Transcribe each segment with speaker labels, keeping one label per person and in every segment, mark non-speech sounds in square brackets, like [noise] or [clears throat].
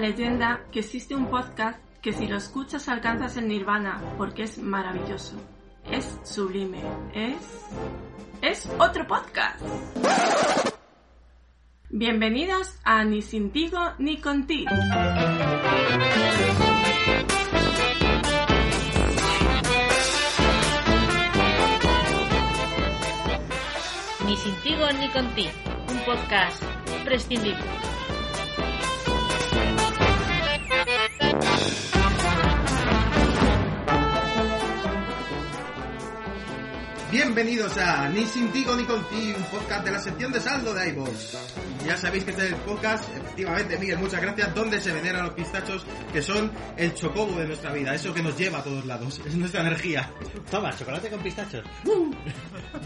Speaker 1: leyenda que existe un podcast que si lo escuchas alcanzas el nirvana, porque es maravilloso. Es sublime. Es... Es otro podcast. Bienvenidos a Ni sin Tigo ni con ti.
Speaker 2: Ni sin Tigo ni con ti. Un podcast prescindible.
Speaker 3: Bienvenidos a Ni sin Tigo ni con ti, un podcast de la sección de saldo de iVoox. Ya sabéis que este es el podcast, efectivamente, Miguel, muchas gracias, donde se veneran los pistachos, que son el chocobo de nuestra vida, eso que nos lleva a todos lados, es nuestra energía.
Speaker 4: Toma, chocolate con
Speaker 5: [laughs]
Speaker 4: pistachos.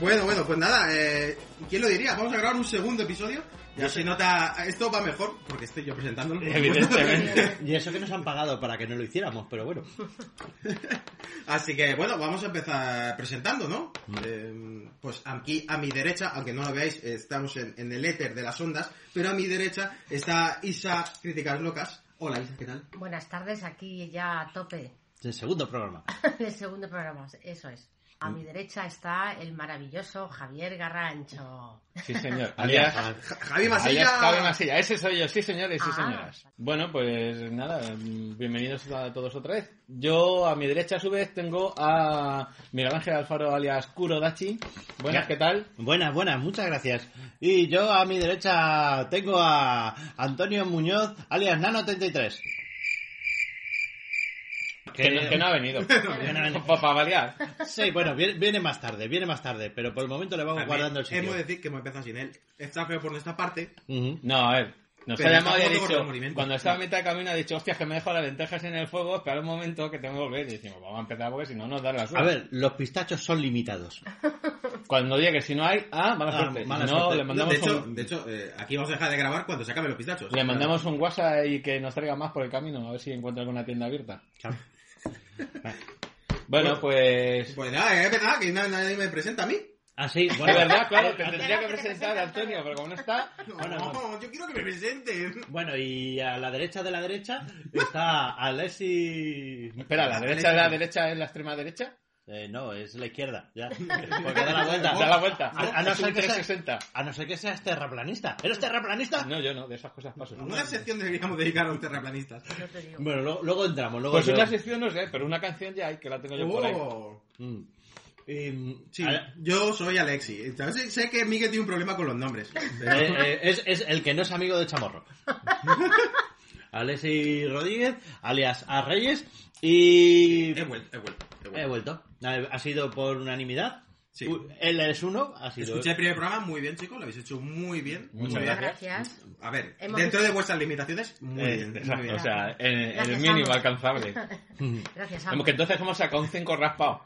Speaker 3: Bueno, bueno, pues nada, eh, ¿quién lo diría? Vamos a grabar un segundo episodio. Ya se nota, esto va mejor, porque estoy yo presentándolo. [laughs]
Speaker 4: Evidentemente. Y eso que nos han pagado para que no lo hiciéramos, pero bueno.
Speaker 3: Así que bueno, vamos a empezar presentando, ¿no? Eh, pues aquí a mi derecha, aunque no lo veáis, eh, estamos en, en el éter de las ondas, pero a mi derecha está Isa Críticas Locas. Hola Isa, ¿qué tal?
Speaker 6: Buenas tardes, aquí ya a tope [laughs]
Speaker 4: Es el segundo programa.
Speaker 6: del segundo programa, eso es. A
Speaker 5: Mm.
Speaker 6: mi derecha está el maravilloso Javier Garrancho.
Speaker 5: Sí, señor.
Speaker 4: Alias-
Speaker 5: Alias,
Speaker 3: Ja- Javi
Speaker 5: alias Javi
Speaker 3: Masilla.
Speaker 5: Masilla. Ese soy yo, sí, señores, sí,
Speaker 6: Ah.
Speaker 5: señoras. Bueno, pues nada, mm, bienvenidos a todos otra vez. Yo a mi derecha, a su vez, tengo a Miguel Ángel Alfaro, alias Kuro Dachi. Buenas,
Speaker 4: Ya.
Speaker 5: ¿qué tal?
Speaker 4: Buenas, buenas, muchas gracias. Y yo a mi derecha tengo a Antonio Muñoz, alias Nano33.
Speaker 5: Que, no, que no ha venido. [laughs] Para variar.
Speaker 4: Sí, bueno, viene, viene más tarde, viene más tarde, pero por el momento le vamos
Speaker 3: También
Speaker 4: guardando el sitio.
Speaker 3: Hemos de decir que hemos empezado sin él. Está feo por nuestra parte.
Speaker 4: Ujú.
Speaker 5: No, a ver. Nos
Speaker 3: Pero
Speaker 5: ha llamado y ha
Speaker 3: tampoco con
Speaker 5: dicho,
Speaker 3: remordimiento.
Speaker 5: cuando estaba a mitad de camino, ha dicho, hostias, que me dejo las lentejas en el fuego, espera un momento que tengo que volver. Y decimos, vamos a empezar porque si no nos dan la suerte.
Speaker 4: A ver, los pistachos son limitados.
Speaker 5: Cuando diga que si no hay, ah, mala
Speaker 4: Ah,
Speaker 5: suerte. Si
Speaker 4: mala
Speaker 5: no,
Speaker 4: suerte.
Speaker 5: le mandamos
Speaker 3: de hecho,
Speaker 5: un-
Speaker 3: de hecho eh, aquí vamos a dejar de grabar cuando se acaben los pistachos.
Speaker 5: Le mandamos un WhatsApp y que nos traiga más por el camino, a ver si encuentra alguna tienda abierta.
Speaker 4: Claro.
Speaker 5: Bueno, pues...
Speaker 3: Pues nada, es verdad que na- nadie me presenta a mí.
Speaker 5: [laughs]
Speaker 4: Así,
Speaker 5: De
Speaker 4: Ah, bueno,
Speaker 5: verdad, claro, te
Speaker 4: Antes-
Speaker 5: tendría que presentar a Antonio, pero como no está...
Speaker 3: No,
Speaker 4: no,
Speaker 3: yo quiero que me presenten.
Speaker 4: Bueno, y a la derecha de la derecha está Alessi...
Speaker 5: Espera, ¿la derecha de la derecha es la extrema derecha? Pues
Speaker 4: Eh, no, es la izquierda, ya. [laughs] Porque da la vuelta.
Speaker 5: Da la vuelta.
Speaker 4: A, a no
Speaker 5: Es un
Speaker 4: ser que seas,
Speaker 5: 360.
Speaker 4: a no ser que seas terraplanista. ¿Eres terraplanista?
Speaker 5: No, yo no, de esas cosas paso.
Speaker 3: Una sección deberíamos dedicar a los terraplanistas.
Speaker 6: No te digo.
Speaker 4: Bueno, luego, luego entramos. Luego
Speaker 5: Pues una
Speaker 4: entramos.
Speaker 5: sección no sé, pero una canción ya hay, que la tengo yo por ahí.
Speaker 3: Oh.
Speaker 4: Mm. Em,
Speaker 3: Sí,
Speaker 4: a-
Speaker 3: yo soy Alexi. Sé, sé que Miguel tiene un problema con los
Speaker 6: [laughs]
Speaker 3: nombres. pero-
Speaker 4: eh, eh, es, es el que no es amigo de Chamorro. Alexi Rodríguez, alias A Reyes, y...
Speaker 3: He vuelto, he vuelto,
Speaker 6: Eh,
Speaker 3: he
Speaker 4: He
Speaker 3: vuelto.
Speaker 4: vuelto. Ha ha sido por unanimidad.
Speaker 3: Sí.
Speaker 4: U- Él es uno, ha sido...
Speaker 3: Escuché el primer programa muy bien, chicos. Lo habéis hecho muy bien.
Speaker 5: Muchas
Speaker 3: Muy bien.
Speaker 6: Muchas Ah, gracias.
Speaker 3: A ver,
Speaker 6: Hemos
Speaker 3: dentro
Speaker 6: visto-
Speaker 3: de vuestras limitaciones, muy
Speaker 5: Eh,
Speaker 3: bien. Muy
Speaker 5: exacto,
Speaker 3: bien.
Speaker 5: o sea, en- en el
Speaker 6: Gracias,
Speaker 5: mínimo
Speaker 6: Amos.
Speaker 5: alcanzable.
Speaker 6: Gracias,
Speaker 5: Como
Speaker 6: ambos.
Speaker 5: que entonces hemos sacado un 5 raspado.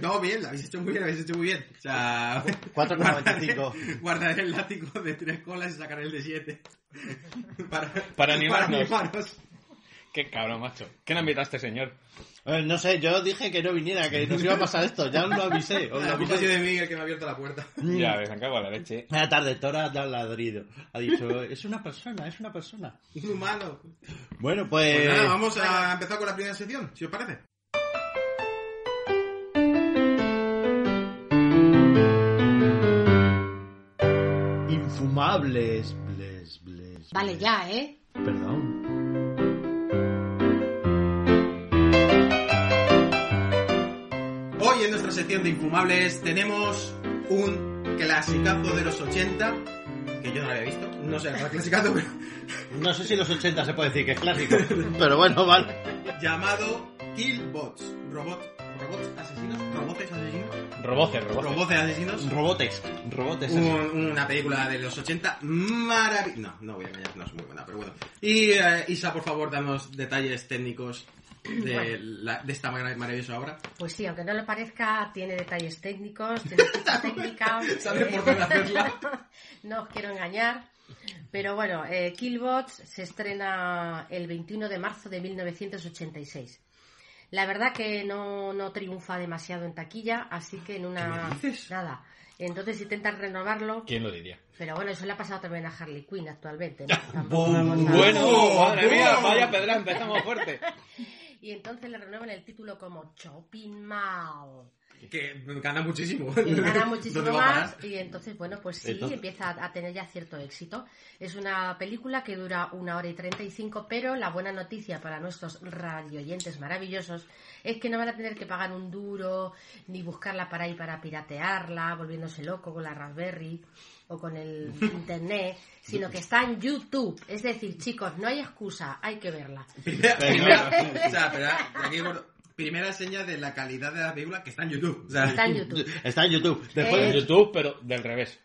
Speaker 3: No, bien, [laughs] lo habéis hecho muy bien, lo habéis hecho muy bien. O sea, [laughs]
Speaker 4: 4,95.
Speaker 3: guardar el látigo de tres colas y sacar el de
Speaker 6: [laughs]
Speaker 3: siete. Para,
Speaker 5: Para animarnos.
Speaker 3: para animaros.
Speaker 5: Qué cabrón, macho. ¿Qué no invita a este señor?
Speaker 4: Eh, No sé, yo dije que no viniera, que nos iba a pasar esto. Ya os lo avisé. Os lo
Speaker 3: La culpa ha
Speaker 4: avisé. Mm.
Speaker 3: sido de Miguel que me ha abierto la puerta. [laughs]
Speaker 5: Ya, ves, me cago en la leche.
Speaker 4: [laughs] Buena tarde, Tora da ladrido. Ha dicho, es una persona, es una persona.
Speaker 3: Un humano.
Speaker 4: Bueno,
Speaker 3: Pues
Speaker 4: pues...
Speaker 3: nada, vamos a empezar con la primera sección, si os parece.
Speaker 4: Infumables, bles, bles.
Speaker 6: Vale,
Speaker 4: bles.
Speaker 6: ya, ¿eh?
Speaker 4: Perdón.
Speaker 3: Hoy en nuestra sección de Infumables tenemos un clasicazo de los 80, que yo no lo había visto. No sé, el clasicazo, [laughs] pero
Speaker 4: No sé si los 80 se puede decir que es clásico, [laughs] pero bueno, vale.
Speaker 3: llamado Killbots. Robot, robots asesinos, robotes asesinos.
Speaker 5: Roboces, roboces.
Speaker 3: Robots asesinos.
Speaker 4: Robotex. Robotex.
Speaker 3: Un- una película de los 80 maravillosa. No, no voy a engañar, no es muy buena, pero bueno. Y eh, Isa, por favor, danos detalles técnicos de,
Speaker 6: Bueno.
Speaker 3: la- de esta mara- maravillosa obra.
Speaker 6: Pues sí, aunque no le parezca, tiene
Speaker 3: [laughs]
Speaker 6: detalles técnicos, tiene fichas técnicas. eh,
Speaker 3: Sabe por dónde hacerla.
Speaker 6: [laughs] no os quiero engañar. Pero bueno, eh, Killbots se estrena el 21 de marzo de 1986. La verdad que no, no triunfa demasiado en taquilla, así que en una... Nada. Entonces intentan renovarlo,
Speaker 5: ¿Quién lo diría?
Speaker 6: pero bueno, eso le ha pasado también a Harley Quinn actualmente.
Speaker 3: [laughs]
Speaker 6: ¿no? Tampoco vamos a-
Speaker 5: Oh, Bueno, madre
Speaker 3: ¡Bum!
Speaker 5: mía, vaya pedra, empezamos fuerte.
Speaker 6: Y entonces le renuevan el título como Chopping Mao.
Speaker 3: Que gana muchísimo. [laughs]
Speaker 6: Y gana
Speaker 3: ¿Dónde
Speaker 6: muchísimo
Speaker 3: va a parar?
Speaker 6: más. Y entonces, bueno, pues sí,
Speaker 4: Entonces-
Speaker 6: empieza a- a tener ya cierto éxito. Es una película que dura una hora y 35, pero la buena noticia para nuestros radioyentes maravillosos es que no van a tener que pagar un duro, ni buscarla para ahí para piratearla, volviéndose loco con la Raspberry o
Speaker 3: [laughs]
Speaker 6: con el internet, sino que está en YouTube. Es decir, chicos, no hay excusa, hay que verla.
Speaker 3: Primera, primera- o sea, espera, de aquí, bueno, primera seña de la calidad de la película que está en YouTube. O sea,
Speaker 6: Está en YouTube.
Speaker 4: Está en YouTube.
Speaker 5: Después en
Speaker 6: Eh.
Speaker 5: YouTube, pero del revés.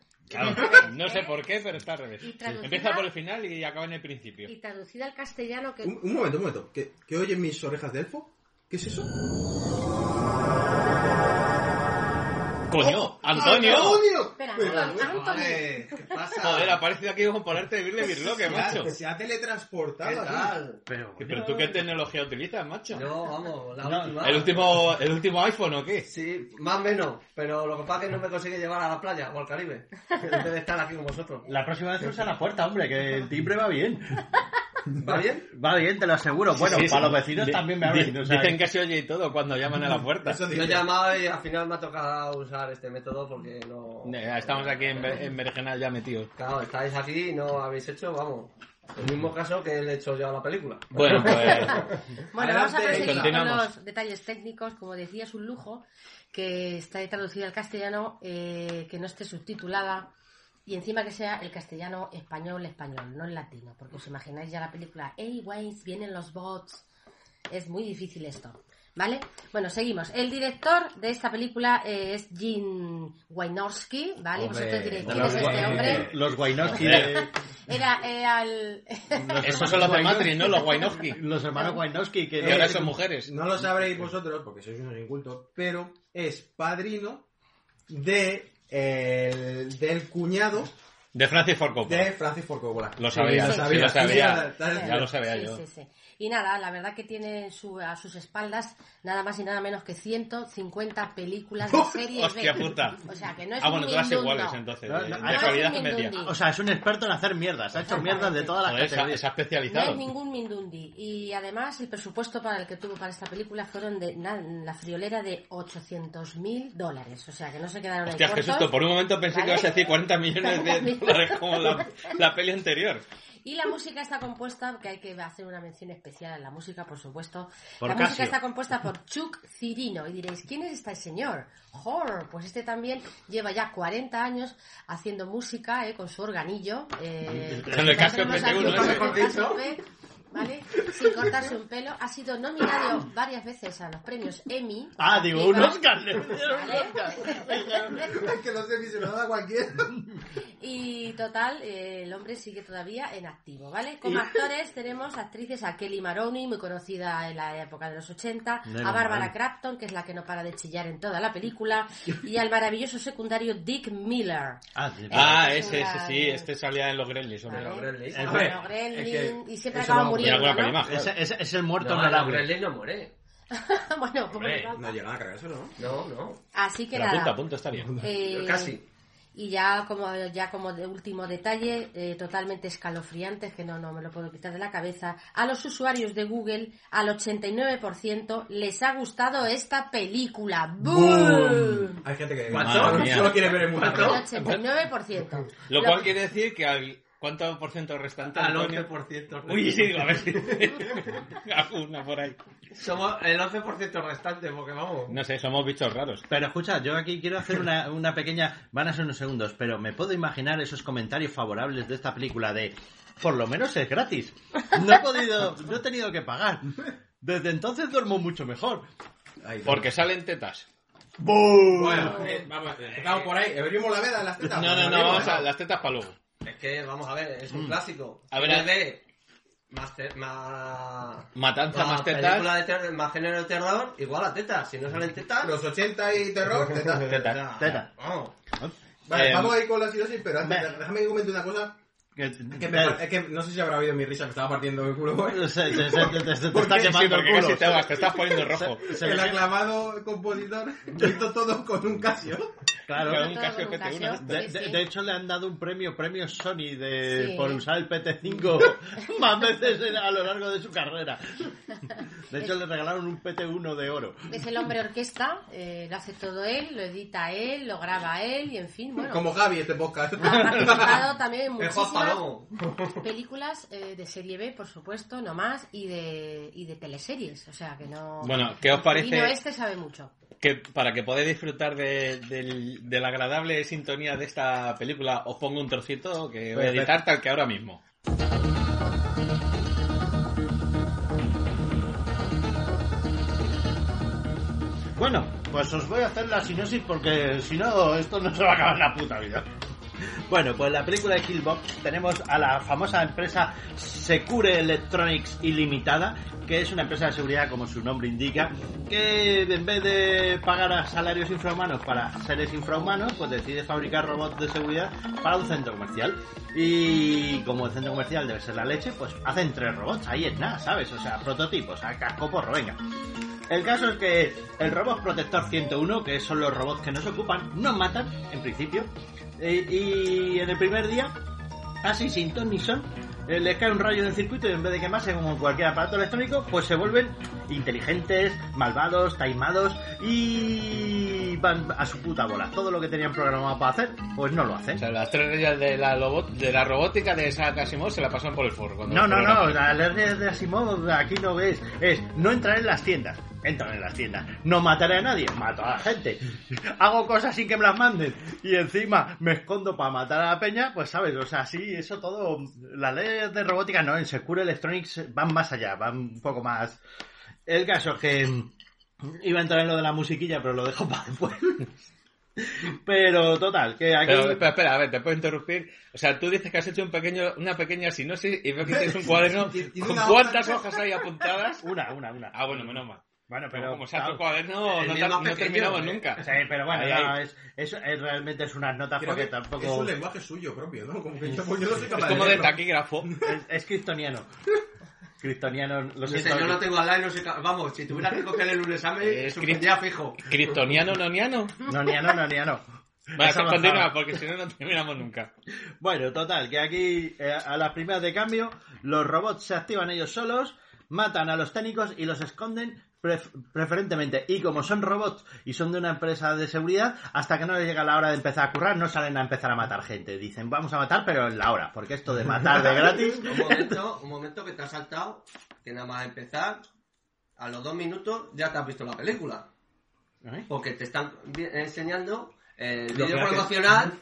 Speaker 5: No sé por qué, pero está al revés.
Speaker 6: Y traducida-
Speaker 5: Empieza por el final y acaba en el principio.
Speaker 6: Y traducida al castellano que
Speaker 3: un, un momento, un momento. ¿Qué, qué oyen mis orejas de elfo? ¿Qué es eso?
Speaker 6: ¡Oh!
Speaker 5: ¡Coño! ¡Antonio!
Speaker 3: ¡Ah, ¡Antonio!
Speaker 6: Espera,
Speaker 3: Pero,
Speaker 6: Antonio.
Speaker 3: joder, ¿Qué pasa?
Speaker 5: Joder, ha parecido aquí con ponerte de Birle Birloque, macho.
Speaker 3: Se ha teletransportado.
Speaker 7: ¿Qué
Speaker 3: aquí.
Speaker 7: tal?
Speaker 3: Pero,
Speaker 5: ¿Pero tú qué tecnología utilizas, macho?
Speaker 7: Yo, vamos, la última.
Speaker 5: ¿El último, ¿El último iPhone o qué?
Speaker 7: Sí, más o menos, pero lo que pasa es que no me consigue llevar a la playa o al Caribe, en vez de estar aquí con vosotros.
Speaker 4: La próxima vez usa la puerta, hombre, que el timbre va bien.
Speaker 7: ¿Va bien?
Speaker 4: Va bien, te lo aseguro. Bueno,
Speaker 5: Sí, sí,
Speaker 4: para
Speaker 5: sí.
Speaker 4: los vecinos
Speaker 5: Di-
Speaker 4: también me
Speaker 5: di-
Speaker 4: abren. o sea, eh.
Speaker 5: Dicen que se oye y todo cuando llaman a la puerta.
Speaker 3: eso
Speaker 7: Yo
Speaker 3: dice.
Speaker 7: he llamado y al final me ha tocado usar este método porque no...
Speaker 5: Eh, Estamos aquí en, Be- en Berenjenal ya metidos.
Speaker 7: Claro, estáis aquí y no habéis hecho, vamos, el mismo caso que le he hecho yo a la película.
Speaker 5: Bueno, pues...
Speaker 6: Bueno,
Speaker 3: Adelante,
Speaker 6: vamos a proseguir con
Speaker 5: continuamos.
Speaker 6: los detalles técnicos. Como decía, es un lujo que está traducido al castellano, eh, que no esté subtitulada y encima que sea el castellano español-español, no el latino, porque os imagináis ya la película, hey, guays, vienen los bots. Es muy difícil esto, ¿vale? Bueno, seguimos. El director de esta película eh, es Jim Wynorski, ¿vale? Vosotros diréis, ¿quién es este hombre?
Speaker 4: los Weinowski,
Speaker 5: Hombre.
Speaker 6: Era eh, al...
Speaker 5: [laughs] Esos son los de Matrix, ¿no? Los Wynowski.
Speaker 4: los hermanos Weinowski, que
Speaker 6: Eh.
Speaker 5: Que ahora son mujeres.
Speaker 3: No lo sabréis vosotros porque sois unos incultos, pero es padrino de el- del cuñado
Speaker 5: De Francis Ford Coppola.
Speaker 3: de Francis Ford Coppola.
Speaker 5: Lo sabía,
Speaker 3: Sí,
Speaker 5: sí, lo sabía.
Speaker 3: Sí,
Speaker 5: Ya lo sabía yo.
Speaker 6: Sí, sí. Y nada, la verdad que tiene en su- a sus espaldas nada más y nada menos que 150 películas
Speaker 5: [laughs]
Speaker 6: de series
Speaker 5: Hostia
Speaker 6: B.
Speaker 5: puta.
Speaker 6: O sea, que no es
Speaker 5: Ah, bueno,
Speaker 6: un
Speaker 5: todas
Speaker 6: mindundo.
Speaker 5: iguales entonces. eh,
Speaker 4: No,
Speaker 5: de-
Speaker 4: no,
Speaker 5: de
Speaker 4: no es
Speaker 6: un
Speaker 5: calidad
Speaker 6: mindundi.
Speaker 5: media.
Speaker 4: O sea, es un experto en hacer mierdas. Ha hecho mierdas de todas las
Speaker 5: Joder, se ha-
Speaker 4: categorías.
Speaker 5: se ha
Speaker 6: No
Speaker 5: especializado.
Speaker 6: es ningún Mindundi. Y además, el presupuesto para el que tuvo para esta película fueron de na- la friolera de 800 mil dólares. O sea, que no se quedaron
Speaker 5: Hostia,
Speaker 6: ahí
Speaker 5: qué
Speaker 6: cortos.
Speaker 5: susto. Por un momento pensé que
Speaker 6: ¿Vale?
Speaker 5: ibas a decir 40 millones de
Speaker 6: [laughs] 40
Speaker 5: dólares como la, la peli anterior.
Speaker 6: Y la música está compuesta, que hay que hacer una mención especial a la música, por supuesto.
Speaker 4: Por
Speaker 6: la
Speaker 4: Casio.
Speaker 6: música está compuesta por Chuck Cirino. Y diréis, ¿quién es este señor? Horror. Pues este también lleva ya 40 años haciendo música eh, con su organillo. Eh,
Speaker 5: Con el casco
Speaker 6: tenemos
Speaker 5: MP1
Speaker 6: aquí,
Speaker 5: ese.
Speaker 6: con el casco P, ¿Vale? Sin cortarse un pelo. Ha sido nominado varias veces a los premios Emmy.
Speaker 4: Ah, digo, un
Speaker 6: Iba-
Speaker 4: Oscar. le dieron un Oscar.
Speaker 6: [laughs]
Speaker 3: que lo sé, se lo da
Speaker 5: [laughs]
Speaker 3: cualquiera.
Speaker 6: Y total, eh, el hombre sigue todavía en activo, ¿vale? Como actores tenemos actrices a Kelly Maroney, muy conocida en la época de los 80,
Speaker 4: Menos
Speaker 6: a Barbara
Speaker 4: mal.
Speaker 6: Crafton, que es la que no para de chillar en toda la película, y al maravilloso secundario Dick Miller.
Speaker 4: Ah, sí,
Speaker 5: Ah,
Speaker 6: es
Speaker 5: ese, ese
Speaker 6: una-
Speaker 5: sí. Este salía en los Gremlins, hombre.
Speaker 6: ¿vale?
Speaker 7: los Gremlins.
Speaker 6: Bueno,
Speaker 4: Hombre,
Speaker 6: Gremlin,
Speaker 7: es que
Speaker 6: y siempre
Speaker 7: eso
Speaker 6: acaba
Speaker 7: no-
Speaker 5: Mira
Speaker 6: muriendo,
Speaker 5: alguna peli
Speaker 6: ¿no?
Speaker 5: más.
Speaker 4: Ese, ese es el muerto
Speaker 7: No, los
Speaker 4: honorable.
Speaker 7: Gremlins no muere.
Speaker 6: [laughs] bueno, poco
Speaker 7: Hombre,
Speaker 6: le falta.
Speaker 3: Eh, No llegan a cargarse, ¿no?
Speaker 7: No, no.
Speaker 6: Así que
Speaker 5: Pero
Speaker 6: nada.
Speaker 5: apunta, apunta, está bien.
Speaker 6: eh,
Speaker 7: Casi.
Speaker 6: Y ya como, ya como de último detalle, eh, totalmente escalofriante, que no, no me lo puedo quitar de la cabeza, a los usuarios de Google, al 89% les ha gustado esta película. ¡Boom!
Speaker 3: Hay gente que
Speaker 7: ¿Cuánto?
Speaker 3: Madre mía. solo quiere ver en
Speaker 6: El
Speaker 3: muerto.
Speaker 6: 89%.
Speaker 5: Lo cual quiere decir que al... ¿Cuánto por ciento restante?
Speaker 7: Al
Speaker 5: Antonio?
Speaker 7: 11%.
Speaker 5: Uy, sí, digo, a ver si... [laughs] Alguna por ahí.
Speaker 7: Somos el 11% restante, porque vamos.
Speaker 5: No sé, somos bichos raros.
Speaker 4: Pero escucha, yo aquí quiero hacer una, una pequeña. Van a ser unos segundos, pero me puedo imaginar esos comentarios favorables de esta película de. Por lo menos es gratis. No he podido. No he tenido que pagar. Desde entonces duermo mucho mejor.
Speaker 3: Ahí,
Speaker 5: Porque salen tetas.
Speaker 3: Bueno, eh, vamos, eh, estamos por ahí. Abrimos la veda en las
Speaker 5: No,
Speaker 3: tetas.
Speaker 5: no, no, vamos a las tetas para luego.
Speaker 7: Es que, vamos a ver, es un clásico.
Speaker 5: Mm. A ver,
Speaker 7: Tiene
Speaker 5: a-
Speaker 7: de más, te- más...
Speaker 5: Matanza
Speaker 7: más
Speaker 5: más
Speaker 7: película
Speaker 5: tetas.
Speaker 7: de terror- más género de terror, igual a tetas. Si no salen tetas,
Speaker 3: ¿eh? Los 80 y
Speaker 5: [laughs]
Speaker 3: terror, tetas.
Speaker 5: Tetas.
Speaker 4: Teta.
Speaker 7: vamos.
Speaker 3: Vale,
Speaker 5: Eh,
Speaker 3: vamos a ir con la sinopsis, pero antes,
Speaker 4: ve-
Speaker 3: déjame que comente una cosa
Speaker 4: Que,
Speaker 3: Es que, me par- es que no sé si habrá oído mi risa, me estaba partiendo el culo. ¿eh?
Speaker 4: se, se- se- se- se- se- te
Speaker 5: ¿Por
Speaker 4: está
Speaker 5: qué? Sí,
Speaker 4: quemando
Speaker 5: porque
Speaker 4: el culo.
Speaker 5: casi te ahogas, te estás poniendo rojo.
Speaker 4: [laughs] Se- se
Speaker 3: el
Speaker 4: le quema-
Speaker 3: aclamado compositor lo hizo todo con un casio.
Speaker 4: claro.
Speaker 5: un
Speaker 6: Todo
Speaker 5: casio
Speaker 6: con un
Speaker 5: PT1
Speaker 6: casio.
Speaker 4: De,
Speaker 6: Sí,
Speaker 4: de-
Speaker 6: sí.
Speaker 4: de hecho, le han dado un premio, premio Sony, de,
Speaker 6: Sí.
Speaker 4: por usar el
Speaker 5: [laughs]
Speaker 4: PT5 más veces en- a lo largo de su carrera. De hecho, le regalaron un PT1 de oro.
Speaker 6: Es el hombre orquesta, eh, lo hace todo él, lo edita él, lo graba él y en fin, bueno. Ah,
Speaker 3: Como Javi este podcast.
Speaker 6: Ha
Speaker 3: [laughs]
Speaker 6: participado [laughs] también en
Speaker 7: Es Juan
Speaker 6: muchísimas
Speaker 7: Palomo.
Speaker 6: películas eh, de serie B, por supuesto, no más, y de, y de teleseries. O sea, que no...
Speaker 5: Bueno, ¿qué os
Speaker 6: El
Speaker 5: parece?
Speaker 6: vino este sabe mucho.
Speaker 5: que para que podáis disfrutar de, del- de la agradable sintonía de esta película, os pongo un trocito que voy a editar tal que ahora mismo.
Speaker 4: Bueno, pues os voy a hacer la sinopsis porque si no, esto no se va a acabar en la puta vida. Bueno, pues en la película de Killbox tenemos a la famosa empresa Secure Electronics Ilimitada, que es una empresa de seguridad, como su nombre indica, que en vez de pagar a salarios infrahumanos para seres infrahumanos, pues decide fabricar robots de seguridad para un centro comercial. Y como el centro comercial debe ser la leche, pues hacen tres robots, ahí es nada, ¿sabes? O sea, prototipos, a cascoporro, venga. El caso es que el robot protector 101, que son los robots que nos ocupan, nos matan, en principio. Eh, Y, en el primer día, así sin ton ni son, eh, les cae un rayo en el circuito y en vez de quemarse como cualquier aparato electrónico, pues se vuelven inteligentes, malvados, taimados y van a su puta bola. Todo lo que tenían programado para hacer, pues no lo hacen.
Speaker 5: O sea, las tres reyes de la, lobo- de la robótica de Isaac Asimov se la pasan por el forro. cuando
Speaker 4: No, no,
Speaker 5: lo
Speaker 4: no,
Speaker 5: programan.
Speaker 4: la alerta de Asimov aquí no ves, es no entrar en las tiendas, entran en las tiendas, no mataré a nadie, mato a la gente, hago cosas sin que me las manden y encima me escondo para matar a la peña, pues sabes, o sea, sí, eso todo, las leyes de robótica no, en Secure Electronics van más allá, van un poco más... El caso es que iba a entrar en lo de la musiquilla, pero lo dejo para después. [laughs] Pero total, que aquí...
Speaker 5: Pero, espera, espera, a ver, te puedo interrumpir. O sea, tú dices que has hecho un pequeño, una pequeña sinopsis y veo que tienes un
Speaker 4: [laughs]
Speaker 5: cuaderno
Speaker 3: Y- y
Speaker 5: con
Speaker 3: una
Speaker 5: cuántas
Speaker 3: hoja.
Speaker 5: hojas hay apuntadas.
Speaker 4: Una, una, una.
Speaker 5: Ah, bueno, menos mal.
Speaker 4: Bueno,
Speaker 5: Pero
Speaker 4: pero...
Speaker 5: como se hace el
Speaker 4: claro.
Speaker 5: cuaderno,
Speaker 3: El
Speaker 5: no,
Speaker 3: mío
Speaker 5: tar-
Speaker 3: más
Speaker 5: no
Speaker 3: pequeño,
Speaker 5: terminamos
Speaker 3: eh.
Speaker 5: nunca.
Speaker 4: Sí, pero bueno,
Speaker 5: Ahí, ahí.
Speaker 4: no, es, es- es- realmente es unas notas
Speaker 3: Creo
Speaker 4: porque
Speaker 3: que Es
Speaker 4: tampoco
Speaker 3: un lenguaje suyo propio, ¿no? Como que yo, pues yo no soy capaz
Speaker 5: Es
Speaker 4: [laughs]
Speaker 5: como de
Speaker 3: leerlo.
Speaker 5: taquígrafo.
Speaker 4: es, es kriptoniano. Kriptoniano, lo
Speaker 7: No sé,
Speaker 4: siento.
Speaker 7: yo lo tengo al lado y no sé... ca- Vamos, si tuviera que coger en un examen,
Speaker 5: Es
Speaker 7: suspendía fijo.
Speaker 5: Kryptoniano, noniano.
Speaker 4: No, niano, no, niano.
Speaker 5: Vale, pues
Speaker 4: Esa avanzada.
Speaker 5: continúa, porque si no, no terminamos nunca.
Speaker 4: Bueno, total, que aquí eh, a las primeras de cambio los robots se activan ellos solos, matan a los técnicos y los esconden pref- preferentemente. Y como son robots y son de una empresa de seguridad, hasta que no les llega la hora de empezar a currar, no salen a empezar a matar gente. Dicen, vamos a matar, pero en la hora, porque esto de matar de gratis...
Speaker 7: Un momento, un momento que te has saltado, que nada más empezar, a los dos minutos ya te has visto la película.
Speaker 4: ¿Eh?
Speaker 7: Porque te están vi- enseñando el
Speaker 3: Lo
Speaker 7: vídeo
Speaker 3: que haces.
Speaker 7: promocional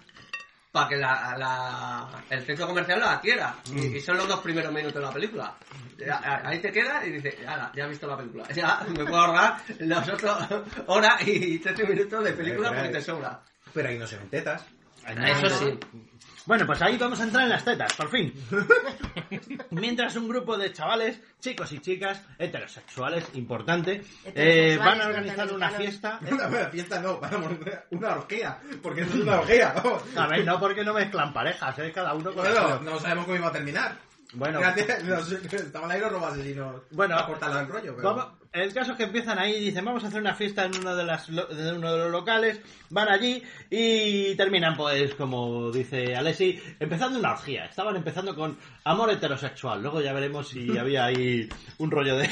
Speaker 7: para que la, la- el centro comercial lo adquiera.
Speaker 3: Mm.
Speaker 7: Y, y son los dos primeros minutos de la película. Ya, a- ahí te quedas y dices, "Hala, ya he visto la película. Ya me puedo ahorrar las otras horas y 13 minutos de película porque te sobra.
Speaker 3: Pero ahí no se ven tetas.
Speaker 7: Eso sí.
Speaker 4: Bueno, pues ahí vamos a entrar en las tetas, por
Speaker 7: [laughs]
Speaker 4: fin. Mientras un grupo de chavales, chicos y chicas, heterosexuales, importante, eh,
Speaker 6: Heterosexuales,
Speaker 4: van a organizar una fiesta.
Speaker 6: norteamericanos.
Speaker 3: [laughs]
Speaker 7: ¿Eh?
Speaker 3: Una buena fiesta no, vamos, una orgía. Porque esto es una orgía, vamos.
Speaker 4: A ver, no porque no mezclan parejas, es cada uno con el
Speaker 3: Bueno,
Speaker 4: otro.
Speaker 3: no sabemos cómo iba a terminar.
Speaker 4: Bueno.
Speaker 3: Fíjate, los, estaban ahí los robots y no...
Speaker 4: Bueno.
Speaker 3: a cortarla el rollo, pero...
Speaker 4: Vamos- El caso es que empiezan ahí y dicen, vamos a hacer una fiesta en uno de, las, lo- de uno de los locales, van allí y terminan, pues, como dice Alessi, empezando una orgía. Estaban empezando con amor heterosexual, luego ya veremos si había ahí un rollo de,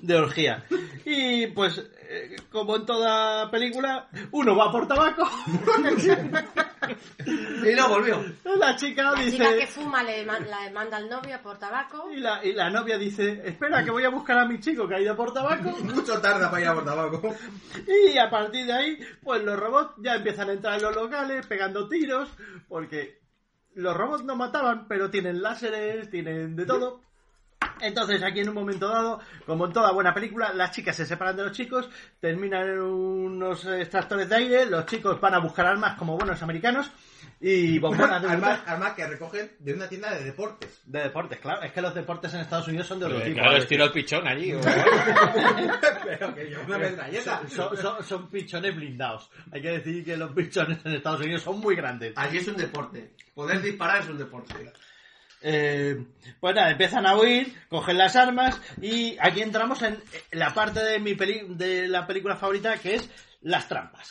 Speaker 4: de orgía. Y pues, eh, como en toda película, uno va por tabaco, [laughs]
Speaker 7: Y no volvió.
Speaker 4: la chica
Speaker 6: La
Speaker 4: dice...
Speaker 6: chica que fuma le ma- la manda al novio por tabaco.
Speaker 4: Y la, y la novia dice, espera que voy a buscar a mi chico que ha ido por tabaco.
Speaker 3: Mucho tarda para ir a por
Speaker 4: [laughs]
Speaker 3: tabaco.
Speaker 4: Y a partir de ahí, pues los robots ya empiezan a entrar en los locales pegando tiros, porque los robots no mataban, pero tienen láseres, tienen de todo. Entonces, aquí en un momento dado, como en toda buena película, las chicas se separan de los chicos, terminan en unos extractores de aire, los chicos van a buscar armas como buenos americanos y bombonas de
Speaker 3: Armas,
Speaker 4: brutal-
Speaker 3: armas que recogen de una tienda de deportes.
Speaker 4: [laughs] De deportes, claro. Es que los deportes en Estados Unidos son de otro tipo.
Speaker 5: Claro, estilo el pichón allí. o-
Speaker 3: Pero que yo una metralleta.
Speaker 4: Son, son- son- son pichones blindados. Hay que decir que los pichones en Estados Unidos son muy grandes.
Speaker 7: Allí es un deporte. Poder disparar es un deporte.
Speaker 4: Eh, pues nada, empiezan a huir, cogen las armas y aquí entramos en la parte de mi peli de la película favorita que es las trampas.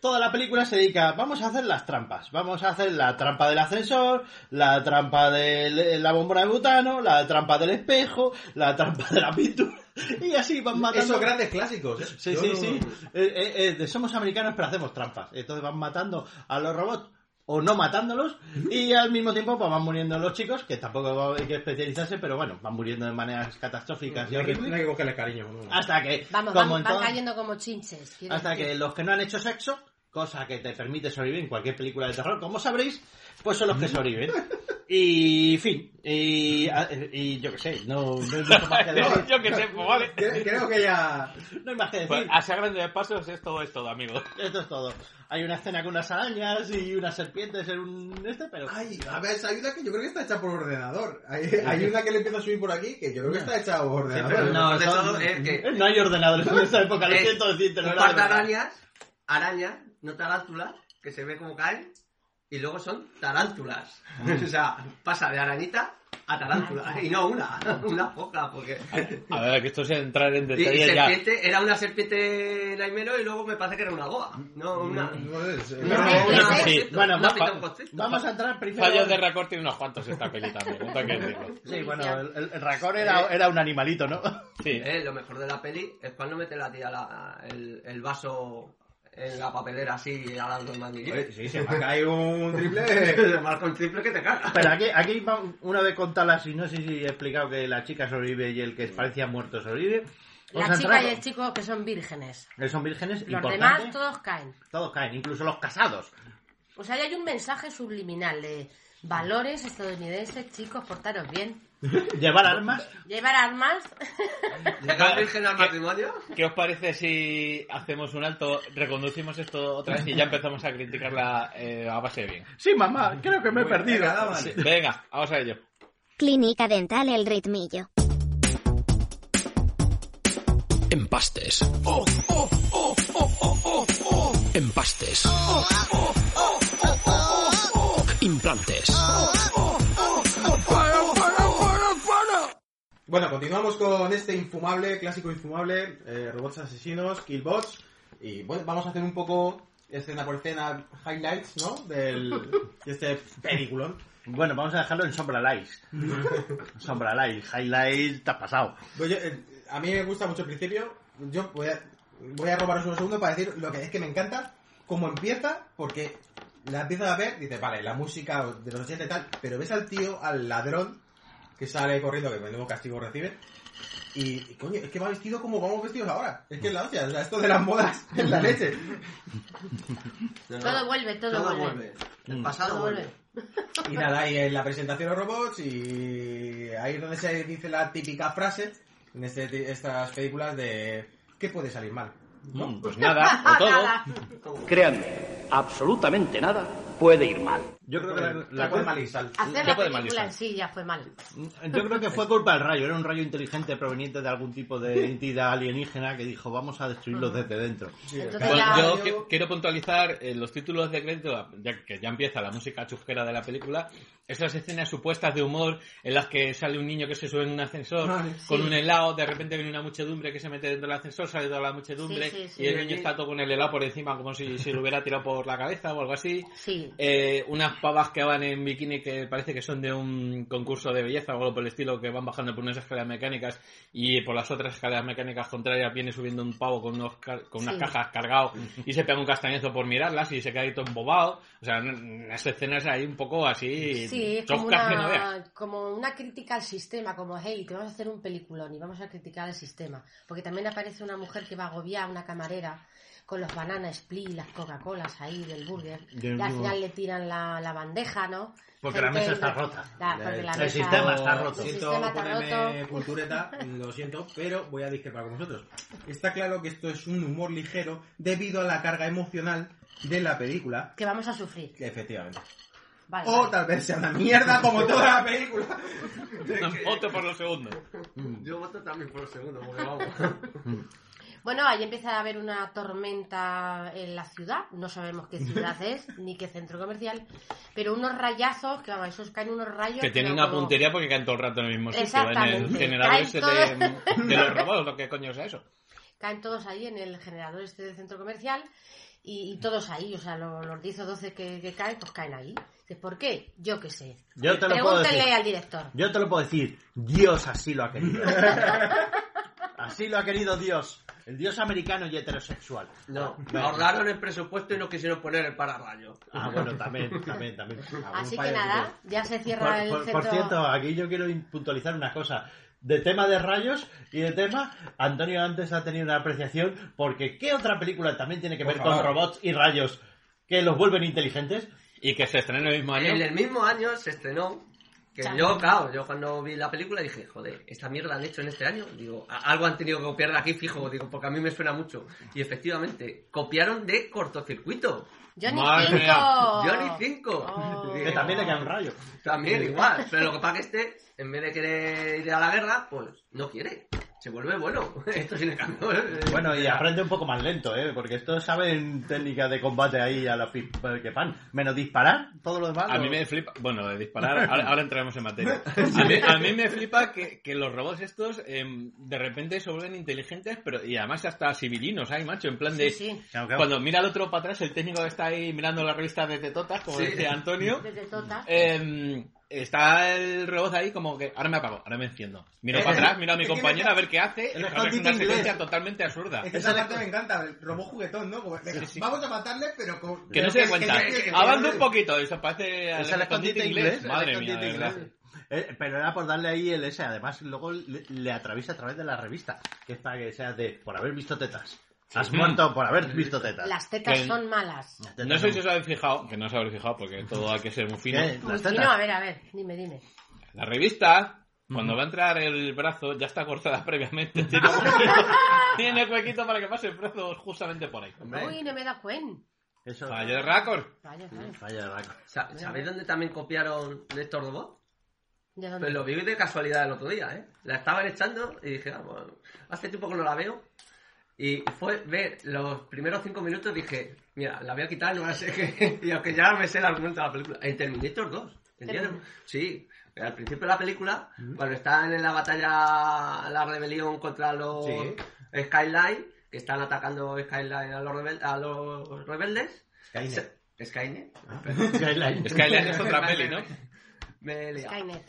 Speaker 4: Toda la película se dedica, vamos a hacer las trampas, vamos a hacer la trampa del ascensor, la trampa de la bombona de butano, la trampa del espejo, la trampa de la pintura [laughs] y así van matando.
Speaker 3: Esos grandes clásicos. ¿eh?
Speaker 4: Sí,
Speaker 3: Yo
Speaker 4: sí,
Speaker 3: no-
Speaker 4: sí. Eh, eh, eh, de somos americanos pero hacemos trampas. Entonces van matando a los robots o no matándolos y al mismo tiempo pues, van muriendo los chicos, que tampoco hay que especializarse, pero bueno, van muriendo de maneras catastróficas y
Speaker 3: Hay que,
Speaker 4: horribles.
Speaker 3: hay que cogerle cariño. ¿no?
Speaker 4: Hasta que,
Speaker 6: Vamos,
Speaker 4: como
Speaker 6: van,
Speaker 4: en
Speaker 6: van
Speaker 4: todo-
Speaker 6: cayendo como chinches. quiero
Speaker 4: hasta
Speaker 6: decir.
Speaker 4: que los que no han hecho sexo, cosa que te permite sobrevivir en cualquier película de terror, como sabréis, pues son los que sobreviven. Y fin, y, ah, y yo qué sé, no, no hay mucho
Speaker 5: [laughs]
Speaker 4: más que decir.
Speaker 5: Yo que sé, pues vale.
Speaker 3: Cre- Creo que ya.
Speaker 4: No hay más que decir.
Speaker 5: Pues, así a grandes pasos es todo esto, amigo.
Speaker 4: Esto es todo. Hay una escena con unas arañas y unas serpientes en un este, pero...
Speaker 3: Ay, a ver, esa ayuda que yo creo que está hecha por ordenador. Hay, hay una que le empieza a subir por aquí que yo creo que está hecha por ordenador.
Speaker 7: pero
Speaker 4: no,
Speaker 7: de
Speaker 4: son-
Speaker 7: todo es que-
Speaker 4: no hay ordenadores en esta época, lo
Speaker 7: Eh,
Speaker 4: siento decirte.
Speaker 7: un
Speaker 4: no
Speaker 7: par
Speaker 4: era
Speaker 7: de
Speaker 4: verdad.
Speaker 7: arañas, arañas, no tarántulas, que se ve como caen, y luego son tarántulas. o sea, pasa de arañita a tarántula, y no una, [laughs] una poca, porque...
Speaker 5: A ver, que esto es entrar en
Speaker 7: Y, y
Speaker 5: detalle ya.
Speaker 7: serpiente, era una serpiente laimero y luego me parece que era una boa, no una...
Speaker 3: No es, eh,
Speaker 7: una-
Speaker 6: no,
Speaker 7: una-
Speaker 6: no,
Speaker 5: sí.
Speaker 7: una-
Speaker 4: Bueno,
Speaker 7: una
Speaker 4: va-
Speaker 7: pitón
Speaker 4: va-
Speaker 7: constrictor.
Speaker 4: Vamos a entrar primero...
Speaker 5: Fallos de recorte y unos cuantos esta peli también. no te quiero decirlo.
Speaker 4: Sí, bueno, el, el- el racón era, era un animalito, ¿no?
Speaker 5: Sí.
Speaker 7: Eh, lo mejor de la peli es cuando mete la tía la- el, el vaso en la papelera así a las dos
Speaker 3: Oye,
Speaker 7: [laughs] manguillas.
Speaker 3: Sí, se me ha caído un triple.
Speaker 7: Le marca un triple que te caga.
Speaker 4: Pero aquí, aquí va- una vez contada la sinopsis y he explicado que la chica sobrevive y el que parecía muerto sobrevive...
Speaker 6: La
Speaker 4: vamos a
Speaker 6: chica y
Speaker 4: entrar-
Speaker 6: el chico que son vírgenes.
Speaker 4: que Son vírgenes,
Speaker 6: Los
Speaker 4: importante,
Speaker 6: demás todos caen.
Speaker 4: todos caen, incluso los casados.
Speaker 6: O sea, ahí hay un mensaje subliminal de valores estadounidenses, chicos, portaros bien.
Speaker 4: Llevar armas...
Speaker 6: Llevar armas.
Speaker 5: eh,
Speaker 7: ¿Llegar virgen al matrimonio?
Speaker 5: ¿Qué os parece si hacemos un alto, reconducimos esto otra vez y ya empezamos a criticarla eh, a base de bien?
Speaker 4: Sí, mamá, creo que me he perdido.
Speaker 5: Sí, Pues Venga, vamos a ello.
Speaker 8: Clínica Dental El Ritmillo.
Speaker 9: Empastes. Empastes. Implantes.
Speaker 3: Bueno, continuamos con este infumable, clásico infumable, eh, robots asesinos, killbots, y bueno, vamos a hacer un poco escena por escena highlights, ¿no? Del, de este peliculón.
Speaker 4: Bueno, vamos a dejarlo en Sombra [laughs] Lights. Sombra Lights, Highlights, te has pasado.
Speaker 3: Pues yo, eh, a mí me gusta mucho el principio, yo voy a, voy a robaros un segundo para decir lo que es que me encanta, cómo empieza, porque la empiezas a ver, dices, vale, la música de los 80 y tal, pero ves al tío, al ladrón, que sale corriendo, que menudo castigo recibe, Y, y, coño, es que va vestido como vamos vestidos ahora. Es que es la hostia, o sea, esto de las modas [laughs] es la leche.
Speaker 6: Todo vuelve, todo,
Speaker 7: Todo
Speaker 6: vuelve.
Speaker 7: vuelve. El pasado
Speaker 6: Todo
Speaker 7: vuelve.
Speaker 3: Y
Speaker 6: vuelve.
Speaker 3: nada, y en la presentación los robots y ahí es donde se dice la típica frase en este, estas películas de ¿qué puede salir mal?
Speaker 5: Mm, Pues nada, o todo.
Speaker 6: Nada.
Speaker 10: Créanme, absolutamente nada puede ir mal.
Speaker 4: Yo creo que la- la-
Speaker 3: cual mal y sal.
Speaker 6: Hacer
Speaker 5: Ya
Speaker 6: la
Speaker 5: puede mal
Speaker 6: película
Speaker 5: estar.
Speaker 6: en sí ya fue mal.
Speaker 4: yo creo que fue culpa del rayo. Era un rayo inteligente proveniente de algún tipo de entidad alienígena que dijo vamos a destruirlos desde dentro.
Speaker 6: Entonces
Speaker 5: Bueno,
Speaker 6: ya-
Speaker 5: yo qui- quiero puntualizar eh, los títulos de crédito, ya que ya empieza la música chusquera de la película, esas escenas supuestas de humor en las que sale un niño que se sube en un ascensor
Speaker 3: Vale,
Speaker 5: con un helado, de repente viene una muchedumbre que se mete dentro del ascensor, sale toda la muchedumbre
Speaker 6: Sí, sí, sí.
Speaker 5: y el niño está todo con el helado por encima como si se lo hubiera tirado por la cabeza o algo así.
Speaker 6: Sí.
Speaker 5: Eh, unas pavas que van en bikini que parece que son de un concurso de belleza o algo por el estilo, que van bajando por unas escaleras mecánicas y por las otras escaleras mecánicas contrarias viene subiendo un pavo con, unos ca- con unas
Speaker 6: Sí.
Speaker 5: cajas cargado y se pega un castañazo por mirarlas y se queda ahí todo embobado. O sea, n- unas escenas ahí un poco así
Speaker 6: Sí, Sí, es como
Speaker 5: Chocas que no veas.
Speaker 6: una, como una crítica al sistema, como, hey, te vamos a hacer un peliculón y vamos a criticar el sistema. Porque también aparece una mujer que va a agobiar una camarera con los bananas split y las Coca-Colas ahí del burger.
Speaker 4: Del
Speaker 6: y al
Speaker 4: burger.
Speaker 6: final le tiran la, la bandeja, ¿no?
Speaker 4: Porque la mesa está rota.
Speaker 6: La- porque la
Speaker 4: El
Speaker 6: mesa-
Speaker 4: sistema está roto.
Speaker 6: El
Speaker 3: Siento
Speaker 6: sistema está
Speaker 3: ponerme
Speaker 6: roto.
Speaker 3: cultureta, lo siento, pero voy a discrepar con vosotros. Está claro que esto es un humor ligero debido a la carga emocional de la película.
Speaker 6: Que vamos a sufrir.
Speaker 3: Efectivamente.
Speaker 6: Vale,
Speaker 3: O
Speaker 6: vale.
Speaker 3: tal vez sea una mierda como toda la película.
Speaker 5: Voto por lo segundo.
Speaker 7: Yo voto también por el segundo, porque vamos.
Speaker 6: Bueno, ahí empieza a haber una tormenta en la ciudad. No sabemos qué ciudad es, ni qué centro comercial. Pero unos rayazos, que vamos, esos caen unos rayos.
Speaker 5: Que tienen
Speaker 6: pero
Speaker 5: una
Speaker 6: como-
Speaker 5: puntería porque caen todo el rato en el mismo sitio. En el
Speaker 6: Exactamente.
Speaker 5: generador
Speaker 6: Caen
Speaker 5: ese de,
Speaker 6: todos.
Speaker 5: de los robados, lo que coño es eso.
Speaker 6: caen todos ahí en el generador este del centro comercial y, y todos ahí, o sea, lo- los 10 o 12 que, que caen, pues caen ahí. Dices, ¿Por qué? Yo qué sé.
Speaker 4: Yo te lo puedo
Speaker 6: Pregúntenle
Speaker 4: decir.
Speaker 6: al director.
Speaker 4: Yo te lo puedo decir, Dios así lo ha
Speaker 7: [laughs]
Speaker 4: querido. así lo ha querido Dios. El Dios americano y heterosexual.
Speaker 7: No, ahorraron el presupuesto y no quisieron poner el pararrayo.
Speaker 4: Ah, bueno, también, también,
Speaker 6: [laughs]
Speaker 4: también. Algún
Speaker 6: Así que
Speaker 4: fallo
Speaker 6: nada, ya se
Speaker 4: tiene.
Speaker 6: cierra
Speaker 4: Por,
Speaker 6: el
Speaker 4: por-
Speaker 6: centro.
Speaker 4: por cierto, aquí yo quiero in- puntualizar una cosa. De tema de rayos y de tema, Antonio antes ha tenido una apreciación porque ¿qué otra película también tiene que
Speaker 3: Por
Speaker 4: ver
Speaker 3: favor.
Speaker 4: con robots y rayos que los vuelven inteligentes?
Speaker 5: Y que se estrenó el mismo año.
Speaker 7: En el mismo año se estrenó. Que
Speaker 6: Chao.
Speaker 7: yo, claro, yo cuando vi la película dije, joder, esta mierda la han hecho en este año. Digo, a- algo han tenido que copiar de aquí, fijo, digo, porque a mí me suena mucho. Y efectivamente, copiaron de cortocircuito.
Speaker 6: Johnny
Speaker 5: Madre
Speaker 6: 5.
Speaker 5: mía.
Speaker 7: Johnny 5.
Speaker 6: Oh.
Speaker 4: Que también le cae un rayo.
Speaker 7: También igual, pero lo que pasa que este, en vez de querer ir a la guerra, pues no quiere. Se vuelve bueno. [laughs] Esto tiene cambio. ¿eh?
Speaker 4: Bueno, y aprende un poco más lento, ¿eh? Porque estos saben técnicas de combate ahí a la pi- que pan. Menos disparar, todo lo demás.
Speaker 5: A
Speaker 4: lo-
Speaker 5: mí me flipa, bueno, de disparar, ahora, ahora entraremos en materia. A mí, a mí me flipa que, que los robots estos em, de repente se vuelven inteligentes, pero y además hasta civilinos, hay macho, en plan de...
Speaker 6: Sí, sí.
Speaker 4: Claro, claro.
Speaker 5: Cuando mira al otro para atrás, el técnico que está ahí mirando la revista desde Totas, como
Speaker 7: Sí.
Speaker 5: decía Antonio,
Speaker 6: Desde Tota.
Speaker 5: em, está el robot ahí como que ahora me apago, ahora me enciendo. Miro
Speaker 3: Eh,
Speaker 5: para
Speaker 3: eh,
Speaker 5: atrás, miro a mi
Speaker 3: es que
Speaker 5: compañero
Speaker 3: me-
Speaker 5: a ver qué hace,
Speaker 4: el
Speaker 5: es
Speaker 4: Scott
Speaker 5: una
Speaker 4: Dick
Speaker 5: secuencia
Speaker 4: inglés.
Speaker 5: totalmente absurda.
Speaker 3: Es que esa parte me encanta, el robot juguetón, ¿no? Como, venga, Vamos a matarle, pero con...
Speaker 5: Que no se dé cuenta.
Speaker 3: que- que- que-
Speaker 5: Avanza un poquito, eso parece al
Speaker 4: Es el
Speaker 5: escondite
Speaker 4: escondite inglés.
Speaker 5: Madre
Speaker 4: el
Speaker 5: mía, de
Speaker 4: escondite
Speaker 5: verdad.
Speaker 4: inglés. Eh, pero era por darle ahí el S. Además, luego le, le atraviesa a través de la revista. Que es para que sea de por haber visto tetas. Has muerto por haber visto tetas.
Speaker 6: Las tetas
Speaker 5: que-
Speaker 6: son malas.
Speaker 4: Las tetas
Speaker 5: No sé
Speaker 4: son-
Speaker 5: si os habéis fijado, que no os habéis fijado porque todo hay que ser muy fino.
Speaker 4: ¿Qué?
Speaker 6: Muy
Speaker 4: Las
Speaker 6: fino, a
Speaker 4: tetas.
Speaker 6: ver, a ver, dime, dime.
Speaker 5: La revista, cuando va a entrar el brazo, ya está cortada [laughs] previamente. Tiene huequito, tiene huequito para que pase el brazo justamente por ahí.
Speaker 6: Uy, no me da cuenta.
Speaker 4: Eso.
Speaker 5: Fallo de Raccord.
Speaker 6: Vaya, vaya.
Speaker 4: Falla de raco.
Speaker 7: Sa- ¿Sabéis dónde también copiaron de estos robots?
Speaker 6: ¿De dónde?
Speaker 7: Pues lo vi de casualidad el otro día, ¿eh? La estaban echando y dije, vamos, hace tiempo que no la veo. Y fue ver los primeros cinco minutos dije, mira, la voy a quitar, no va a ser que... [laughs] Y aunque ya me sé el argumento de la película. En Terminator 2, ¿entiendes? Sí. Al principio de la película, cuando están en la batalla, la rebelión contra los
Speaker 3: Sí.
Speaker 7: Skyline, que están atacando Skyline a los, rebel- a los rebeldes... [laughs]
Speaker 3: Skynet.
Speaker 7: Se- Skynet.
Speaker 4: Skyline.
Speaker 5: Skyline es otra peli, ¿no?
Speaker 7: Me he liado.
Speaker 6: Skynet.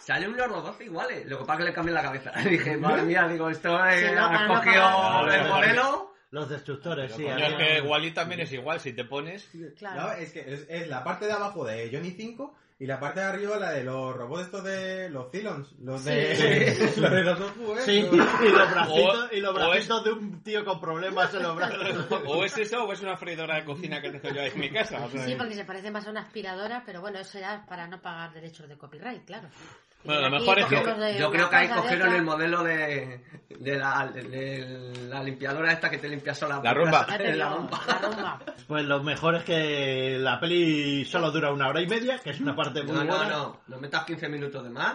Speaker 7: Salen unos robots iguales, lo que pasa es que le cambian la cabeza. [laughs] dije, madre mía, digo, esto es
Speaker 4: eh,
Speaker 6: Sí, no, para
Speaker 7: has
Speaker 6: no
Speaker 7: cogido
Speaker 4: pagar.
Speaker 7: el modelo.
Speaker 4: Los destructores, sí.
Speaker 5: Coño, es
Speaker 4: había-
Speaker 5: que Wally también es igual, si te pones.
Speaker 6: Claro.
Speaker 3: No, es que es, es la parte de abajo de Johnny 5 y la parte de arriba la de los robots estos de los Cylons, los de, [laughs] los, de los dos juguetes.
Speaker 4: Sí, [laughs] y los bracitos,
Speaker 5: O-
Speaker 4: y los
Speaker 5: o es-
Speaker 4: bracitos de un tío con problemas en los brazos.
Speaker 5: O es eso, o es una freidora de cocina que tengo yo ahí en mi casa. o sea,
Speaker 6: Sí, porque se parece más a una aspiradora, pero bueno, eso ya es para no pagar derechos de copyright, claro.
Speaker 5: Bueno, lo
Speaker 6: Aquí
Speaker 5: mejor es que-
Speaker 6: cogemos de
Speaker 7: Yo
Speaker 6: una
Speaker 7: creo que ahí
Speaker 6: cosa de
Speaker 7: cogieron
Speaker 6: esa.
Speaker 7: el modelo de, de, la, de, la limpiadora esta que te limpia sola.
Speaker 5: La rumba.
Speaker 6: [laughs]
Speaker 7: [laughs]
Speaker 6: Ya te
Speaker 7: La
Speaker 6: digo,
Speaker 7: rumba.
Speaker 6: la
Speaker 7: [laughs]
Speaker 6: rumba.
Speaker 4: [laughs] Pues lo mejor es que la peli solo dura una hora y media, que es una parte muy
Speaker 7: No, no,
Speaker 4: buena.
Speaker 7: no, no metas 15 minutos de más,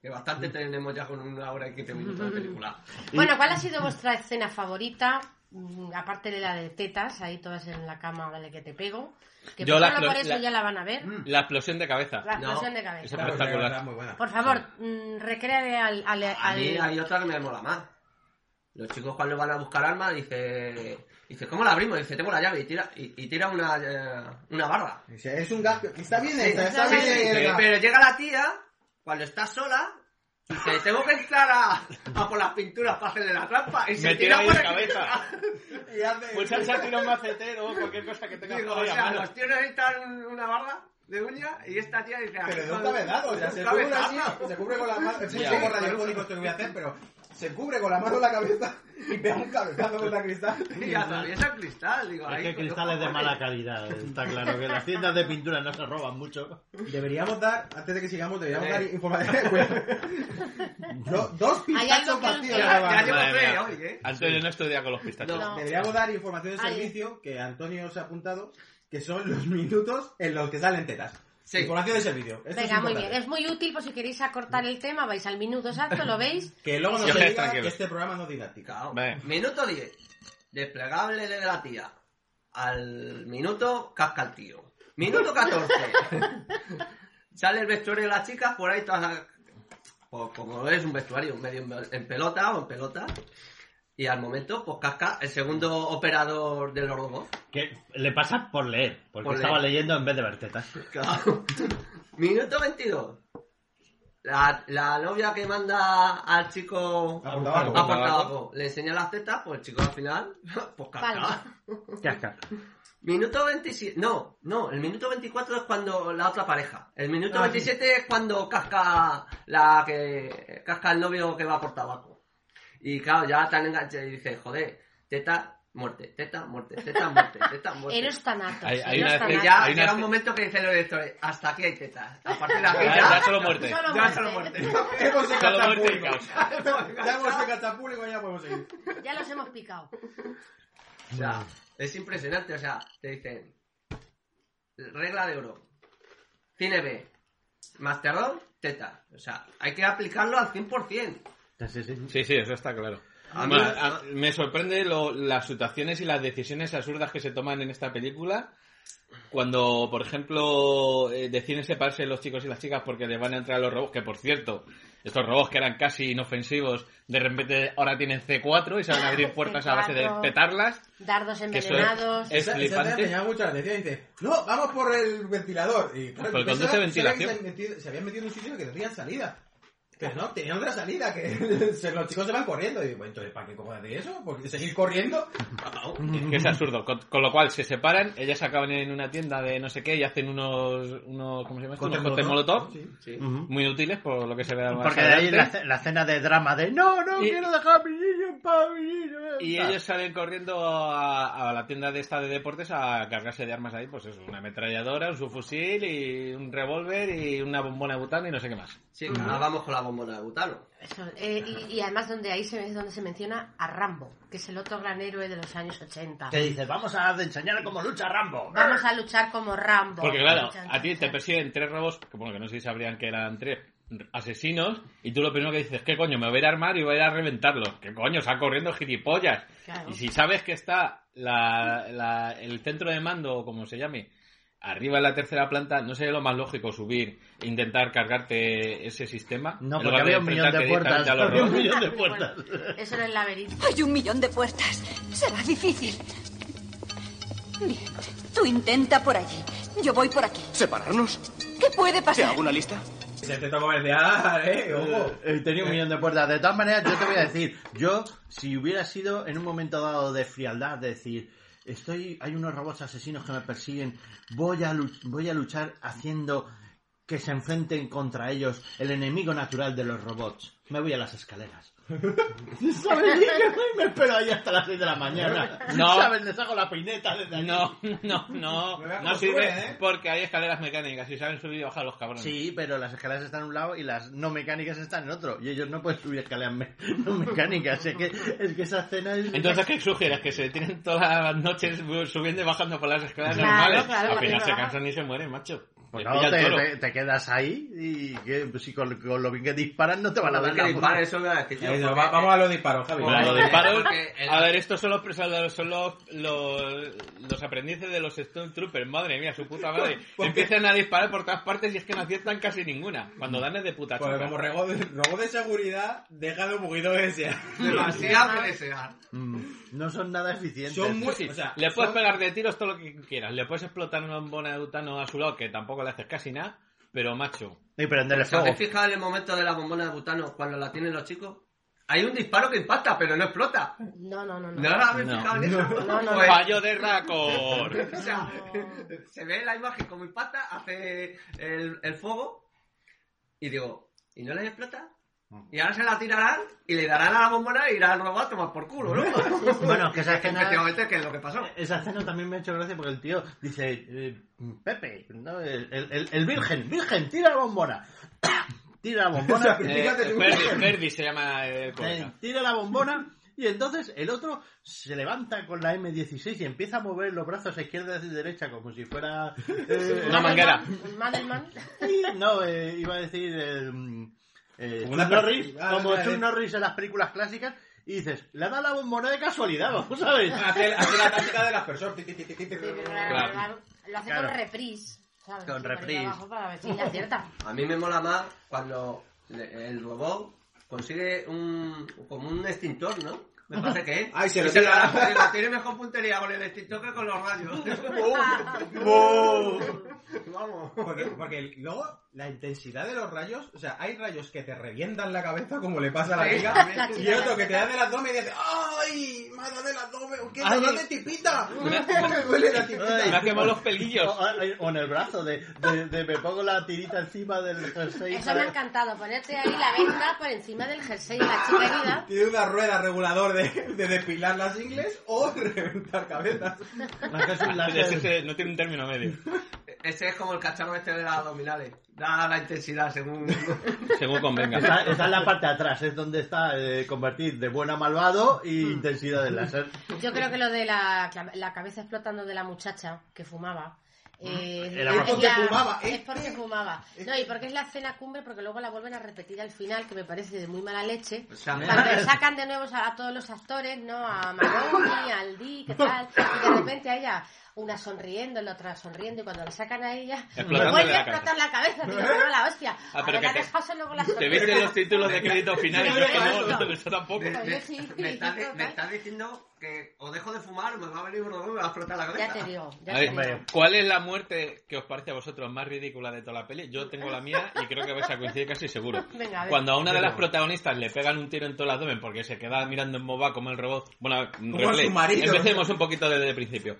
Speaker 7: que bastante
Speaker 5: Mm.
Speaker 7: tenemos ya con una hora y 15 minutos de película.
Speaker 6: Bueno, ¿cuál ha sido vuestra escena favorita? Mm, Aparte de la de tetas, ahí todas en la cama, ahora de que te pego. Que
Speaker 5: Yo
Speaker 6: por
Speaker 5: la-
Speaker 6: solo por
Speaker 5: la-
Speaker 6: eso
Speaker 5: la-
Speaker 6: ya la van a ver.
Speaker 5: La explosión de cabeza.
Speaker 6: La
Speaker 7: Mm, no.
Speaker 6: explosión de cabeza.
Speaker 5: Esa
Speaker 3: Claro,
Speaker 5: espectacular.
Speaker 3: la verdad, muy buena.
Speaker 6: Por favor, mm, recréale al... al,
Speaker 7: A
Speaker 6: al-
Speaker 7: mí hay otra que me mola más. Los chicos cuando van a buscar armas dice, dice ¿cómo la abrimos? Dice, tengo la llave y tira, y, y tira una, eh, una barra.
Speaker 3: O sea, Es un gas que está bien esta,
Speaker 7: Sí,
Speaker 3: está
Speaker 7: sí,
Speaker 3: bien
Speaker 7: sí,
Speaker 3: el
Speaker 7: sí,
Speaker 3: gas.
Speaker 7: pero llega la tía, cuando está sola, dice, tengo que entrar a, a por las pinturas para hacerle la trampa. Y se
Speaker 5: Me tira
Speaker 7: tira
Speaker 5: ahí
Speaker 7: por
Speaker 5: de
Speaker 7: el-
Speaker 5: cabeza. Pues
Speaker 3: Y hace-
Speaker 5: Muchacha, tira un macetero o cualquier cosa que tenga
Speaker 7: Digo,
Speaker 5: por
Speaker 7: o
Speaker 5: ahí a
Speaker 7: sea,
Speaker 5: mano.
Speaker 7: los tíos necesitan una barra de uña y esta tía dice... "Ah,
Speaker 3: Pero de un cabezazo, o sea,
Speaker 7: Un
Speaker 3: se cubre
Speaker 7: cabezazo.
Speaker 3: así, se cubre con la mano, es muy
Speaker 4: Ya.
Speaker 3: poco radiofónico esto que voy a hacer, pero se cubre con la mano en la cabeza y pega un cabezazo con la cristal.
Speaker 7: Y atraviesa el cristal, digo,
Speaker 4: Es
Speaker 7: ahí...
Speaker 4: que cristales de mala calidad, está claro. Que las tiendas de pintura no se roban mucho.
Speaker 3: Deberíamos dar, antes de que sigamos, deberíamos
Speaker 7: Eh.
Speaker 3: dar información. Cuidado. Do- dos
Speaker 6: algo
Speaker 3: pistachos
Speaker 6: que no-
Speaker 3: vacíos.
Speaker 6: Ya-
Speaker 3: de
Speaker 7: ya
Speaker 3: Barbie.
Speaker 7: llevo
Speaker 5: Madre
Speaker 7: tres
Speaker 5: mía.
Speaker 7: hoy, ¿eh?
Speaker 5: Antonio no estudia con los pistachos.
Speaker 6: No.
Speaker 3: Deberíamos dar información de
Speaker 6: Ay.
Speaker 3: servicio que Antonio se ha apuntado, que son los minutos en los que salen tetas.
Speaker 7: Sí.
Speaker 3: Información de servicio. Esto es
Speaker 6: Venga, muy
Speaker 3: importante.
Speaker 6: bien. Es muy útil por si queréis acortar el tema, vais al minuto exacto, lo
Speaker 7: [laughs]
Speaker 6: veis.
Speaker 3: Que luego no
Speaker 5: Yo
Speaker 3: se
Speaker 5: estoy
Speaker 3: diga
Speaker 5: tranquilo.
Speaker 3: que este programa no es
Speaker 5: [laughs]
Speaker 3: didáctico.
Speaker 7: Claro.
Speaker 5: Vale.
Speaker 7: Minuto 10. Desplegable de la tía. Al minuto casca el tío. Minuto 14. Sale el vestuario de las chicas por ahí todas las... Pues como es un vestuario medio en- en pelota o en pelota. Y al momento, pues casca el segundo operador del órgano.
Speaker 4: Que le pasa por leer, porque
Speaker 7: Por leer.
Speaker 4: estaba leyendo en vez de ver tetas.
Speaker 7: Claro. Minuto 22. La, la novia que manda al chico
Speaker 3: Ah, por tabaco.
Speaker 7: a por tabaco le enseña las tetas, pues el chico al final, [laughs] pues caca.
Speaker 6: Vale.
Speaker 4: Casca.
Speaker 7: Minuto 27. No, no, el minuto 24 es cuando la otra pareja. El minuto 27 es cuando casca la que casca el novio que va por tabaco. Y claro, ya tan enganchado y dice, joder, teta, muerte, teta, muerte, teta, muerte, teta, muerte.
Speaker 6: Eros tanatos.
Speaker 5: Hay- hay
Speaker 6: eros
Speaker 5: una
Speaker 7: Que
Speaker 6: tanatos.
Speaker 7: ya
Speaker 5: Hay una-
Speaker 7: llega un momento que dice el director, hasta aquí hay tetas. A partir de aquí
Speaker 5: Ya,
Speaker 7: ya,
Speaker 5: ya solo muerte.
Speaker 6: Solo
Speaker 7: ya
Speaker 6: muerte.
Speaker 7: solo muerte.
Speaker 3: Hemos
Speaker 5: Solo
Speaker 3: secado al
Speaker 5: muerte y
Speaker 3: público.
Speaker 5: caos.
Speaker 3: Ya hemos secado al público y ya podemos seguir.
Speaker 6: Ya los hemos picado.
Speaker 7: O sea, es impresionante, o sea, te dicen regla de oro. Cine B, Masterdom, teta. O sea, hay que aplicarlo al 100%.
Speaker 4: Sí, sí.
Speaker 5: Sí, sí, eso está claro. Ma-
Speaker 7: A mí-
Speaker 5: a- me sorprende lo- las situaciones y las decisiones absurdas que se toman en esta película. Cuando, por ejemplo, eh, deciden separarse los chicos y las chicas porque les van a entrar los robots, que por cierto, estos robots que eran casi inofensivos, de repente ahora tienen C4 y saben abrir puertas a base de
Speaker 6: C4.
Speaker 5: petarlas.
Speaker 6: Dardos
Speaker 5: Que eso
Speaker 6: envenenados.
Speaker 5: Es
Speaker 3: Esa- esa
Speaker 5: flipante.
Speaker 3: tía me llamaba mucho la atención y dice, no, vamos por el ventilador. Y claro,
Speaker 5: Por
Speaker 3: yo pensaba
Speaker 5: el conducto de
Speaker 3: que se habían
Speaker 5: ventilación.
Speaker 3: metido- Se habían metido en un sitio que no tenían salida. Pero no, tenían otra salida, que [laughs] se- los chicos se van corriendo. Y digo, entonces, ¿para qué cojones de eso? ¿Por qué seguir
Speaker 5: [laughs]
Speaker 3: corriendo?
Speaker 5: Es que es absurdo. Con, con lo cual se separan, ellas acaban en una tienda de no sé qué y hacen unos, unos ¿cómo se llama? esto? Unos cócteles molotov.
Speaker 3: Sí.
Speaker 4: Ujú.
Speaker 5: Muy útiles por lo que se vea más
Speaker 4: Porque de ahí
Speaker 5: adelante.
Speaker 4: la, ce- la escena de drama de no, no,
Speaker 5: Y-
Speaker 4: quiero dejar a mi niño en paz, mi niño.
Speaker 5: Y ellos salen corriendo a, a la tienda de esta de deportes a cargarse de armas ahí, pues eso, una ametralladora, un subfusil y un revólver y una bombona de butano y no sé qué más.
Speaker 7: Sí, ahora vamos con la bombona de butano.
Speaker 6: Eso, eh, y, y además donde ahí se, es donde se menciona a Rambo, que es el otro gran héroe de los años 80.
Speaker 4: Te dice, vamos a enseñar cómo lucha Rambo.
Speaker 6: Vamos a luchar como Rambo.
Speaker 5: Porque claro,
Speaker 6: Chan, chan,
Speaker 5: a ti te
Speaker 6: chan.
Speaker 5: persiguen tres robos, que bueno, que no sé si sabrían que eran tres asesinos, y tú lo primero que dices, ¿qué coño? Me voy a ir a armar y voy a ir a reventarlos. ¿Qué coño? Sal corriendo gilipollas.
Speaker 6: Claro.
Speaker 5: Y si sabes que está la, la- el centro de mando, o como se llame, arriba en la tercera planta, no sería lo más lógico subir e intentar cargarte ese sistema.
Speaker 4: No,
Speaker 5: En
Speaker 4: porque
Speaker 5: lugar
Speaker 4: había un millón de
Speaker 5: enfrentarte
Speaker 4: puertas.
Speaker 5: directamente
Speaker 4: [laughs]
Speaker 5: a
Speaker 4: Había un millón
Speaker 6: Ah,
Speaker 5: los robots.
Speaker 4: de [laughs] puertas.
Speaker 6: Bueno, eso era el laberinto.
Speaker 11: Hay un millón de puertas. Será difícil. Bien, tú intenta por allí. Yo voy por aquí.
Speaker 9: ¿Separarnos?
Speaker 11: ¿Qué puede
Speaker 9: ¿Te
Speaker 11: pasar?
Speaker 9: hago una lista?
Speaker 3: Se intenta comercial, eh, ojo.
Speaker 4: Eh, tenía un millón de puertas. De todas maneras, yo te voy a decir, yo, si hubiera sido en un momento dado de frialdad, de decir, estoy, hay unos robots asesinos que me persiguen, voy a, lu- voy a luchar haciendo que se enfrenten contra ellos el enemigo natural de los robots. Me voy a las escaleras. [laughs] ¿Sabes? [laughs] Y me espero ahí hasta las 6 de la [laughs] mañana.
Speaker 5: No.
Speaker 4: ¿Sabes? Les hago la peineta desde ahí.
Speaker 5: No, no, no,
Speaker 3: Me veo
Speaker 5: no
Speaker 3: como
Speaker 5: sirve
Speaker 3: sube, ¿eh?
Speaker 5: porque hay escaleras mecánicas y saben subir y bajar los cabrones.
Speaker 4: Sí, pero las escaleras están en un lado y las no mecánicas están en otro. Y ellos no pueden subir escaleras me- [laughs] no mecánicas. Es que, es que esa escena es...
Speaker 5: Entonces, ¿qué sugieres? Que se tienen todas las noches subiendo y bajando por las escaleras
Speaker 6: Claro,
Speaker 5: normales.
Speaker 6: claro,
Speaker 5: Al final
Speaker 6: claro.
Speaker 5: se cansan y se mueren, macho.
Speaker 4: Pues
Speaker 5: Les
Speaker 4: no,
Speaker 5: pilla el
Speaker 4: te,
Speaker 5: toro.
Speaker 4: te- te quedas ahí y que, pues, si con, con lo bien que disparan no te van a dar
Speaker 7: que
Speaker 4: la
Speaker 7: dispara, eso es que tío,
Speaker 3: Ahí va-
Speaker 7: porque-
Speaker 3: vamos a los disparos, Javi.
Speaker 5: Con lo de
Speaker 7: Porque-
Speaker 5: paros-
Speaker 7: porque el-
Speaker 5: A ver, estos son los, presa- son los, los, los aprendices de los Stone Troopers. Madre mía, su puta madre.
Speaker 6: [laughs]
Speaker 5: Empiezan a disparar por todas partes y es que no aciertan casi ninguna.
Speaker 4: Mm.
Speaker 5: Cuando dan es de puta
Speaker 6: Pues
Speaker 3: Porque
Speaker 5: chunga.
Speaker 3: como robo de, robo de seguridad, déjalo un poquito que sea.
Speaker 6: [laughs]
Speaker 7: demasiado que desear.
Speaker 4: Mm, No son nada eficientes.
Speaker 3: Son muy-
Speaker 5: Sí,
Speaker 3: o sea,
Speaker 5: le puedes
Speaker 3: son-
Speaker 5: pegar de tiros todo lo que quieras. Le puedes explotar una bombona de butano a su lado que tampoco le haces casi nada. Pero macho,
Speaker 4: Y prenderle
Speaker 7: ¿Se habéis
Speaker 4: fuego.
Speaker 7: fijado en el momento de la bombona de butano cuando la tienen los chicos? hay un disparo que impacta, pero no explota.
Speaker 6: No, no, no.
Speaker 7: ¿No os habéis fijado en eso?
Speaker 6: No, no,
Speaker 7: Pues-
Speaker 5: Fallo de
Speaker 6: [laughs]
Speaker 5: Eh, Racor.
Speaker 7: O sea, se ve la imagen como impacta, hace el, el fuego y digo, ¿y no les explota? Y ahora se la tirarán y le darán a la bombona y irán al robot a tomar por culo, [laughs] ¿no?
Speaker 4: Bueno, que esa escena-
Speaker 7: Efectivamente, que es lo que pasó.
Speaker 4: Esa escena también me ha hecho gracia porque el tío dice, eh, Pepe, ¿no? el, el- el- el virgen, virgen, tira la bombona. [coughs] tira la bombona.
Speaker 5: Eh, Ferdi, Ferdi se llama el
Speaker 4: Eh,
Speaker 3: Pues
Speaker 5: colega.
Speaker 4: tira la bombona y entonces el otro se levanta con la M16 y empieza a mover los brazos a izquierda y derecha como
Speaker 3: [laughs]
Speaker 4: si fuera... eh,
Speaker 5: Una manguera.
Speaker 6: Madelman.
Speaker 4: No, eh, iba a decir eh, mm, eh,
Speaker 3: Como una
Speaker 4: Chuck Norris,
Speaker 3: per-
Speaker 4: como
Speaker 3: Ah,
Speaker 4: Chuck
Speaker 3: eh.
Speaker 4: Norris en las películas clásicas, y dices, le da la bombona de casualidad, [laughs] vamos a ver.
Speaker 3: Hace, hace la táctica del aspersor. Ti, ti, ti, ti, ti, ti.
Speaker 5: Claro.
Speaker 6: Lo hace
Speaker 4: Claro.
Speaker 6: con reprise. ¿sabes?
Speaker 4: Con
Speaker 6: Sí, para
Speaker 4: reprise.
Speaker 6: arriba, abajo, Para ver si le
Speaker 5: [laughs]
Speaker 6: acierta.
Speaker 7: A mí me mola más cuando le- el robot consigue un, como un extintor, ¿no? Me parece que es.
Speaker 3: Ay, se lo
Speaker 7: Y
Speaker 3: tira.
Speaker 7: la- y la tiene mejor puntería con el extintor que con los rayos.
Speaker 5: Oh,
Speaker 3: ¡Oh!
Speaker 7: Vamos.
Speaker 3: Porque, porque el- luego la intensidad de los rayos, o sea, hay rayos que te revientan la cabeza como le pasa a la
Speaker 7: Sí.
Speaker 3: chica
Speaker 6: [laughs]
Speaker 7: La
Speaker 3: y otro que te da del abdomen y dice, ¡ay! ¡Me ha dado del abdomen! ¡Qué
Speaker 4: Ay.
Speaker 6: eh,
Speaker 3: dolor de
Speaker 6: [laughs]
Speaker 3: tipita! [laughs] ¡Me duele la tipita!
Speaker 5: Me ha quemado los
Speaker 4: O,
Speaker 5: pelillos.
Speaker 4: o- o en el brazo, de, de- de me pongo la tirita encima del jersey.
Speaker 6: Eso me ha
Speaker 4: para-
Speaker 6: encantado, ponerte ahí la venda por encima del jersey de la chica herida.
Speaker 3: Tiene una rueda regulador de, de depilar las ingles o [laughs] reventar cabezas.
Speaker 4: Marcas
Speaker 3: [laughs]
Speaker 4: un láser.
Speaker 5: Es ese- no tiene un término medio.
Speaker 7: Ese es como el cacharro este de las abdominales. Da la intensidad según...
Speaker 5: Según convenga.
Speaker 4: Está, está en la parte de atrás, es donde está eh, convertir de bueno a malvado y intensidad del
Speaker 5: [laughs]
Speaker 4: láser.
Speaker 6: Yo creo que lo de la, cla- la cabeza explotando de la muchacha que fumaba.
Speaker 5: Mm.
Speaker 6: eh,
Speaker 4: Era
Speaker 6: es
Speaker 4: porque
Speaker 6: la-
Speaker 3: fumaba, ¿eh?
Speaker 6: Es porque fumaba. No, y porque es la cena cumbre, porque luego la vuelven a repetir al final, que me parece de muy mala [laughs] leche.
Speaker 7: O sea, me-
Speaker 6: Cuando sacan de nuevo a, a todos los actores, ¿no? A Maroni, al Di, ¿qué tal? Y de repente a ella, una sonriendo, la otra sonriendo, y cuando la sacan a ella,
Speaker 5: Explotándole
Speaker 6: vuelve
Speaker 5: la
Speaker 6: a explotar la cabeza, tío, me da la hostia.
Speaker 5: Ah, pero
Speaker 6: Ahora
Speaker 5: que
Speaker 6: te
Speaker 5: te-
Speaker 6: has pasado luego la
Speaker 5: Te
Speaker 6: sonrisa.
Speaker 5: viste los títulos de crédito finales. Yo es que no, no, eso tampoco.
Speaker 7: Me, me-
Speaker 6: sí.
Speaker 7: me estás di- me estás diciendo que o dejo de fumar o me va a venir un robot y me va a explotar la cabeza.
Speaker 6: Ya te digo, ya
Speaker 5: A
Speaker 6: te
Speaker 5: ver,
Speaker 6: digo.
Speaker 5: ¿cuál es la muerte que os parece a vosotros más ridícula de toda la peli? Yo tengo la mía y creo que vais a coincidir casi seguro.
Speaker 6: [laughs] Venga, a ver.
Speaker 5: Cuando a una de las protagonistas le pegan un tiro en todo el abdomen porque se queda mirando en boba como el robot. Bueno, replay.
Speaker 3: su marido.
Speaker 5: empecemos un poquito desde el principio.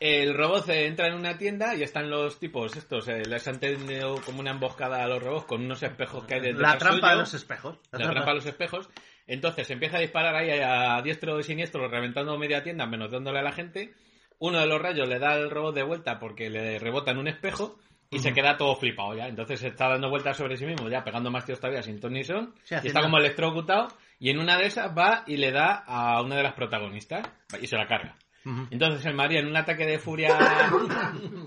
Speaker 5: El robot eh, entra en una tienda y están los tipos estos, eh, les han tenido como una emboscada a los robots con unos espejos que hay detrás
Speaker 4: La trampa de
Speaker 5: suyo.
Speaker 4: los espejos.
Speaker 5: La trampa a los espejos. Entonces empieza a disparar ahí a diestro y siniestro, reventando media tienda, menos dándole a la gente. Uno de los rayos le da al robot de vuelta porque le rebota en un espejo y se queda todo flipado ya. Entonces se está dando vueltas sobre sí mismo, ya pegando más tiros todavía sin ton ni son.
Speaker 4: Sí,
Speaker 5: [laughs] y
Speaker 4: haciendo-
Speaker 5: está como electrocutado. Y en una de esas va y le da a una de las protagonistas y se la carga.
Speaker 4: Ujú.
Speaker 5: Entonces el marido, en un ataque
Speaker 6: [coughs]
Speaker 5: de furia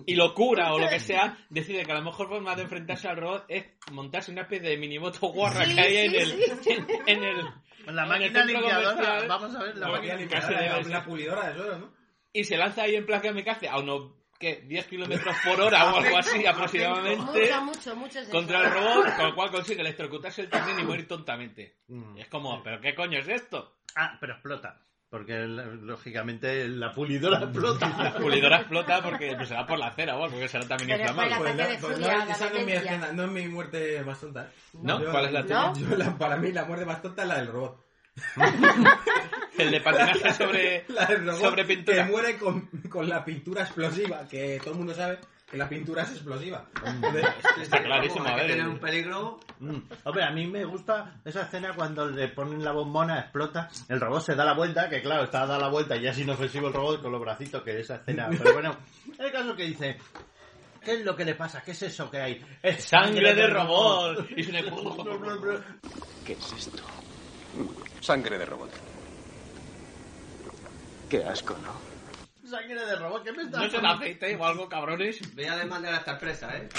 Speaker 5: y locura o lo que sea, decide que a lo mejor forma de enfrentarse al robot es montarse una especie de minimoto guarra
Speaker 6: Sí,
Speaker 5: que hay en,
Speaker 6: sí,
Speaker 5: el,
Speaker 6: sí.
Speaker 5: en, en el-
Speaker 4: La
Speaker 5: en
Speaker 4: máquina
Speaker 5: el centro
Speaker 4: limpiadora,
Speaker 5: comercial.
Speaker 4: vamos a ver, la
Speaker 5: No,
Speaker 4: máquina
Speaker 5: ya
Speaker 4: limpiadora.
Speaker 5: casi debe
Speaker 3: la,
Speaker 5: ser.
Speaker 3: la pulidora de suelo, ¿no?
Speaker 5: Y se lanza ahí en plan que me cace a unos ¿qué? 10 kilómetros por hora o
Speaker 6: [laughs]
Speaker 5: algo así aproximadamente
Speaker 6: Mucho, mucho, mucho. es
Speaker 5: contra
Speaker 6: eso.
Speaker 5: el robot, con lo cual consigue electrocutarse el también y morir tontamente.
Speaker 3: Mm.
Speaker 5: Y Es como, ¿pero qué coño es esto?
Speaker 4: Ah, pero explota. Porque lógicamente la
Speaker 5: Hmm.
Speaker 4: pulidora
Speaker 5: La
Speaker 4: explota.
Speaker 5: [laughs] pulidora explota porque pues, se va por la acera o algo, porque será también
Speaker 6: Pero
Speaker 5: inflamable.
Speaker 6: fue Ataque de
Speaker 3: pues
Speaker 6: furia,
Speaker 3: no,
Speaker 6: la
Speaker 3: esa no es mi
Speaker 6: violencia.
Speaker 3: escena, no es mi muerte más tonta.
Speaker 5: ¿No? ¿Cuál es la
Speaker 6: tuya?
Speaker 3: yo la- para mí la muerte más tonta es la del robot. [laughs]
Speaker 5: El de
Speaker 6: [laughs]
Speaker 5: patinaje sobre,
Speaker 3: La del robot
Speaker 5: sobre pintura.
Speaker 3: que muere con, con la pintura explosiva, que todo el mundo sabe que la pintura es explosiva. Entonces,
Speaker 5: Está clarísimo,
Speaker 7: Como
Speaker 5: a
Speaker 7: hay que
Speaker 5: ver.
Speaker 7: tener un peligro...
Speaker 4: Mm. Hombre, a mí me gusta esa escena cuando le ponen la bombona, explota, el robot se da la vuelta, que claro, está da la vuelta y ya es inofensivo el robot con los bracitos, que esa
Speaker 5: [laughs]
Speaker 4: escena. Pero bueno, el caso que dice, ¿qué es lo que le pasa? ¿Qué es eso que hay? Es
Speaker 5: Sangre de robot.
Speaker 6: [laughs]
Speaker 5: Y suena-
Speaker 9: ¿Qué es esto? Sangre de robot. Qué asco, ¿no?
Speaker 4: [laughs] Sangre de robot, ¿qué me está
Speaker 5: No son aceite o algo, cabrones.
Speaker 7: Voy a demandar a esta empresa, ¿eh?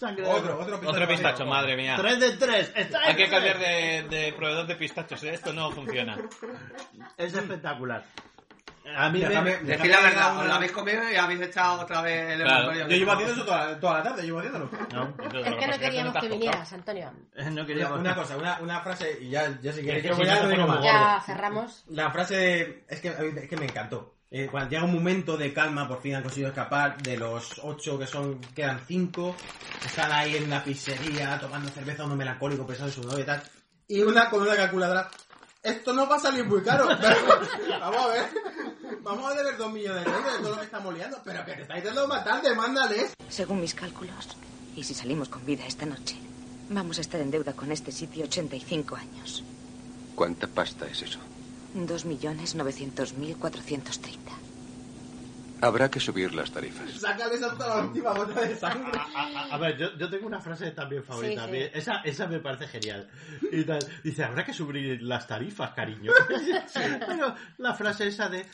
Speaker 4: Sangre de
Speaker 3: otro,
Speaker 4: robot.
Speaker 3: otro pistacho.
Speaker 5: Otro pistacho,
Speaker 3: vacío.
Speaker 5: madre mía.
Speaker 4: 3 de 3, está
Speaker 5: Hay que
Speaker 4: en
Speaker 5: cambiar
Speaker 4: tres.
Speaker 5: de, de proveedor de pistachos, ¿eh? esto no funciona.
Speaker 4: Es espectacular. A mí
Speaker 3: Déjame-
Speaker 4: me...
Speaker 7: Decir la verdad, os la habéis comido y habéis echado otra vez el
Speaker 5: Claro.
Speaker 7: envoltorio.
Speaker 3: Yo llevo haciendo eso toda, toda la tarde, llevo haciéndolo.
Speaker 4: No,
Speaker 6: Es que no queríamos que vinieras, Antonio.
Speaker 4: no
Speaker 3: Una,
Speaker 4: queríamos...
Speaker 3: una cosa, una, una frase, y ya, ya si queréis,
Speaker 5: que
Speaker 3: yo
Speaker 5: si
Speaker 3: voy
Speaker 5: no
Speaker 3: a
Speaker 5: te
Speaker 3: digo
Speaker 5: ponemos
Speaker 3: más.
Speaker 5: gordo.
Speaker 6: Ya cerramos.
Speaker 3: La frase de- es que, a mí- es que me encantó. Eh, cuando llega un momento de calma, por fin han conseguido escapar de los ocho que son, quedan cinco. Están ahí en la pizzería tomando cerveza, uno melancólico pensando en su novia y tal. Y una con una calculadora. esto no va a salir muy caro. [laughs] Pero, vamos a ver. Vamos a deber dos millones de euros de todo lo que estamos liando. Pero que te estáis dando matar, demándales.
Speaker 12: Según mis cálculos, y si salimos con vida esta noche, vamos a estar en deuda con este sitio 85 años.
Speaker 9: ¿Cuánta pasta es eso?
Speaker 12: 2.900.430.
Speaker 9: Habrá que subir las tarifas.
Speaker 3: Sácales hasta la última gota de sangre.
Speaker 4: A, a ver, yo, yo tengo una frase también favorita.
Speaker 6: Sí, sí.
Speaker 4: mí- Esa, esa me parece genial. Y tal, dice, habrá que subir las tarifas,
Speaker 6: [laughs]
Speaker 4: cariño. Pero la frase esa de,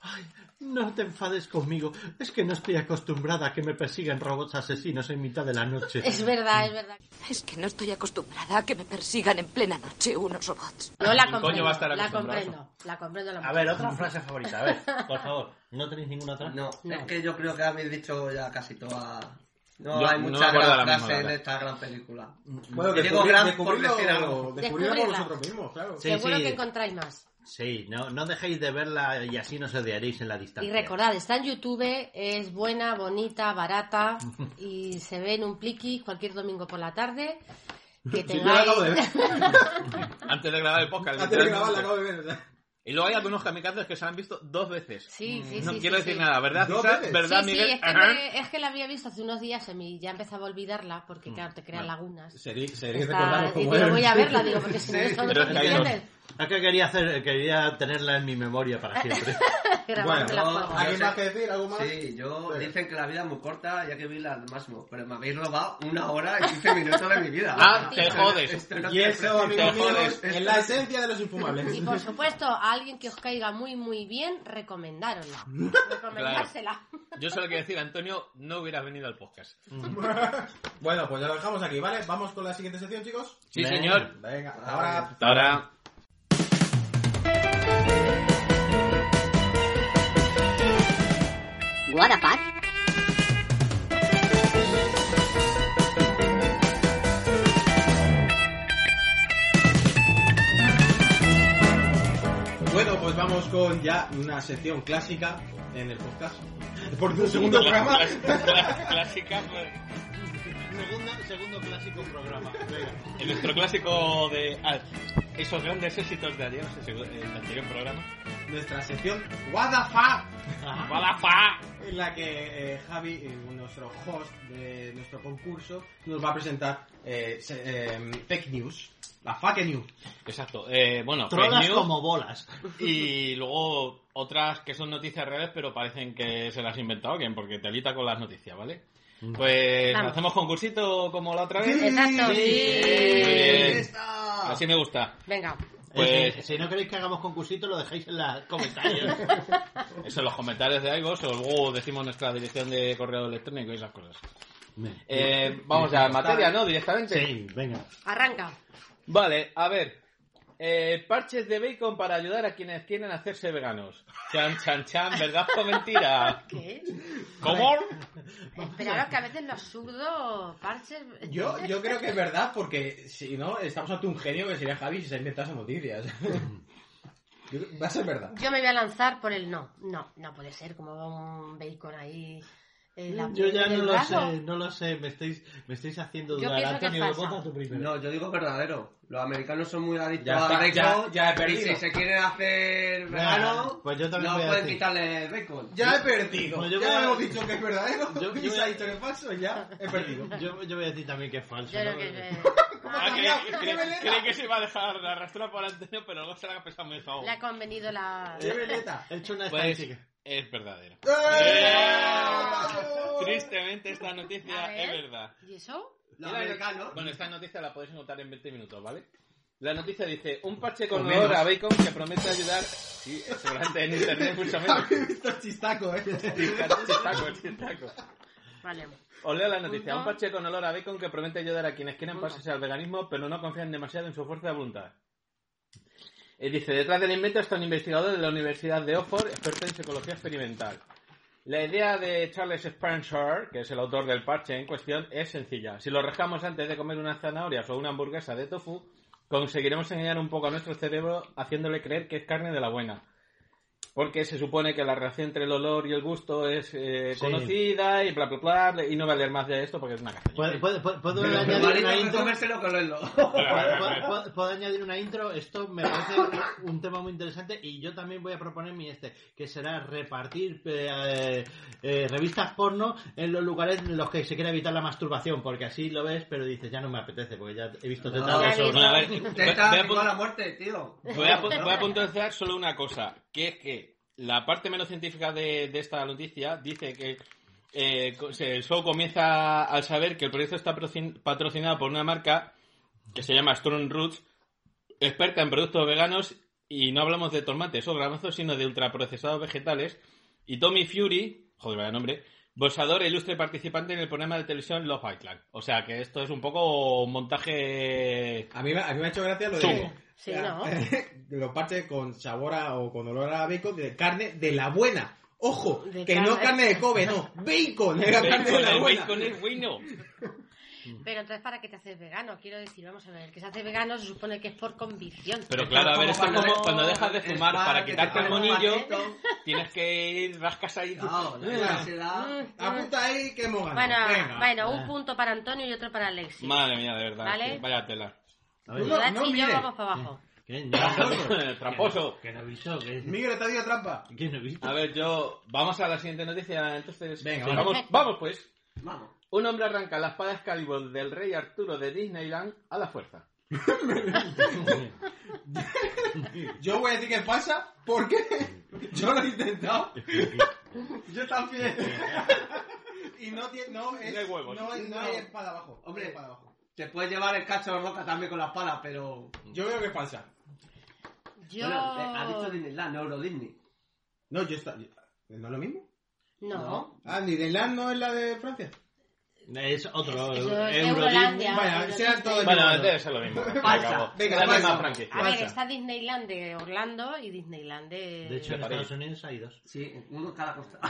Speaker 4: ay, no te enfades conmigo, es que no estoy acostumbrada a que me persigan robots asesinos en mitad de la noche.
Speaker 6: Es verdad, es verdad.
Speaker 12: Es que no estoy acostumbrada a que me persigan en plena noche unos robots.
Speaker 6: No la
Speaker 5: ¿Quién coño
Speaker 6: comprendo.
Speaker 5: va a estar
Speaker 6: la
Speaker 5: acostumbrado?
Speaker 6: comprendo. La comprendo. La
Speaker 4: A ver, otra frase favorita, a ver, por favor. ¿No tenéis ninguna otra?
Speaker 7: No,
Speaker 6: No.
Speaker 7: es que yo creo que habéis dicho ya casi toda. No
Speaker 5: Yo
Speaker 7: hay
Speaker 5: no me
Speaker 7: mucha
Speaker 5: acuerdo
Speaker 7: gran
Speaker 5: de la misma,
Speaker 7: frase en
Speaker 5: ¿verdad?
Speaker 7: esta gran película.
Speaker 3: Bueno,
Speaker 7: Y digo
Speaker 3: descubrir-
Speaker 7: gran por
Speaker 3: descubrirlo-
Speaker 7: decir algo.
Speaker 3: Descubrirlo por
Speaker 6: Descubrirla.
Speaker 3: nosotros mismos, claro.
Speaker 4: Sí,
Speaker 6: Seguro
Speaker 4: sí.
Speaker 6: que encontráis más.
Speaker 4: Sí, no, no dejéis de verla y así nos odiaréis en la distancia.
Speaker 6: Y recordad, está en YouTube, es buena, bonita, barata y se ve en un pliqui cualquier domingo por la tarde. Que
Speaker 3: Sí, yo la acabo de ver.
Speaker 6: tengáis...
Speaker 5: Antes de grabar el podcast.
Speaker 3: Antes de grabar, la
Speaker 5: literalmente.
Speaker 3: acabo de ver, ¿verdad?
Speaker 5: Y luego hay algunos kamikazes que se han visto dos veces.
Speaker 6: Sí, sí,
Speaker 5: Mm, no
Speaker 6: sí,
Speaker 5: quiero
Speaker 6: sí,
Speaker 5: decir
Speaker 6: sí.
Speaker 5: nada, ¿verdad?
Speaker 3: Dos
Speaker 5: César?
Speaker 3: veces.
Speaker 5: ¿Verdad,
Speaker 6: sí,
Speaker 5: Miguel?
Speaker 6: sí, es que,
Speaker 5: Ajá.
Speaker 6: me- es que la había visto hace unos días en mi- ya empezaba a olvidarla porque, claro, te crean lagunas.
Speaker 3: Sería,
Speaker 6: Está- y digo, voy a verla, digo, porque si no,
Speaker 3: Sí,
Speaker 6: esto no
Speaker 5: pero es que hay
Speaker 6: ¿entiendes?
Speaker 4: Es que quería, hacer, quería tenerla en mi memoria para
Speaker 6: [laughs]
Speaker 4: siempre.
Speaker 6: Grabarte la
Speaker 7: Bueno,
Speaker 6: juego.
Speaker 7: a-
Speaker 3: ¿Alguien más que decir? ¿Algo más?
Speaker 7: Sí, yo dicen que la vida es muy corta, ya que vi la al máximo, pero me habéis robado una hora y 15 minutos de mi vida.
Speaker 5: Ah, te
Speaker 7: Esto no-
Speaker 5: jodes.
Speaker 7: esto no
Speaker 3: Y
Speaker 7: tiene
Speaker 3: eso,
Speaker 7: precio.
Speaker 3: amigos
Speaker 5: Te jodes.
Speaker 3: míos, es la esencia de los infumables.
Speaker 6: Y por supuesto, a alguien que os caiga muy, muy bien, recomendárosla. Recomendársela.
Speaker 5: Yo solo quiero decir, Antonio, no hubieras venido al podcast.
Speaker 3: bueno, pues ya lo dejamos aquí, ¿vale? Vamos con la siguiente sección, chicos.
Speaker 5: Sí,
Speaker 4: Venga.
Speaker 5: señor.
Speaker 3: Venga, ahora
Speaker 5: Hasta ahora.
Speaker 11: What a
Speaker 3: Bueno, pues vamos con ya una sección clásica en el podcast. Por [laughs] un segundo
Speaker 5: Cla-
Speaker 3: programa.
Speaker 5: cla- Clásica. pues,
Speaker 4: Segunda- segundo clásico programa. Venga.
Speaker 5: en Nuestro clásico de. ah, esos grandes éxitos de adiós, ese- eh, el anterior programa.
Speaker 3: Nuestra sección What the fuck,
Speaker 5: ¡Balafa!
Speaker 3: en la que eh, Javi, eh, nuestro host de nuestro concurso, nos va a presentar eh, se- eh, fake news, la fake news.
Speaker 5: Exacto. Eh, bueno, fake
Speaker 4: Trolas
Speaker 5: news
Speaker 4: como bolas.
Speaker 5: y luego otras que son noticias reales, pero parecen que se las ha inventado alguien, porque te alita con las noticias, ¿vale?
Speaker 3: Mm.
Speaker 5: Pues
Speaker 6: Vamos.
Speaker 5: hacemos concursito como la otra vez.
Speaker 6: Exacto.
Speaker 5: Muy bien.
Speaker 3: ¡Esta!
Speaker 5: Así me gusta.
Speaker 6: Venga.
Speaker 5: Pues-
Speaker 4: Eh, si no queréis que hagamos concursito, lo dejáis en los [laughs] comentarios.
Speaker 5: Eso en los comentarios de iVoox o luego decimos nuestra dirección de correo electrónico y esas cosas. Eh, vamos ya, materia, ¿no? Directamente.
Speaker 4: sí, venga.
Speaker 6: Arranca.
Speaker 5: Vale, a ver. Eh, parches de bacon para ayudar a quienes quieren hacerse veganos. Chan, chan, chan, ¿verdad o mentira?
Speaker 6: [laughs] ¿Qué?
Speaker 5: ¿Cómo?
Speaker 6: Esperaros que a veces lo absurdo, parches.
Speaker 3: Yo, yo creo que es verdad, porque si no, estamos ante un genio que sería Javi si se ha inventado esas noticias. Yo creo- Va a ser verdad.
Speaker 6: Yo me voy a lanzar por el no. No, no puede ser, como va un bacon ahí. en la
Speaker 4: Yo
Speaker 6: piel
Speaker 4: ya
Speaker 6: del
Speaker 4: no lo
Speaker 6: brazo.
Speaker 4: sé, no lo sé. Eh, Me estáis, me estáis haciendo
Speaker 6: Yo
Speaker 4: dudar.
Speaker 6: pienso que
Speaker 4: Antonio,
Speaker 6: es falsa.
Speaker 4: vota tú primero.
Speaker 7: No, yo digo verdadero. Los americanos son muy adictos
Speaker 3: Ya está,
Speaker 7: a
Speaker 3: ya-
Speaker 7: bacon.
Speaker 3: ya he
Speaker 7: y
Speaker 3: perdido.
Speaker 7: si se quieren hacer
Speaker 4: Venga,
Speaker 7: vegano,
Speaker 4: pues yo también
Speaker 7: no
Speaker 4: voy a
Speaker 7: pueden
Speaker 4: decir.
Speaker 7: quitarle el bacon.
Speaker 3: Ya he perdido.
Speaker 4: No, yo
Speaker 3: ya
Speaker 4: voy a-
Speaker 3: hemos dicho que es verdadero.
Speaker 4: Yo- yo
Speaker 3: y se
Speaker 4: voy a-
Speaker 3: ha dicho que es falso. Ya he
Speaker 4: [laughs]
Speaker 3: perdido.
Speaker 4: Yo, yo voy a decir también que es falso.
Speaker 6: Yo creo
Speaker 4: ¿no?
Speaker 6: que.
Speaker 5: Ah,
Speaker 6: Ah,
Speaker 5: creí, creí- creí que se iba a dejar de arrastrar por Antonio, pero luego se la ha pensado mejor.
Speaker 6: Le ha convenido la.
Speaker 3: ¡Qué veleta!
Speaker 4: He hecho una
Speaker 5: Pues
Speaker 4: estadística.
Speaker 5: es verdadero.
Speaker 3: ¡Eh!
Speaker 5: Tristemente esta noticia
Speaker 6: A ver.
Speaker 5: es verdad.
Speaker 6: ¿Y eso?
Speaker 7: Los americanos.
Speaker 5: Bueno, esta noticia la podéis notar en 20 minutos, ¿vale? La noticia dice, un parche con
Speaker 3: menos.
Speaker 5: olor a bacon que promete ayudar... Sí, seguramente en internet mucho menos.
Speaker 3: Javi [laughs] he visto el chistaco, eh.
Speaker 5: Chistaco, chistaco.
Speaker 6: Vale.
Speaker 5: Os leo la noticia.
Speaker 6: Punto.
Speaker 5: Un parche con olor a bacon que promete ayudar a quienes quieren pasarse al veganismo, pero no confían demasiado en su fuerza de voluntad. Eh, dice, detrás del invento está un investigador de la Universidad de Oxford, experto en psicología experimental. La idea de Charles Spencer, que es el autor del parche en cuestión, es sencilla. Si lo rascamos antes de comer unas zanahorias o una hamburguesa de tofu, conseguiremos engañar un poco a nuestro cerebro haciéndole creer que es carne de la buena. porque se supone que la relación entre el olor y el gusto es eh,
Speaker 4: Sí.
Speaker 5: conocida y bla, bla, bla, bla, y no voy a leer más de esto porque es una caja.
Speaker 4: ¿Puedo, puedo- puedo- puedo
Speaker 5: Pero
Speaker 4: añadir
Speaker 5: vale,
Speaker 4: una
Speaker 5: no
Speaker 4: intro?
Speaker 5: comérselo,
Speaker 4: ¿Puedo, puedo- puedo añadir una intro? Esto me parece un tema muy interesante y yo también voy a proponer mi este, que será repartir eh, eh, revistas porno en los lugares en los que se quiera evitar la masturbación, porque así lo ves, pero dices, ya no me apetece, porque ya he visto tetas dos horas.
Speaker 5: Bueno, a ver,
Speaker 7: Te
Speaker 5: voy-
Speaker 7: está
Speaker 5: voy a
Speaker 7: a
Speaker 5: apunt-
Speaker 7: la muerte, tío.
Speaker 3: [laughs]
Speaker 5: voy a apu- voy a puntualizar solo una cosa, que es que la parte menos científica de, de esta noticia dice que eh, co- se- el show comienza al saber que el proyecto está procin- patrocinado por una marca que se llama Strong Roots, experta en productos veganos y no hablamos de tomates o garbanzos, sino de ultraprocesados vegetales. Y Tommy Fury, joder, vaya nombre, boxador e ilustre participante en el programa de televisión Love Island. O sea que esto es un poco un montaje...
Speaker 3: A mí, me- a mí me ha hecho gracia lo
Speaker 5: Chungo.
Speaker 3: de...
Speaker 6: Sí, ¿no?
Speaker 3: [laughs] de los parches con sabor a- o con olor a bacon de carne de la buena. Ojo,
Speaker 6: De
Speaker 3: que
Speaker 6: carne.
Speaker 3: no carne de Kobe, no, bacon, era
Speaker 5: Bacon,
Speaker 3: carne de la
Speaker 5: el
Speaker 3: buena.
Speaker 5: bacon es bueno.
Speaker 6: Pero entonces, ¿para qué te haces vegano? Quiero decir, vamos a ver, el que se hace vegano se supone que es por convicción.
Speaker 5: Pero claro, a ver, esto es
Speaker 6: Cuando-
Speaker 5: como cuando dejas de fumar
Speaker 7: para
Speaker 5: para
Speaker 7: que
Speaker 5: quitarte
Speaker 7: te
Speaker 5: el
Speaker 7: ponga
Speaker 5: monillo,
Speaker 7: un
Speaker 5: tienes que ir, rascas ahí.
Speaker 7: No, la
Speaker 6: Mm,
Speaker 7: universidad.
Speaker 6: mm.
Speaker 3: Apunta ahí que hemos ganado.
Speaker 6: Bueno,
Speaker 3: Venga.
Speaker 6: bueno, un punto para Antonio y otro para Alexis.
Speaker 5: Madre mía, de verdad.
Speaker 6: ¿Vale?
Speaker 5: que Vaya tela.
Speaker 4: A ver,
Speaker 6: Nachi
Speaker 3: no
Speaker 6: y yo
Speaker 3: mire.
Speaker 6: vamos para abajo.
Speaker 4: ¿qué? No,
Speaker 5: Tramposo.
Speaker 4: Que no he visto, que
Speaker 3: Miguel, está haciendo trampa.
Speaker 4: que no he visto.
Speaker 5: A ver, yo. Vamos a la siguiente noticia, entonces.
Speaker 3: Venga,
Speaker 5: Sí,
Speaker 3: vale.
Speaker 5: vamos, vamos pues.
Speaker 7: Vamos.
Speaker 5: Un hombre arranca la espada Excalibur del rey Arturo de Disneyland a la fuerza.
Speaker 3: Yo voy a decir que es falsa porque [laughs] yo lo he intentado. Yo también. Y no tiene, no es,
Speaker 5: No hay huevos.
Speaker 3: No, es- no hay espada abajo.
Speaker 7: Hombre.
Speaker 3: No hay espada abajo.
Speaker 7: Te puedes llevar el cacho de roca también con la espada, pero.
Speaker 3: Yo creo que es falsa.
Speaker 6: Yo...
Speaker 7: Bueno, eh, ha dicho Disneyland, no Euro Disney.
Speaker 3: No, yo está, yo- ¿no es lo mismo?
Speaker 6: No.
Speaker 3: Ah, Disneyland no es la de Francia.
Speaker 4: Es otro
Speaker 6: Es- es
Speaker 4: Eurodisney.
Speaker 6: Eurolandia.
Speaker 3: Vaya, sean todos
Speaker 5: Bueno,
Speaker 3: iguales.
Speaker 5: debe ser lo mismo.
Speaker 7: Falsa.
Speaker 5: acabó.
Speaker 3: Venga,
Speaker 5: La misma
Speaker 3: falsa.
Speaker 5: franquicia.
Speaker 6: A ver,
Speaker 3: Falsa.
Speaker 6: está Disneyland de Orlando y Disneyland eh. de...
Speaker 4: De hecho, en
Speaker 5: De París.
Speaker 4: Estados Unidos hay dos.
Speaker 7: Sí, uno en cada costa.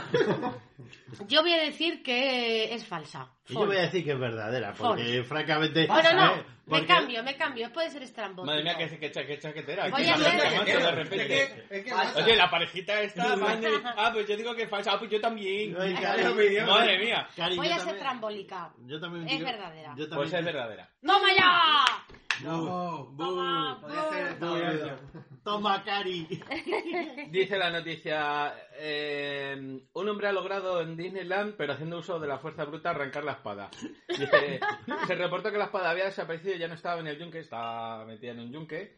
Speaker 6: Yo voy a decir que es falsa.
Speaker 4: Y yo voy a decir que es verdadera, porque francamente...
Speaker 6: Bueno, no,
Speaker 4: eh,
Speaker 6: me
Speaker 4: porque-
Speaker 6: cambio, me cambio. Puede ser estrambótico.
Speaker 5: Madre mía, que, que, cha- que chaquetera.
Speaker 6: Voy
Speaker 5: que
Speaker 6: a
Speaker 5: chaquetera,
Speaker 6: leer-
Speaker 5: macho, de repente.
Speaker 3: Es que, es que
Speaker 7: Falsa.
Speaker 5: Oye, la parejita está. Ah, pues yo digo que es falsa. Ah, pues yo también.
Speaker 4: Ay,
Speaker 5: [laughs]
Speaker 3: Claro,
Speaker 4: Cari,
Speaker 3: mi Dios.
Speaker 5: Madre mía.
Speaker 4: Cari,
Speaker 6: Voy
Speaker 4: yo
Speaker 6: a ser
Speaker 4: también-
Speaker 6: trambólica.
Speaker 4: Yo también
Speaker 6: Es
Speaker 4: digo-
Speaker 6: verdadera.
Speaker 4: Yo también
Speaker 5: Pues es verdadera.
Speaker 6: ¡Toma ya!
Speaker 3: No, Uh,
Speaker 6: Toma,
Speaker 7: Podría ser
Speaker 6: bu.
Speaker 7: Estados Unidos.
Speaker 4: Toma, Cari.
Speaker 5: Dice la noticia, eh, un hombre ha logrado en Disneyland, pero haciendo uso de la fuerza bruta, arrancar la espada. Dice, se reportó que la espada había desaparecido y ya no estaba en el yunque, estaba metida en un yunque,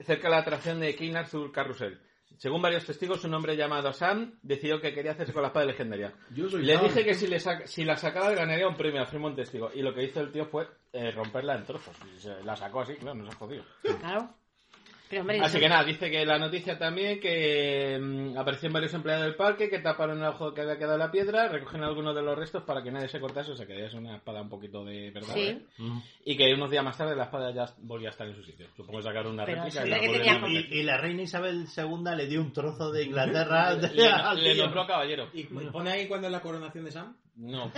Speaker 5: cerca de la atracción de King Arthur Carrusel. Según varios testigos, un hombre llamado Sam decidió que quería hacerse con la espada legendaria.
Speaker 3: Yo soy
Speaker 5: Le
Speaker 3: Sam.
Speaker 5: dije que si, le saca- si la sacaba ganaría un premio, afirmó un testigo. Y lo que hizo el tío fue eh, romperla en trozos. Y se la sacó así, claro, nos ha jodido.
Speaker 6: Claro. Pero hombre,
Speaker 4: Ah,
Speaker 5: Así
Speaker 6: no-
Speaker 5: que nada, dice que la noticia también que mm, aparecieron varios empleados del parque que taparon el ojo que había quedado en la piedra, recogen algunos de los restos para que nadie se cortase, o sea que ya es una espada un poquito de verdad.
Speaker 6: Sí.
Speaker 5: ¿eh? Y que unos días más tarde la espada ya volvía a estar en su sitio. Supongo que sacaron una
Speaker 6: Pero
Speaker 5: réplica
Speaker 6: sí,
Speaker 5: y
Speaker 6: la
Speaker 5: la
Speaker 6: que
Speaker 5: volvieron
Speaker 6: tenía
Speaker 5: a meter.
Speaker 4: Y, y la reina Isabel II le dio un trozo [laughs] de Inglaterra. de- al
Speaker 5: [laughs] le, le
Speaker 4: tío.
Speaker 5: nombró caballero.
Speaker 3: ¿Y pone ahí cuándo es la coronación de Sam?
Speaker 6: [laughs]
Speaker 5: No.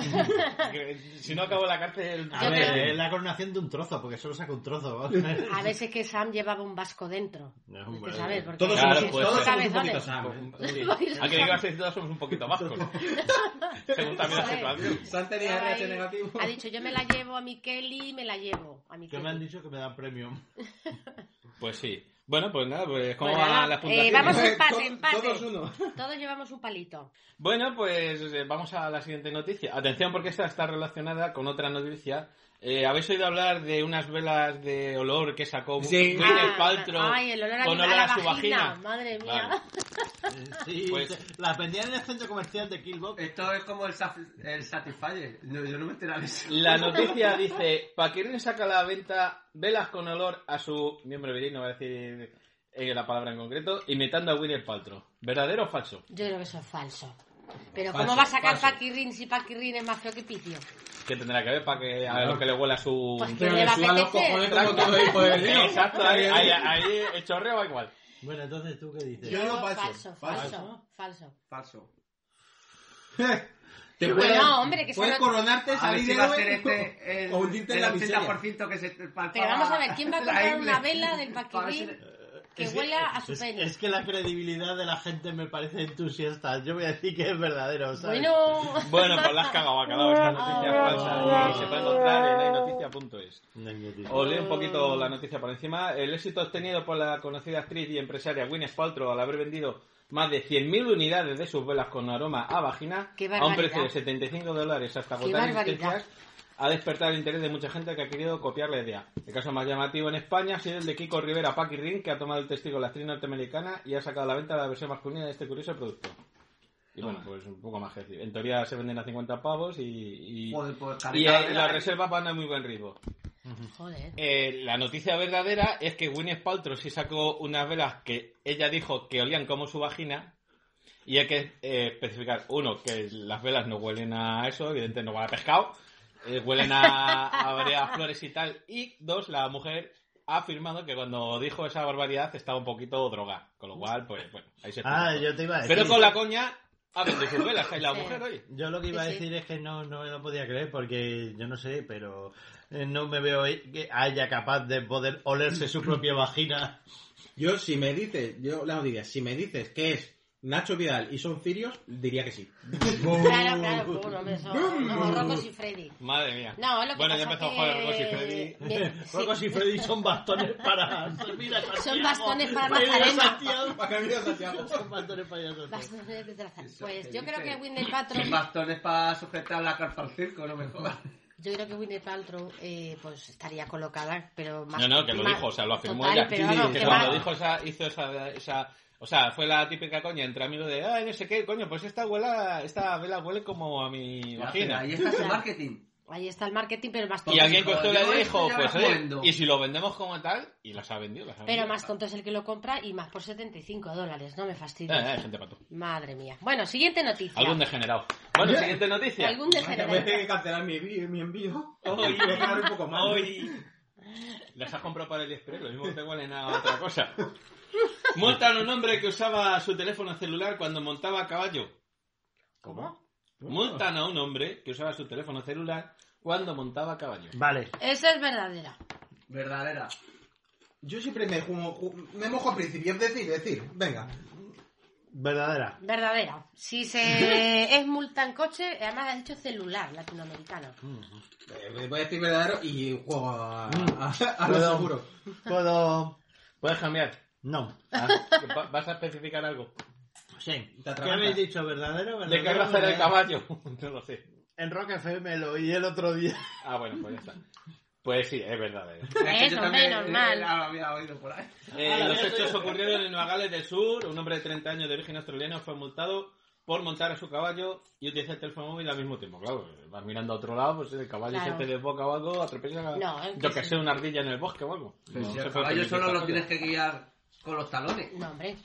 Speaker 5: Que si no acabó la cárcel.
Speaker 4: A ver, eh, es la coronación de un trozo, porque solo saca un [laughs] trozo.
Speaker 6: A veces que Sam llevaba un vasco dentro.
Speaker 4: No,
Speaker 6: Hay que
Speaker 4: hombre.
Speaker 6: saber, porque
Speaker 3: Todos
Speaker 5: Claro,
Speaker 3: somos,
Speaker 5: pues,
Speaker 3: todos
Speaker 5: sí.
Speaker 3: somos un
Speaker 6: Cabezones.
Speaker 3: poquito Sam. ¿eh?
Speaker 5: Sí. Aunque digo así, todos somos un poquito vascos.
Speaker 6: [laughs]
Speaker 5: Según también la situación.
Speaker 3: Sam tenía
Speaker 6: Ay,
Speaker 3: RH negativo.
Speaker 6: Ha dicho, yo me la llevo a mi Kelly, me la llevo a mi
Speaker 4: Que
Speaker 6: Kelly.
Speaker 4: me han dicho que me dan premio.
Speaker 3: [laughs]
Speaker 5: Pues sí. Bueno, pues nada, pues como
Speaker 6: Pues nada,
Speaker 5: van las
Speaker 6: eh,
Speaker 5: puntuaciones.
Speaker 6: vamos empate,
Speaker 3: To-
Speaker 6: empate.
Speaker 3: Todos uno.
Speaker 6: Todos llevamos un palito.
Speaker 5: Bueno, pues eh, vamos a la siguiente noticia. Atención porque esta está relacionada con otra noticia. Eh, ¿Habéis oído hablar de unas velas de olor que sacó
Speaker 3: Sí.
Speaker 5: Gwyneth
Speaker 6: Ah,
Speaker 5: Paltrow
Speaker 6: Ay, el olor a,
Speaker 5: con
Speaker 6: mi- a
Speaker 5: olor
Speaker 6: la
Speaker 5: a su
Speaker 6: vagina.
Speaker 5: vagina?
Speaker 6: Madre mía.
Speaker 5: Vale.
Speaker 4: Sí,
Speaker 5: Pues-
Speaker 4: te- la vendían en el centro comercial de Killbox.
Speaker 7: Esto es como el, saf- el Satisfyer. No, yo no me enteraba de eso.
Speaker 5: La noticia dice, Paquirrin saca a la venta velas con olor a su miembro viril, no voy a decir eh, la palabra en concreto, imitando a Gwyneth Paltrow. ¿Verdadero o falso?
Speaker 6: Yo creo que eso es falso. Pero
Speaker 5: Falso,
Speaker 6: ¿cómo va a sacar
Speaker 5: falso.
Speaker 6: Paquirrin si Paquirrin es más feo que Picio?
Speaker 5: ¿Qué tendrá que ver para que a lo que le huela su...
Speaker 6: Pues que
Speaker 3: Pero
Speaker 6: le
Speaker 3: le
Speaker 6: va
Speaker 3: sudan
Speaker 6: a
Speaker 3: los cojones
Speaker 6: apetecer.
Speaker 3: como todo hijo de Dios.
Speaker 5: Exacto, ahí, ahí, ahí el chorreo va igual.
Speaker 4: Bueno, entonces tú qué dices.
Speaker 3: Yo- digo falso,
Speaker 6: falso, falso, falso.
Speaker 7: Falso.
Speaker 3: Te
Speaker 6: Bueno,
Speaker 3: puedes-
Speaker 6: hombre, que
Speaker 3: Puedes
Speaker 6: solo-
Speaker 3: coronarte,
Speaker 7: A ver
Speaker 3: salir
Speaker 7: si
Speaker 3: de
Speaker 7: va a
Speaker 3: héroe
Speaker 7: ser este el,
Speaker 3: o hundirte en
Speaker 7: el
Speaker 3: la miseria.
Speaker 7: 80% que se te palpaba.
Speaker 6: Pero vamos a ver, ¿quién va a
Speaker 7: la
Speaker 6: comprar
Speaker 7: ingle? [laughs]
Speaker 6: una vela del
Speaker 7: Para ver si-
Speaker 6: Paquirrin? que
Speaker 4: Es
Speaker 6: huela a su
Speaker 4: es-
Speaker 6: pene.
Speaker 4: Es que la credibilidad de la gente me parece entusiasta. Yo voy a decir que es verdadero, ¿sabes?
Speaker 6: Bueno.
Speaker 5: Bueno, pues la has cagado, ha quedado esta noticia falsa. Y se puede encontrar en noticia.es. O lee un
Speaker 6: Eh.
Speaker 5: poquito la noticia por encima. El éxito obtenido por la conocida actriz y empresaria Gwyneth Paltrow al haber vendido más de 100.000 unidades de sus velas con aroma a vagina
Speaker 6: ¡Qué
Speaker 5: a un
Speaker 6: barbaridad!
Speaker 5: precio de 75 dólares hasta agotar
Speaker 6: barbaridad!
Speaker 5: existencias ha despertado el interés de mucha gente que ha querido copiar la idea. El caso más llamativo en España ha sido el de Kiko Rivera Paquirín, que ha tomado el testigo de la actriz norteamericana y ha sacado a la venta la versión masculina de este curioso producto. Y bueno, pues un poco más que decir. En teoría se venden a 50 pavos y, y,
Speaker 7: Joder, pues,
Speaker 5: y,
Speaker 7: carita,
Speaker 5: eh,
Speaker 7: la-
Speaker 5: las reservas van a muy buen ritmo.
Speaker 6: [laughs] Joder.
Speaker 5: Eh, la noticia verdadera es que Gwyneth Paltrow sí sacó unas velas que ella dijo que olían como su vagina. Y hay que eh, especificar, uno, que las velas no huelen a eso, evidentemente no huelen a pescado, eh, huelen a, a varias flores y tal. Y dos, la mujer ha afirmado que cuando dijo esa barbaridad estaba un poquito droga. Con lo cual, pues bueno, ahí se
Speaker 4: Ah,
Speaker 5: explica.
Speaker 4: yo te iba a decir.
Speaker 5: Pero con la coña, a vender sus velas, y la
Speaker 4: Sí.
Speaker 5: mujer, oye.
Speaker 4: Yo lo que iba a
Speaker 5: Sí, sí.
Speaker 4: decir es que no, no me lo podía creer porque yo no sé, pero eh, no me veo e- que a ella capaz de poder olerse su propia vagina.
Speaker 3: Yo, si me dices, yo la diría, si me dices que es Nacho Vidal y son cirios, diría que sí.
Speaker 6: Claro, claro, bueno, hombre, eso. No, Rocos y Freddy.
Speaker 5: Madre mía.
Speaker 6: No, lo que
Speaker 5: bueno, ya
Speaker 6: pasa
Speaker 5: empezó
Speaker 6: que-
Speaker 5: joder, Rocos y Freddy. [laughs]
Speaker 6: Bien, sí.
Speaker 4: Rocos y Freddy son bastones para servir a Santiago.
Speaker 6: Son bastones para
Speaker 4: Para ir a
Speaker 6: Nazareno.
Speaker 4: Santiago.
Speaker 3: Para ir a Santiago.
Speaker 4: Son bastones para ir a Santiago.
Speaker 6: Bastones de traza. Pues
Speaker 7: que
Speaker 6: yo creo
Speaker 7: dice-
Speaker 6: que Winnie Paltrow,
Speaker 7: Sin bastones para sujetar la carpa al circo, no me jodas.
Speaker 6: yo creo que Winnie Paltrow, eh, pues estaría colocada, pero más.
Speaker 5: No, no, que lo
Speaker 6: más-
Speaker 5: dijo, o sea, lo afirmó
Speaker 6: total,
Speaker 5: ella.
Speaker 6: Pero, vamos,
Speaker 5: que
Speaker 6: que
Speaker 5: cuando
Speaker 6: más-
Speaker 5: dijo esa, hizo esa, esa- o sea, fue la típica coña entre amigos de, ay, no sé qué, coño, pues esta abuela, esta vela huele como a mi
Speaker 7: Ya,
Speaker 5: vagina.
Speaker 7: pero ahí está su marketing.
Speaker 6: Ahí está el marketing, pero más
Speaker 5: Y
Speaker 6: tonto.
Speaker 5: alguien cogió la
Speaker 7: Yo
Speaker 5: idea y
Speaker 7: esto
Speaker 5: dijo,
Speaker 7: ya
Speaker 5: pues
Speaker 7: lo
Speaker 5: oye,
Speaker 7: vendo.
Speaker 5: y si lo vendemos como tal, y las ha vendido, las ha vendido.
Speaker 6: Pero más tonto es el que lo compra y más por 75 dólares, no me fastidies.
Speaker 5: Eh, eh, gente pato.
Speaker 6: Madre mía. Bueno, siguiente noticia.
Speaker 5: Algún degenerado. Bueno,
Speaker 6: Ya.
Speaker 5: siguiente noticia.
Speaker 6: Algún degenerado.
Speaker 3: Voy a
Speaker 7: pues
Speaker 3: tener que cancelar mi, vi- mi envío.
Speaker 5: Hoy,
Speaker 3: Y dejar un poco más.
Speaker 5: hoy. Las has comprado para el Express, lo mismo que te huelen a otra cosa. Multan a un hombre que usaba su teléfono celular cuando montaba a caballo.
Speaker 6: ¿Cómo?
Speaker 5: Multan a un hombre que usaba su teléfono celular cuando montaba a caballo.
Speaker 4: Vale.
Speaker 6: Esa es verdadera.
Speaker 7: Verdadera.
Speaker 3: Yo siempre me, jumo- ju- me mojo al principio. Es decir, decir, venga.
Speaker 4: Verdadera.
Speaker 6: Verdadera. Si
Speaker 7: [laughs]
Speaker 6: se es multa en coche, además ha dicho celular latinoamericano.
Speaker 7: Pues
Speaker 3: Eh, Voy a decir verdadero y juego a, a, a lo
Speaker 4: Puedo-
Speaker 3: seguro.
Speaker 4: Puedo.
Speaker 5: ¿Puedes cambiar?
Speaker 4: No.
Speaker 5: Ah, ¿va- ¿Vas a especificar algo?
Speaker 4: Sí.
Speaker 3: Te
Speaker 4: ¿Qué
Speaker 3: atragantas.
Speaker 4: habéis dicho? ¿Verdadero?
Speaker 5: ¿De qué
Speaker 4: verdadero,
Speaker 5: raza era el
Speaker 4: verdadero?
Speaker 5: caballo? [laughs] No lo sé.
Speaker 4: En Rock FM lo oí el otro día.
Speaker 5: Ah, bueno, pues ya está. Pues sí, es verdadero.
Speaker 6: Es
Speaker 7: yo
Speaker 6: hombre,
Speaker 7: también, eh,
Speaker 6: normal.
Speaker 7: la había oído por ahí.
Speaker 5: Eh,
Speaker 4: Ah,
Speaker 5: los hechos ocurrieron en Nueva Gales del Sur. Un hombre de 30 años de origen australiano fue multado por montar a su caballo y utilizar el teléfono móvil al mismo tiempo. Claro, vas mirando a otro lado, pues el caballo
Speaker 6: Claro.
Speaker 5: se te desboca o algo, atropella
Speaker 6: No, es que
Speaker 5: yo que
Speaker 6: sí.
Speaker 5: sé, una ardilla en el bosque o algo.
Speaker 7: Pero
Speaker 5: No
Speaker 7: si
Speaker 5: se
Speaker 7: el
Speaker 5: puede
Speaker 7: caballo
Speaker 5: permitir
Speaker 7: solo
Speaker 5: esas
Speaker 7: lo
Speaker 5: cosas.
Speaker 7: tienes que guiar con los talones.
Speaker 6: No, hombre.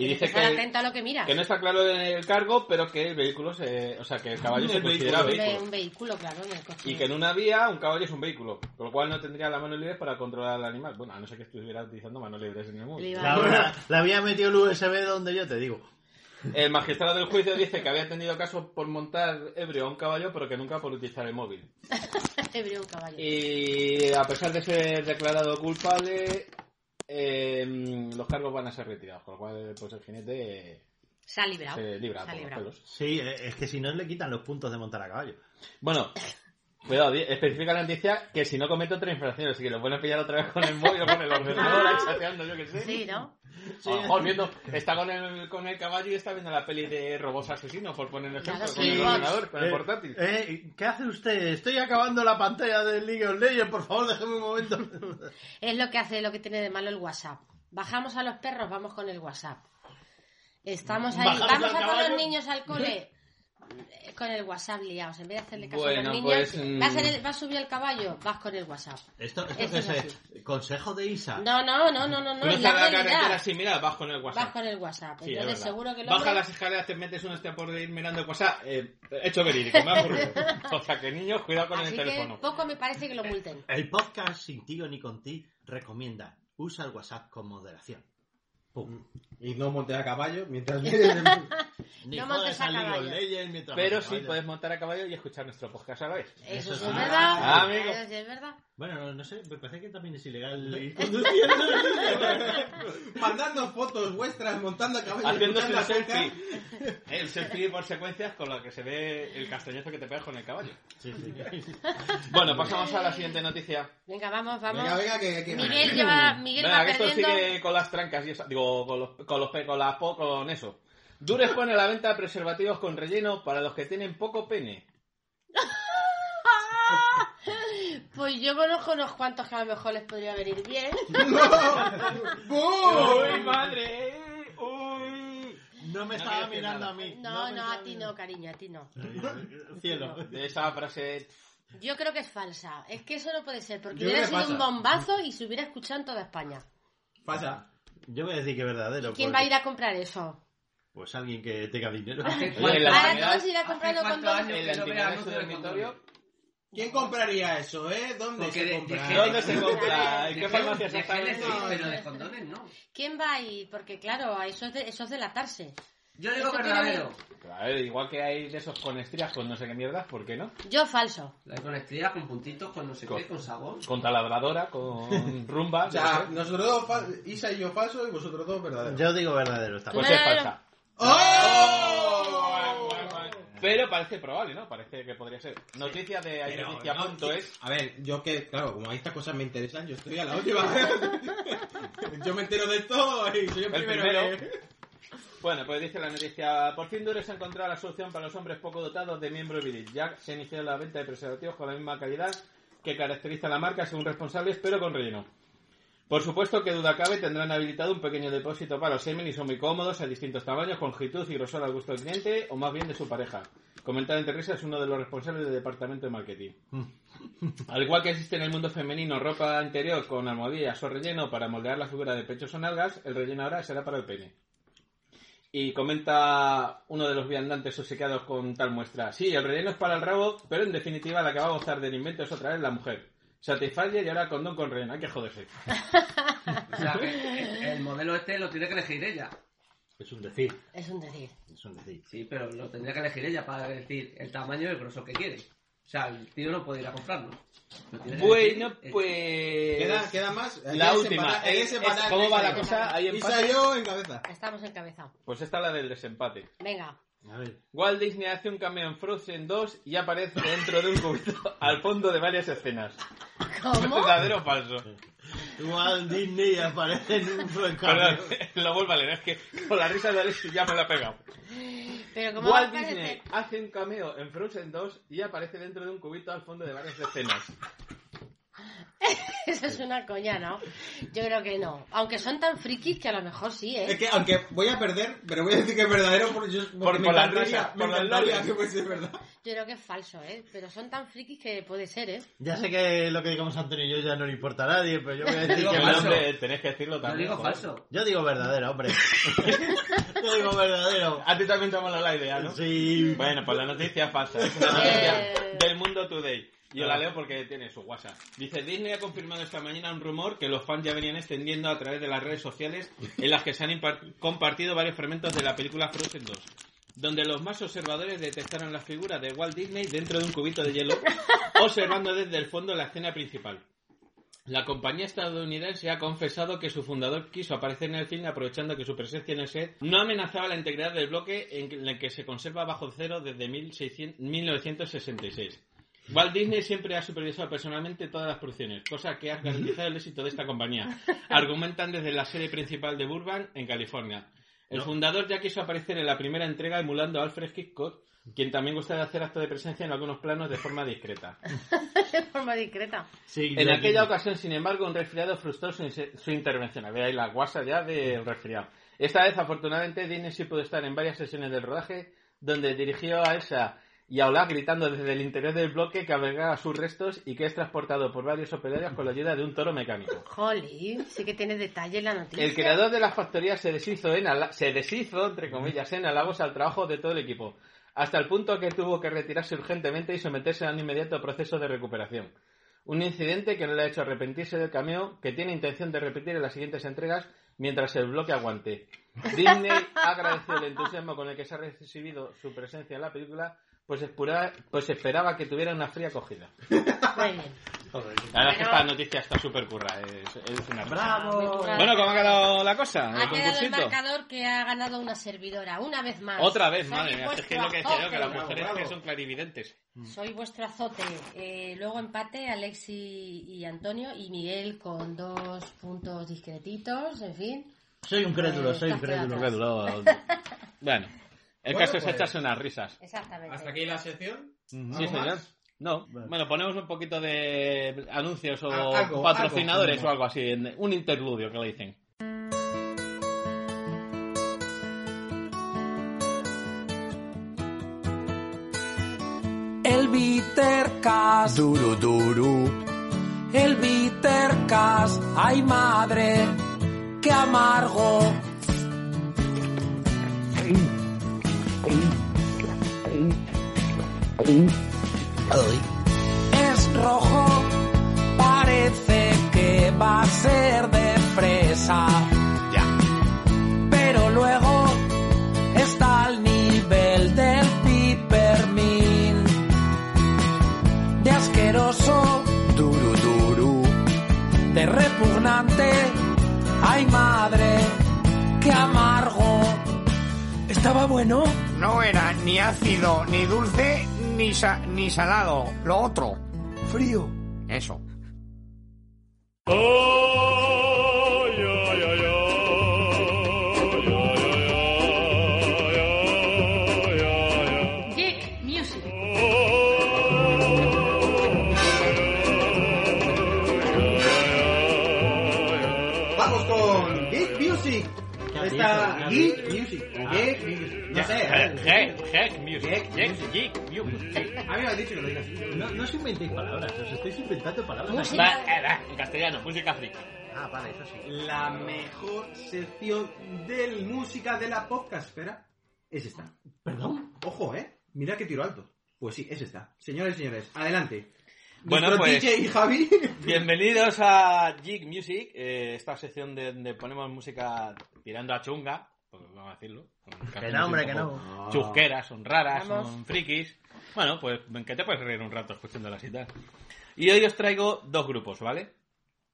Speaker 5: Y
Speaker 6: Tienes que
Speaker 5: dice
Speaker 6: estar
Speaker 5: que,
Speaker 6: atento a lo que miras.
Speaker 5: que no está claro el cargo, pero que el vehículo se, o sea, que el caballo se
Speaker 4: Mm, El
Speaker 5: considera
Speaker 4: vehículo.
Speaker 5: vehículo.
Speaker 6: Hombre, un vehículo, claro, en el coche.
Speaker 5: Y que en una vía un caballo es un vehículo, con lo cual no tendría la mano libre para controlar al animal. Bueno, a no ser que estuviera utilizando manos libres en el
Speaker 6: Le
Speaker 5: móvil.
Speaker 6: iba-
Speaker 4: Cabrón, le había metido el USB donde yo te digo.
Speaker 5: El magistrado del juicio dice que había tenido caso por montar ebrio a un caballo, pero que nunca por utilizar el móvil.
Speaker 6: Te abrió un este caballo.
Speaker 5: Y a pesar de ser declarado culpable, eh, los cargos van a ser retirados, con lo cual pues el jinete eh,
Speaker 6: Se ha librado.
Speaker 5: se libra
Speaker 6: Ah, Se ha
Speaker 5: por los
Speaker 6: librado.
Speaker 5: pelos.
Speaker 4: Sí, eh, es que si no le quitan los puntos de montar a caballo.
Speaker 5: Bueno, cuidado, di- especifica la noticia que si no cometo otras infracciones, así que lo pueden pillar otra vez con el móvil o con el
Speaker 6: [laughs]
Speaker 5: ordenador, ahí chateando, yo qué sé.
Speaker 6: Sí, ¿no?
Speaker 5: A lo mejor viendo, está con el, con el caballo y está viendo la peli de robots asesinos, por poner ejemplo,
Speaker 6: Claro,
Speaker 5: con
Speaker 6: sí.
Speaker 5: el ordenador, con el
Speaker 4: Eh,
Speaker 5: portátil.
Speaker 4: eh, ¿Qué hace usted? Estoy acabando la pantalla de League of Legends, por favor, déjeme un momento.
Speaker 6: Es lo que hace, lo que tiene de malo el WhatsApp. Bajamos a los perros, vamos con el WhatsApp. Estamos ahí,
Speaker 4: Bajamos
Speaker 6: vamos
Speaker 4: al
Speaker 6: a todos
Speaker 4: caballo.
Speaker 6: los niños al cole. Eh, Con el WhatsApp liados, en vez de hacerle caso a
Speaker 5: Bueno,
Speaker 6: los niños,
Speaker 5: pues, mm.
Speaker 6: vas, en el- vas a subir al caballo, vas con el WhatsApp.
Speaker 4: [laughs] Esto, esto
Speaker 6: Eso
Speaker 4: que es
Speaker 6: es así.
Speaker 4: eh, consejo de Isa.
Speaker 6: No, no, no, no, no, no, es
Speaker 5: Cruza
Speaker 6: la
Speaker 5: la carretera
Speaker 6: realidad.
Speaker 5: así, mira, vas con el WhatsApp.
Speaker 6: Vas con el WhatsApp.
Speaker 5: Sí, es
Speaker 6: Entonces
Speaker 5: verdad.
Speaker 6: seguro que el
Speaker 5: Baja
Speaker 6: hombre-
Speaker 5: las escaleras, te metes un este por ir mirando el WhatsApp. Eh, hecho verídico, me ha
Speaker 6: [laughs]
Speaker 5: ocurrido. O sea que niños, cuidado con
Speaker 6: Así
Speaker 5: el
Speaker 6: que pues,
Speaker 5: teléfono.
Speaker 6: poco me parece que lo multen.
Speaker 4: El podcast Sin Tío ni Con Ti recomienda usa el WhatsApp con moderación. Pum.
Speaker 3: Y no monte a caballo
Speaker 6: [laughs]
Speaker 3: mientras mires.
Speaker 4: Ni
Speaker 6: No
Speaker 4: jodas
Speaker 6: montes a
Speaker 4: al League of
Speaker 6: caballo.
Speaker 4: Legends mientras
Speaker 5: Pero
Speaker 4: montas a
Speaker 5: sí
Speaker 4: caballo.
Speaker 5: puedes montar a caballo y escuchar nuestro podcast a la vez.
Speaker 4: Eso
Speaker 6: Eso, sí
Speaker 4: sí.
Speaker 6: es
Speaker 4: Ah,
Speaker 6: verdad.
Speaker 5: amigo.
Speaker 6: Eso sí es verdad.
Speaker 4: Bueno, no, no sé, me parece que también es ilegal
Speaker 5: [laughs]
Speaker 4: ir
Speaker 3: Mandando fotos vuestras, montando a caballo.
Speaker 5: Haciéndose
Speaker 3: escuchando
Speaker 5: el
Speaker 3: a Cuenca.
Speaker 5: selfie. El selfie por secuencias con la que se ve el castañazo que te pegas con el caballo. Bueno, pasamos a la siguiente noticia.
Speaker 6: Venga, vamos, vamos.
Speaker 5: Venga, venga, que- que-
Speaker 6: Miguel,
Speaker 5: [clears throat]
Speaker 6: lleva, Miguel
Speaker 5: Venga,
Speaker 6: va
Speaker 5: que esto
Speaker 6: perdiendo.
Speaker 5: sigue con las trancas y esa- digo, con los, con los pe- con las po- con eso. Dures pone a la venta preservativos con relleno para los que tienen poco pene.
Speaker 6: Pues yo conozco unos cuantos que a lo mejor les podría venir bien.
Speaker 5: ¡Uy, madre! ¡Uy!
Speaker 4: No me
Speaker 5: estaba
Speaker 4: estaba mirando a
Speaker 6: [laughs]
Speaker 4: mí.
Speaker 6: No, no, a ti no, cariño, a ti no.
Speaker 4: Cielo.
Speaker 5: De esa frase.
Speaker 6: Yo creo que es falsa. Es que eso no puede ser, porque
Speaker 4: Yo
Speaker 6: hubiera
Speaker 4: creo que
Speaker 6: sido un
Speaker 4: pasa.
Speaker 6: bombazo y se hubiera escuchado en toda España.
Speaker 3: Pasa.
Speaker 4: Yo voy a decir que es verdadero.
Speaker 6: ¿Quién
Speaker 4: porque-
Speaker 6: va a ir a comprar eso?
Speaker 4: Pues alguien que tenga dinero.
Speaker 7: Ah,
Speaker 4: [laughs]
Speaker 3: Hace
Speaker 4: Oye, en la
Speaker 6: Ahora
Speaker 4: sanidad-
Speaker 6: todos irán comprando
Speaker 7: ¿Hace cuántos
Speaker 6: condones.
Speaker 7: años
Speaker 5: El
Speaker 7: que no
Speaker 5: antivirus
Speaker 7: veo anuncios
Speaker 5: de
Speaker 7: de
Speaker 5: dormitorio.
Speaker 7: condones?
Speaker 3: ¿Quién compraría eso, eh? ¿Dónde
Speaker 7: Porque
Speaker 3: se
Speaker 7: de-
Speaker 3: compra?
Speaker 7: de-
Speaker 5: ¿Dónde se compra? ¿En
Speaker 7: de
Speaker 5: qué
Speaker 7: geles-
Speaker 5: farmacias
Speaker 7: de
Speaker 5: está?
Speaker 7: geles sí,
Speaker 5: No,
Speaker 7: pero de
Speaker 5: no.
Speaker 7: condones no.
Speaker 6: ¿Quién va a ir? Porque claro, a eso es, de, eso es delatarse.
Speaker 7: Yo digo
Speaker 6: Eso tiene-
Speaker 7: verdadero.
Speaker 5: Claro, igual que hay de esos con estrías, con no sé qué mierdas, ¿por qué no?
Speaker 6: Yo falso.
Speaker 7: La con estrellas, con puntitos, con no sé qué, con sabor.
Speaker 5: Con taladradora, [laughs] con rumba.
Speaker 3: O sea,
Speaker 5: no sé.
Speaker 3: nosotros dos, fa- Isa y yo falso y vosotros dos verdadero.
Speaker 4: Yo digo verdadero. Está
Speaker 5: Pues
Speaker 4: bien.
Speaker 5: es falsa.
Speaker 3: ¡Oh!
Speaker 5: Pero parece probable, ¿no? Parece que podría ser. Noticias de ayoticia.es.
Speaker 3: A ver, pues, yo que, claro, como estas cosas me interesan, yo estoy a la
Speaker 5: [laughs]
Speaker 3: última. yo me entero de todo y soy el,
Speaker 5: El
Speaker 3: primero. eh.
Speaker 5: primero.
Speaker 3: que-
Speaker 5: Bueno, pues dice la noticia, por fin Dures ha encontrado la solución para los hombres poco dotados de miembro viril. Ya se ha iniciado la venta de preservativos con la misma calidad que caracteriza a la marca según responsables, pero con relleno. Por supuesto que duda cabe, tendrán habilitado un pequeño depósito para los semen y son muy cómodos, a distintos tamaños, con longitud y grosor al gusto del cliente o más bien de su pareja. Comentar entre risas es uno de los responsables del departamento de marketing. Al igual que existe en el mundo femenino ropa interior con almohadillas o relleno para moldear la figura de pechos o nalgas, el relleno ahora será para el pene. Y comenta uno de los viandantes obsequiados con tal muestra. Sí, el relleno es para el rabo, pero en definitiva la que va a gozar del invento es otra vez la mujer. Satisfyer y ahora condón con relleno. Hay que joderse.
Speaker 3: Eh,
Speaker 7: O sea, que el, el modelo este lo tiene que elegir ella.
Speaker 4: Es un decir.
Speaker 6: Es un decir.
Speaker 4: Es un decir.
Speaker 7: Sí, pero lo tendría que elegir ella para decir el tamaño y el grosor que quiere. O sea, el tío no puede ir a comprarlo. Lo tiene que
Speaker 5: Bueno,
Speaker 7: elegir ella.
Speaker 5: pues...
Speaker 3: eh, Queda, queda más. Ahí
Speaker 5: La
Speaker 3: es
Speaker 5: última.
Speaker 3: empate- ahí es
Speaker 5: Es-
Speaker 3: empate-
Speaker 5: ¿Cómo
Speaker 3: Isa
Speaker 5: va
Speaker 3: y
Speaker 5: la
Speaker 3: yo.
Speaker 5: cosa? Hay
Speaker 3: Isa y
Speaker 5: empate.
Speaker 3: yo en cabeza.
Speaker 6: Estamos encabezados.
Speaker 5: Pues esta es la del desempate.
Speaker 6: Venga.
Speaker 4: A ver.
Speaker 5: Walt Disney hace un cameo en Frozen 2 y aparece dentro de un cubito [laughs] al fondo de varias escenas.
Speaker 6: ¿Cómo?
Speaker 5: ¿Verdadero o falso?
Speaker 4: Walt Disney aparece en un
Speaker 5: Perdón, [laughs]
Speaker 4: cameo.
Speaker 5: lo vuelvo a leer. Es que con la risa de Alex ya me la he pegado.
Speaker 6: Pero como
Speaker 5: Walt Disney hace un cameo en Frozen 2 y aparece dentro de un cubito al fondo de varias escenas.
Speaker 6: [laughs] Eso es una coña, ¿no? Yo creo que no. Aunque son tan frikis que a lo mejor sí, ¿eh?
Speaker 3: Es que, aunque voy a perder, pero voy a decir que es verdadero porque, yo, porque
Speaker 5: Por-
Speaker 3: me
Speaker 5: por la
Speaker 3: encantaría-
Speaker 5: risa,
Speaker 3: me
Speaker 5: por las
Speaker 3: encantaría
Speaker 5: lolas.
Speaker 3: que fuese verdad.
Speaker 6: Yo creo que es falso, ¿eh? Pero son tan frikis que puede ser, ¿eh? [laughs]
Speaker 4: Ya sé que lo que digamos Antonio y yo ya no le importa a nadie, pero yo voy a decir
Speaker 7: Digo
Speaker 4: que
Speaker 5: Pero,
Speaker 7: falso.
Speaker 5: hombre, tenés que decirlo
Speaker 7: Yo
Speaker 5: también.
Speaker 7: digo
Speaker 5: joder.
Speaker 7: falso.
Speaker 4: Yo digo verdadero,
Speaker 5: [laughs]
Speaker 4: hombre. yo digo verdadero.
Speaker 5: A ti también te ha molado la idea, ¿no?
Speaker 4: Sí.
Speaker 5: Bueno, pues la noticia es falsa. Es una noticia
Speaker 6: Eh.
Speaker 5: del Mundo Today. Yo la leo porque tiene su WhatsApp. Dice, Disney ha confirmado esta mañana un rumor que los fans ya venían extendiendo a través de las redes sociales en las que se han impar- compartido varios fragmentos de la película Frozen 2, donde los más observadores detectaron la figura de Walt Disney dentro de un cubito de hielo, observando desde el fondo la escena principal. La compañía estadounidense ha confesado que su fundador quiso aparecer en el film aprovechando que su presencia en el set no amenazaba la integridad del bloque en el que se conserva bajo cero desde 1600 1966. Walt Disney siempre ha supervisado personalmente todas las producciones, cosa que ha garantizado el éxito de esta compañía. Argumentan desde la sede principal de Burbank, en California. El fundador ya quiso aparecer en la primera entrega emulando a Alfred Hitchcock, quien también gusta de hacer acto de presencia en algunos planos de forma discreta.
Speaker 6: De forma discreta.
Speaker 4: Sí,
Speaker 5: En
Speaker 4: yo-
Speaker 5: aquella ocasión, sin embargo, un resfriado frustró su, su intervención. Había ahí la guasa ya del resfriado. Esta vez, afortunadamente, Disney sí pudo estar en varias sesiones del rodaje, donde dirigió a Elsa y a Olaf gritando desde el interior del bloque que albergaba sus restos y que es transportado por varios operarios con la ayuda de un toro mecánico.
Speaker 6: Jolín, sí que tiene detalle la noticia.
Speaker 5: El creador de la factoría se deshizo, en ala- se deshizo, entre comillas, en halagos al trabajo de todo el equipo, hasta el punto que tuvo que retirarse urgentemente y someterse a un inmediato proceso de recuperación. Un incidente que no le ha hecho arrepentirse del cameo, que tiene intención de repetir en las siguientes entregas mientras el bloque aguante. Disney ha agradecido el entusiasmo con el que se ha recibido su presencia en la película, pues, espura- pues esperaba que tuviera una fría acogida.
Speaker 6: Muy bien.
Speaker 5: La verdad es que
Speaker 6: Bueno.
Speaker 5: esta noticia está súper curra. Es, es una
Speaker 6: ¡Bravo!
Speaker 5: Bueno, ¿cómo ha quedado la cosa?
Speaker 6: Ha
Speaker 5: ¿El
Speaker 6: quedado el
Speaker 5: concursito?
Speaker 6: marcador que ha ganado una servidora, una vez más.
Speaker 5: Otra vez,
Speaker 6: Soy
Speaker 5: madre mía. Es que es lo que
Speaker 6: vuestro
Speaker 5: decía yo, que las
Speaker 6: azote.
Speaker 5: mujeres que son clarividentes.
Speaker 6: Soy vuestro azote. Eh, luego empate, Alexi y Antonio, y Miguel con dos puntos discretitos, en fin. Eh,
Speaker 4: Soy un crédulo, soy un
Speaker 6: Estás quedado
Speaker 4: crédulo.
Speaker 5: Bueno, el
Speaker 3: Bueno,
Speaker 5: caso es
Speaker 3: pues.
Speaker 5: echarse unas risas.
Speaker 6: Exactamente.
Speaker 3: Hasta aquí la sección.
Speaker 5: Sí,
Speaker 3: ¿Algo
Speaker 5: señor.
Speaker 3: más?
Speaker 5: No, bueno, ponemos un poquito de anuncios o
Speaker 3: Ah, algo,
Speaker 5: patrocinadores
Speaker 3: algo.
Speaker 5: o algo así, en- un interludio que le dicen.
Speaker 13: El Vitercast. Duro, duro. El Vitercast. Ay, madre, qué amargo. Es rojo, parece que va a ser de fresa. Ya. Pero luego está al nivel del pipermin. De asqueroso, duro, duro. De repugnante, ay madre, qué amargo. ¿Estaba bueno?
Speaker 14: No era ni ácido, ni dulce, ni, sa- ni salado. Lo otro.
Speaker 13: Frío.
Speaker 14: Eso.
Speaker 2: Geek Music.
Speaker 3: Vamos con Geek Music. Esta Geek Music. O Geek Music. No sé.
Speaker 5: Eh,
Speaker 3: ¿eh?
Speaker 5: Geek, Geek Music. Geek, Geek Music.
Speaker 3: A mí me han dicho que lo digas.
Speaker 4: No, no os inventéis palabras, os estáis inventando palabras.
Speaker 5: Va, eh, va, en castellano, música friki.
Speaker 4: Ah, vale, eso sí.
Speaker 3: La mejor sección de música de la podcastfera es esta. ¿Perdón? Ojo, ¿eh? Mira que tiro alto. Pues sí, es esta. Señores y señores, adelante.
Speaker 5: Bueno,
Speaker 3: Nuestro
Speaker 5: pues-
Speaker 3: DJ y Javi.
Speaker 5: Bienvenidos a Geek Music, eh, esta sección de- donde ponemos música tirando a chunga, pues vamos a decirlo. con canciones
Speaker 4: hombre,
Speaker 5: un
Speaker 4: que
Speaker 5: poco
Speaker 3: Ah.
Speaker 4: no.
Speaker 5: Chusqueras, son raras,
Speaker 4: Vamos.
Speaker 5: son frikis. Bueno, pues ven que te puedes reír un rato escuchando las citas. Y hoy os traigo dos grupos, ¿vale?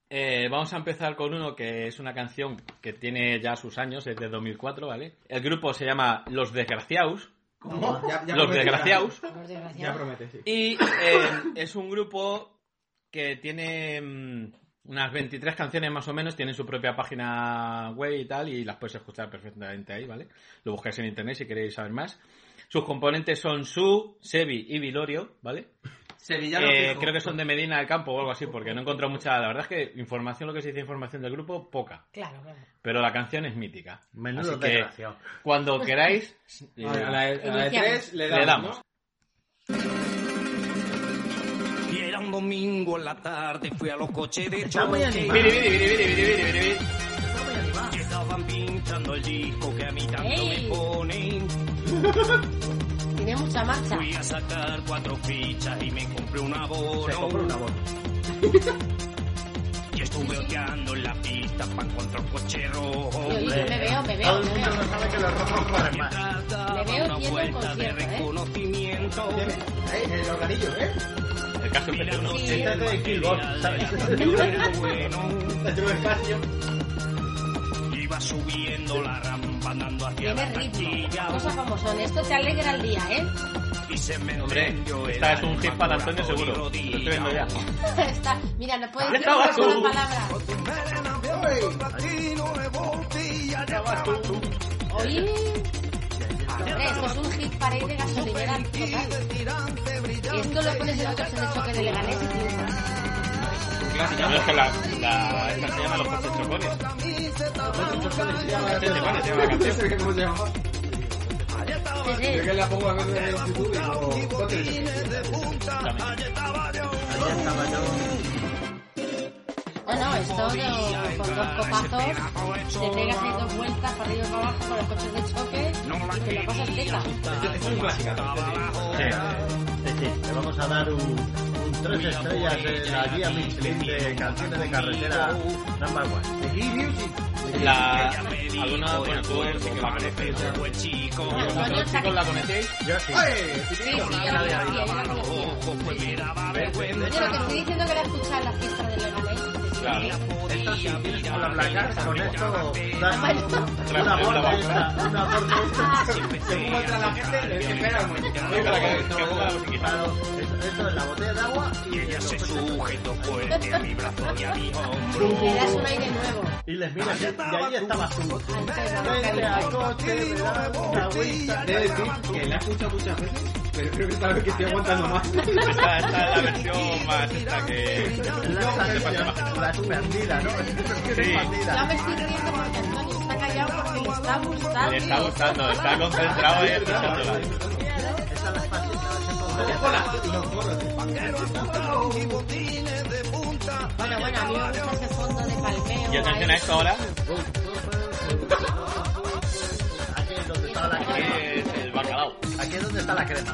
Speaker 5: Eh, vamos a empezar con uno que es una canción que tiene ya sus años, es de 2004, ¿vale? El grupo se llama Los Desgraciaos.
Speaker 3: ¿Cómo? Ya- ya
Speaker 5: Los
Speaker 3: promete, ya.
Speaker 5: Desgraciaos.
Speaker 6: Los desgraciados.
Speaker 3: Ya promete, sí.
Speaker 5: Y eh, es un grupo que tiene mm, unas 23 canciones más o menos, tienen su propia página web y tal, y las puedes escuchar perfectamente ahí, ¿vale? Lo buscáis en internet si queréis saber más. Sus componentes son Su, Sebi y Vilorio, ¿vale?
Speaker 7: Sevillano
Speaker 5: Eh,
Speaker 7: fijo.
Speaker 5: creo que son de Medina del Campo o algo así, porque no he encontrado mucha. La verdad es que información, lo que se dice información del grupo, poca.
Speaker 6: Claro, claro.
Speaker 5: Pero la canción es mítica.
Speaker 4: Menudo
Speaker 5: Así que,
Speaker 4: desgraciado.
Speaker 5: cuando queráis. eh,
Speaker 3: A la- a la de
Speaker 5: iniciamos.
Speaker 3: tres le damos, ¿no?
Speaker 13: Y era un domingo en la tarde, fui a los coches de
Speaker 5: Está muy
Speaker 13: choque.
Speaker 5: animado. Viri, viri, viri, viri, viri, viri, viri.
Speaker 13: Y estaban pintando el disco que a mí tanto
Speaker 6: ¡Ey!
Speaker 13: me ponen.
Speaker 6: Tiene mucha marcha.
Speaker 13: Fui a sacar cuatro fichas y me compré un abono. [laughs] y estuve oteando en la pista para encontrar un coche rojo.
Speaker 6: Yo digo, me veo, me veo, me veo.
Speaker 13: Mientras daba
Speaker 6: Me veo
Speaker 13: una
Speaker 6: yendo al
Speaker 13: vuelta de
Speaker 6: concierto, ¿eh?
Speaker 13: reconocimiento.
Speaker 3: El organillo, ¿eh?
Speaker 5: El caso
Speaker 13: Esta es de Killbox, ¿sabes? Iba subiendo la rampa andando hacia
Speaker 6: Tiene
Speaker 13: la
Speaker 6: ritmo.
Speaker 13: taquilla
Speaker 6: Cosas como son. Esto te alegra el día, ¿eh? [laughs]
Speaker 13: y se me
Speaker 5: Hombre,
Speaker 13: encendió el
Speaker 5: esta es un
Speaker 13: alma
Speaker 5: hit para
Speaker 13: por
Speaker 5: Antonio
Speaker 13: amor y
Speaker 5: seguro. Lo estoy viendo ya.
Speaker 6: Está- Mira, no puedes
Speaker 13: Ya
Speaker 6: decir una
Speaker 13: estabas
Speaker 6: sola
Speaker 13: tú.
Speaker 6: palabra. Oye, hombre, esto es un hit para ir de gasolinera total. Esto lo pones en otro de choque de Leganés y triunfas.
Speaker 5: Clásica, no es que la, la, esta se llama Los Postes Chocones. Postes Chocones se llama la canción.
Speaker 3: ¿Cómo se llama? Yo que la pongo a veces en los YouTube y digo,
Speaker 6: No, no, esto no- con dos copazos te pegas ahí dos vueltas para arriba y para abajo con los coches de choque y te lo pasas teta.
Speaker 3: Es un clásico.
Speaker 4: Sí, sí, sí, le vamos a dar un, un tres estrellas en la guía Michelin de canciones de carretera number one.
Speaker 3: Geek Music.
Speaker 5: La... ¿Alguna? Bueno, tú eres sí que la conoces. ya. ¿Vosotros chicos la conocéis?
Speaker 3: Yo sí.
Speaker 6: Sí, sí, yo la conocía, yo la conocía.
Speaker 4: pues
Speaker 6: Yo lo que estoy diciendo que la escuchaba en la fiesta de ¿eh? Leganés.
Speaker 5: Claro.
Speaker 14: Esto sí, tienes con la placa, con esto das
Speaker 4: Una borda esta, una borda esta.
Speaker 14: encuentra la gente, le espera un momento.
Speaker 5: Para que- que ponga la musiquita.
Speaker 4: Claro, esto- esto es la botella de agua y ella se sujetó fuerte Pues, a mi brazo y a mi hombro.
Speaker 6: Le das un aire nuevo.
Speaker 4: Y les mira, y ahí estaba su. Vente al coche, me das una agüita.
Speaker 3: He de decir que la he escuchado muchas veces, pero creo que esta vez que estoy aguantando más.
Speaker 5: Esta, esta es la versión más esta que...
Speaker 4: La expandida, ¿no?
Speaker 5: Sí.
Speaker 6: Ya me estoy riendo porque Antonio está callado porque le está gustando.
Speaker 5: Le está gustando, está concentrado y escuchándola.
Speaker 6: Bueno, bueno, a mí me gusta ese fondo de palmeo.
Speaker 5: Y atención a esto ahora,
Speaker 4: Aquí es donde está la
Speaker 5: que
Speaker 4: crema.
Speaker 5: eh, es el bacalao.
Speaker 4: Aquí es donde está la crema.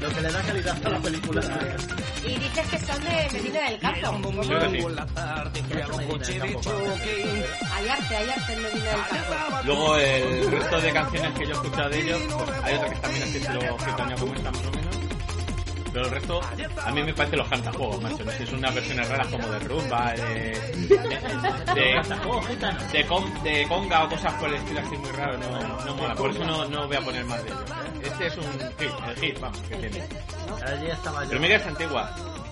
Speaker 4: Lo que le da calidad a la película.
Speaker 6: Y dices que son de Medina del Campo.
Speaker 5: Creo que sí.
Speaker 6: Hay arte, hay arte en Medina del Campo.
Speaker 5: Luego el resto de canciones que yo he escuchado de ellos, pues hay otras que también así se lo gitaña como esta más o menos. Pero el resto, a mí me parece los cantajuegos, macho. No sé, son unas versiones raras como de rumba, de... de-
Speaker 7: Oh,
Speaker 5: de- de, con- de conga o cosas por el estilo así muy raro, no, no mola. Por eso no, no voy a poner más de ellos. ¿eh? Este es un hit, el hit, vamos, que tiene.
Speaker 4: Allí estaba yo.
Speaker 5: Pero mira, es antigua.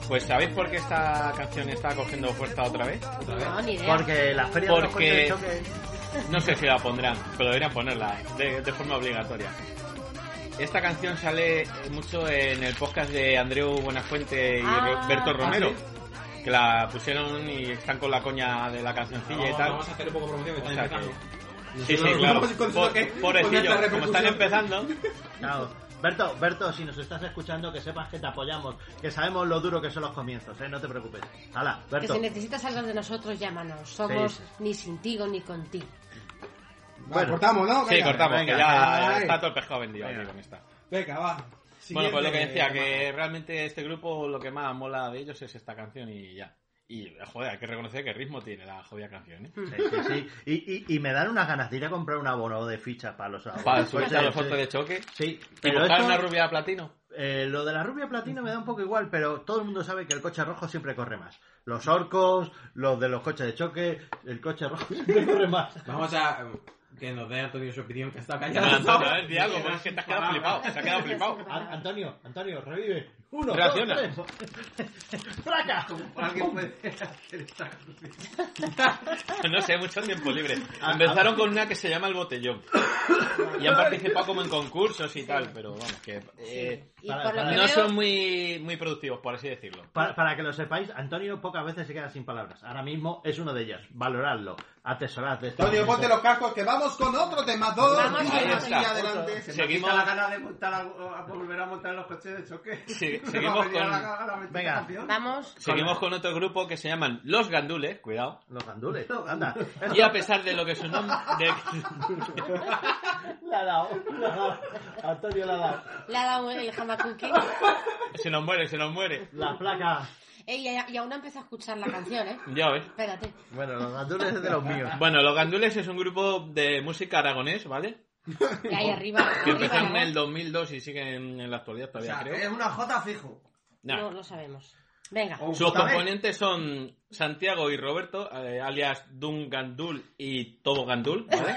Speaker 5: Pues ¿sabéis por qué esta canción está cogiendo fuerza otra vez?
Speaker 6: No, ni idea.
Speaker 4: Porque la feria de los
Speaker 5: Porque-
Speaker 4: coches de choque
Speaker 5: No sé si la pondrán, pero deberían ponerla eh, de, de forma obligatoria. Esta canción sale eh, mucho en el podcast de Andreu Buenafuente y
Speaker 6: Ah,
Speaker 5: Roberto
Speaker 6: ¿ah,
Speaker 5: Romero. Que la pusieron y están con la coña de la cancioncilla y tal.
Speaker 13: Vamos a hacer un poco de promoción que
Speaker 5: O
Speaker 13: está
Speaker 5: sea
Speaker 13: empezando.
Speaker 5: que- Sí, sí,
Speaker 3: Nosotros
Speaker 5: claro.
Speaker 3: vamos con
Speaker 5: Por-
Speaker 3: esto que- con
Speaker 5: Pobrecillos,
Speaker 3: esta
Speaker 5: como están
Speaker 3: repercusión.
Speaker 5: empezando.
Speaker 4: Claro. Berto, Berto, si nos estás escuchando, que sepas que te apoyamos, que sabemos lo duro que son los comienzos, ¿eh? no te preocupes. Hala,
Speaker 6: Que
Speaker 4: Berto.
Speaker 6: si necesitas algo de nosotros, llámanos. Somos
Speaker 4: Sí.
Speaker 6: ni sin tigo ni con ti.
Speaker 3: Bueno, cortamos, ¿no?
Speaker 5: Sí,
Speaker 3: Venga.
Speaker 5: cortamos,
Speaker 4: venga,
Speaker 5: que ya,
Speaker 3: venga,
Speaker 5: ya
Speaker 3: ahí.
Speaker 5: está todo el pescado vendido aquí con esta.
Speaker 3: Venga, va.
Speaker 5: Bueno, pues lo que
Speaker 3: Siguiente,
Speaker 5: decía,
Speaker 3: Manuel.
Speaker 5: que realmente este grupo lo que más mola de ellos es esta canción y ya. Y, joder, hay que reconocer que ritmo tiene la jodida canción, ¿eh?
Speaker 4: Sí, sí, sí. Y, y- y me dan unas ganas de ir a comprar un abono de fichas para los abonos. [laughs]
Speaker 5: Para
Speaker 4: Pues,
Speaker 5: subirse a
Speaker 4: eh,
Speaker 5: los
Speaker 4: sí.
Speaker 5: fotos de choque.
Speaker 4: Sí,
Speaker 5: Y
Speaker 4: pero
Speaker 5: buscar
Speaker 4: esto-
Speaker 5: una rubia
Speaker 4: [laughs]
Speaker 5: platino.
Speaker 4: Eh, lo de la rubia platino me da un poco igual, pero todo el mundo sabe que el coche rojo siempre corre más. Los orcos, los de los coches de choque, el coche rojo siempre corre más.
Speaker 13: Vamos a... Que nos dé Antonio su opinión, que está
Speaker 5: No,
Speaker 13: callado.
Speaker 5: Antonio, a ver, di algo, pero es que te has quedado flipado. Te has quedado
Speaker 4: [laughs]
Speaker 5: flipado.
Speaker 4: A- Antonio, Antonio, revive. Uno,
Speaker 5: Reacciona.
Speaker 4: dos, tres. [laughs] ¡Fraca!
Speaker 7: Alguien puede hacer esta canción.
Speaker 5: No sé, mucho tiempo libre. Empezaron con una que se llama El Botellón. Y han participado como en concursos y tal, pero vamos, que... eh,
Speaker 6: Y
Speaker 4: Para-
Speaker 6: por lo
Speaker 4: para-
Speaker 6: que
Speaker 5: no
Speaker 6: veo,
Speaker 5: son muy, muy productivos, por así decirlo.
Speaker 4: Para, para que lo sepáis, Antonio pocas veces se queda sin palabras. Ahora mismo es uno de ellas. Valoradlo, atesorad de este
Speaker 3: Antonio,
Speaker 4: momento.
Speaker 3: ponte los cascos que vamos con otro tema. Dos
Speaker 6: Vamos
Speaker 3: y
Speaker 6: con
Speaker 3: sigue
Speaker 5: otro.
Speaker 3: adelante.
Speaker 7: Se me
Speaker 5: Seguimos-
Speaker 7: quita la gana de montar a, a volver a montar los coches de choque.
Speaker 3: [laughs]
Speaker 5: Sí, seguimos
Speaker 7: Me va a venir
Speaker 5: con-
Speaker 7: a la- a la bendita
Speaker 4: Venga.
Speaker 7: canción.
Speaker 6: Vamos.
Speaker 5: Seguimos con otro grupo que se llaman Los Gandules,
Speaker 4: [laughs]
Speaker 5: cuidado.
Speaker 4: Los gandules, anda.
Speaker 5: Y a pesar de lo que su nombre...
Speaker 4: Le ha dado, le ha dado. Antonio le ha dado.
Speaker 6: Le ha dado el
Speaker 4: [laughs]
Speaker 6: Hamakuki.
Speaker 5: [laughs] Se nos muere, se nos muere.
Speaker 4: La placa.
Speaker 6: Ey, y- y aún no empieza a escuchar la canción, ¿eh?
Speaker 5: Ya ves.
Speaker 6: Espérate.
Speaker 4: Bueno, los gandules es de
Speaker 3: [laughs]
Speaker 4: los míos.
Speaker 5: Bueno, Los Gandules es un grupo de música aragonés, ¿vale?
Speaker 4: [laughs]
Speaker 6: Que hay arriba.
Speaker 5: Que
Speaker 6: arriba,
Speaker 5: empezaron
Speaker 6: ¿no?
Speaker 5: en el 2002 y siguen en la actualidad
Speaker 7: O
Speaker 5: todavía,
Speaker 7: sea,
Speaker 5: creo.
Speaker 7: es una J fijo.
Speaker 5: Nah.
Speaker 6: No, lo sabemos. Venga.
Speaker 7: O un
Speaker 5: Sus
Speaker 7: JB.
Speaker 5: componentes son Santiago y Roberto, eh, alias Dun Gandul y Tobo Gandul. ¿vale?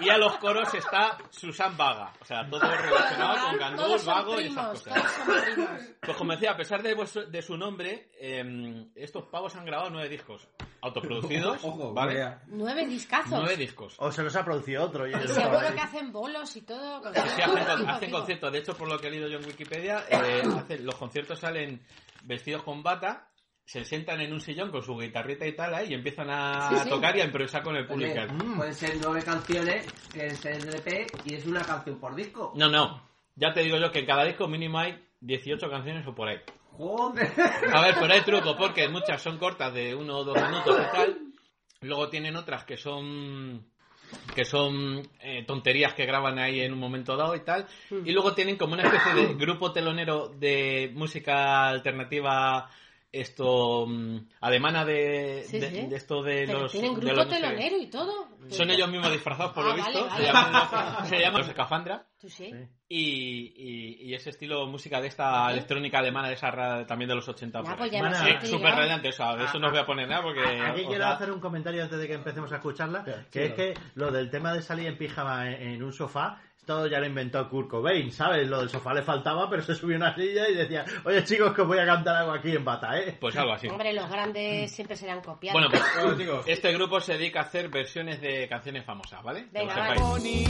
Speaker 5: y a los coros está Susan Vaga. O sea, todo relacionado con Gandul,
Speaker 6: todos son
Speaker 5: Vago y
Speaker 6: primos,
Speaker 5: esas cosas.
Speaker 6: todos son primos.
Speaker 5: Pues como decía, a pesar de, vuestro- de su nombre, eh, estos pavos han grabado nueve discos autoproducidos.
Speaker 13: Ojo,
Speaker 5: ¿vale?
Speaker 13: vea.
Speaker 6: Nueve discazos.
Speaker 5: Nueve discos.
Speaker 4: O se los ha producido otro. Y
Speaker 6: Y Seguro que hacen bolos y todo. con-
Speaker 5: Sí, hacen, con-
Speaker 6: [laughs] Digo,
Speaker 5: hacen
Speaker 6: digo.
Speaker 5: conciertos. De hecho, por lo que he leído yo en Wikipedia,
Speaker 6: [laughs]
Speaker 5: eh, hacen- los conciertos salen vestidos con bata, se sentan en un sillón con su guitarrita y tal, ahí, y empiezan a
Speaker 6: Sí, sí.
Speaker 5: tocar y a improvisar con el público.
Speaker 7: Oye,
Speaker 4: Mm.
Speaker 7: Pueden ser nueve canciones que es el LP y es una canción por disco.
Speaker 5: No, no. Ya te digo yo que en cada disco mínimo hay 18 canciones o por ahí.
Speaker 7: Joder.
Speaker 5: A ver, pero hay truco, porque muchas son cortas de uno o dos minutos y tal. Luego tienen otras que son que son eh, tonterías que graban ahí en un momento dado y tal.
Speaker 6: Hmm.
Speaker 5: Y luego tienen como una especie de grupo telonero de música alternativa esto mm, alemana de,
Speaker 6: Sí,
Speaker 5: de-
Speaker 6: sí.
Speaker 5: de esto de
Speaker 6: Pero
Speaker 5: los
Speaker 6: tienen
Speaker 5: de
Speaker 6: grupo
Speaker 5: los-
Speaker 6: telonero y todo.
Speaker 5: son ellos mismos disfrazados por
Speaker 6: Ah,
Speaker 5: lo
Speaker 6: vale,
Speaker 5: visto
Speaker 6: vale.
Speaker 5: se llaman, se llaman los escafandra
Speaker 6: ¿Tú sí?
Speaker 5: y, y- y ese estilo música de esta electrónica alemana de esa ra- también de los 80
Speaker 6: Ya,
Speaker 5: por
Speaker 6: pues
Speaker 5: ahí.
Speaker 6: ya no
Speaker 5: Sí,
Speaker 4: sé qué
Speaker 5: súper
Speaker 4: dirán.
Speaker 5: radiante, o sea,
Speaker 4: Ah,
Speaker 5: de eso no os voy a poner nada porque
Speaker 4: Aquí
Speaker 5: Eh, os
Speaker 4: quiero
Speaker 5: da-
Speaker 4: ah, hacer un comentario antes de que empecemos a escucharla,
Speaker 5: sí,
Speaker 4: que es
Speaker 5: claro.
Speaker 4: que lo del tema de salir en pijama en, en un sofá, todo ya lo inventó Kurt Cobain, ¿sabes? Lo del sofá le faltaba, pero se subió a una silla y decía, oye chicos, que os voy a cantar algo aquí en bata, ¿eh?
Speaker 5: pues algo así
Speaker 6: Hombre, los grandes siempre serán copiados.
Speaker 5: Bueno, pues este grupo se dedica a hacer versiones de canciones famosas, ¿vale? Que lo
Speaker 6: Venga,
Speaker 5: sepáis.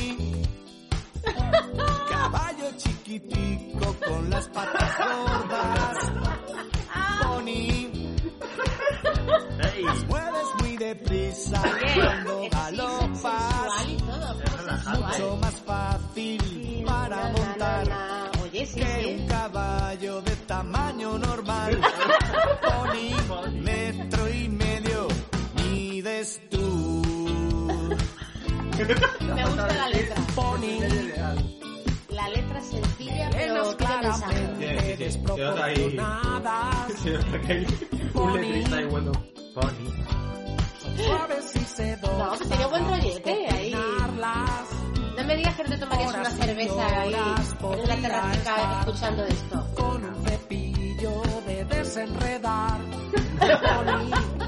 Speaker 13: Caballo chiquitico con las patas gordas. Pony. Las mueves muy deprisa
Speaker 5: pues-
Speaker 13: cuando galopas. Mucho más fácil para montar que un caballo de tamaño normal. Pony, metro y medio, mides tú.
Speaker 6: Me gusta la letra.
Speaker 13: Pony.
Speaker 6: La letra sencilla, pero
Speaker 13: Menos
Speaker 6: tiene mensaje.
Speaker 3: Sí, sí, sí. Se nota ahí. Se nota que hay un letrista ahí bueno.
Speaker 6: No, pues tenía buen rollete ahí. No me digas que no te tomarías una cerveza ahí en la terracita escuchando esto.
Speaker 13: Con un cepillo de desenredar.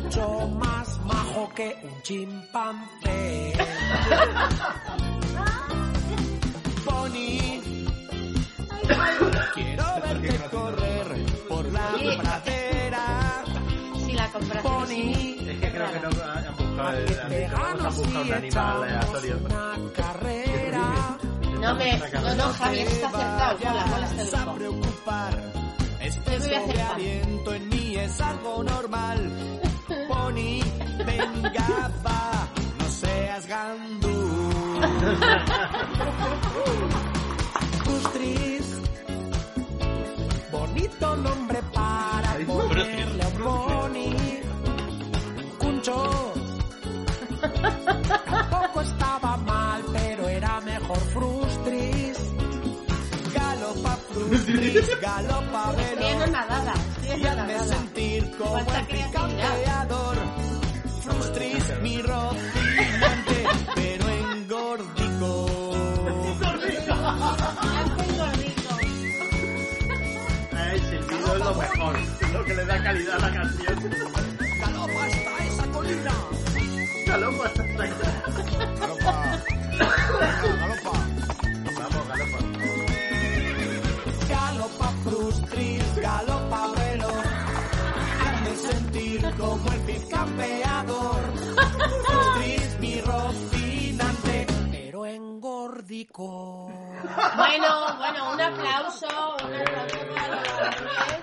Speaker 13: Mucho más majo que un chimpancé. Pony. Quiero verte correr por la
Speaker 6: Sí.
Speaker 13: pradera.
Speaker 6: Si la compras
Speaker 13: Pony.
Speaker 4: Es que creo que no han han buscado, el- han dicho, vamos a
Speaker 13: Veganos
Speaker 4: buscar
Speaker 13: y
Speaker 4: un animal eh,
Speaker 13: echamos
Speaker 4: aleatorio.
Speaker 13: una carrera.
Speaker 6: No me... No, no, Javier está acertado con la bola este grupo. Yo me voy a hacer
Speaker 13: de
Speaker 6: fan.
Speaker 13: aliento en mí es algo normal. Pony, venga, va, no seas gandú. Custris, bonito nombre para ponerle a un pony. Cuncho, tampoco estaba mal, pero era mejor frustris. Galopa frustris, galopa
Speaker 6: Estoy en una
Speaker 13: veloz.
Speaker 6: nadada, estoy en
Speaker 13: Y
Speaker 6: una
Speaker 13: hazme
Speaker 6: nadada.
Speaker 13: sentir como
Speaker 6: Falta
Speaker 13: el
Speaker 6: creatividad.
Speaker 13: picanteador. Frustris, mi rocinante,
Speaker 6: [laughs]
Speaker 13: pero engordico.
Speaker 6: Ya estoy gordito.
Speaker 4: El silbido es lo mejor, lo que le da calidad a la canción.
Speaker 13: Galopa hasta esa colina.
Speaker 4: Galopa hasta
Speaker 13: Galopa. Galopa.
Speaker 4: Vamos, galopa.
Speaker 13: Galopa frustris, galopa veloz. Hazme sentir como el pizcampeador. Frustris, mi rocinante, pero engordico.
Speaker 6: Bueno, bueno, un aplauso, un aplauso para los Javier.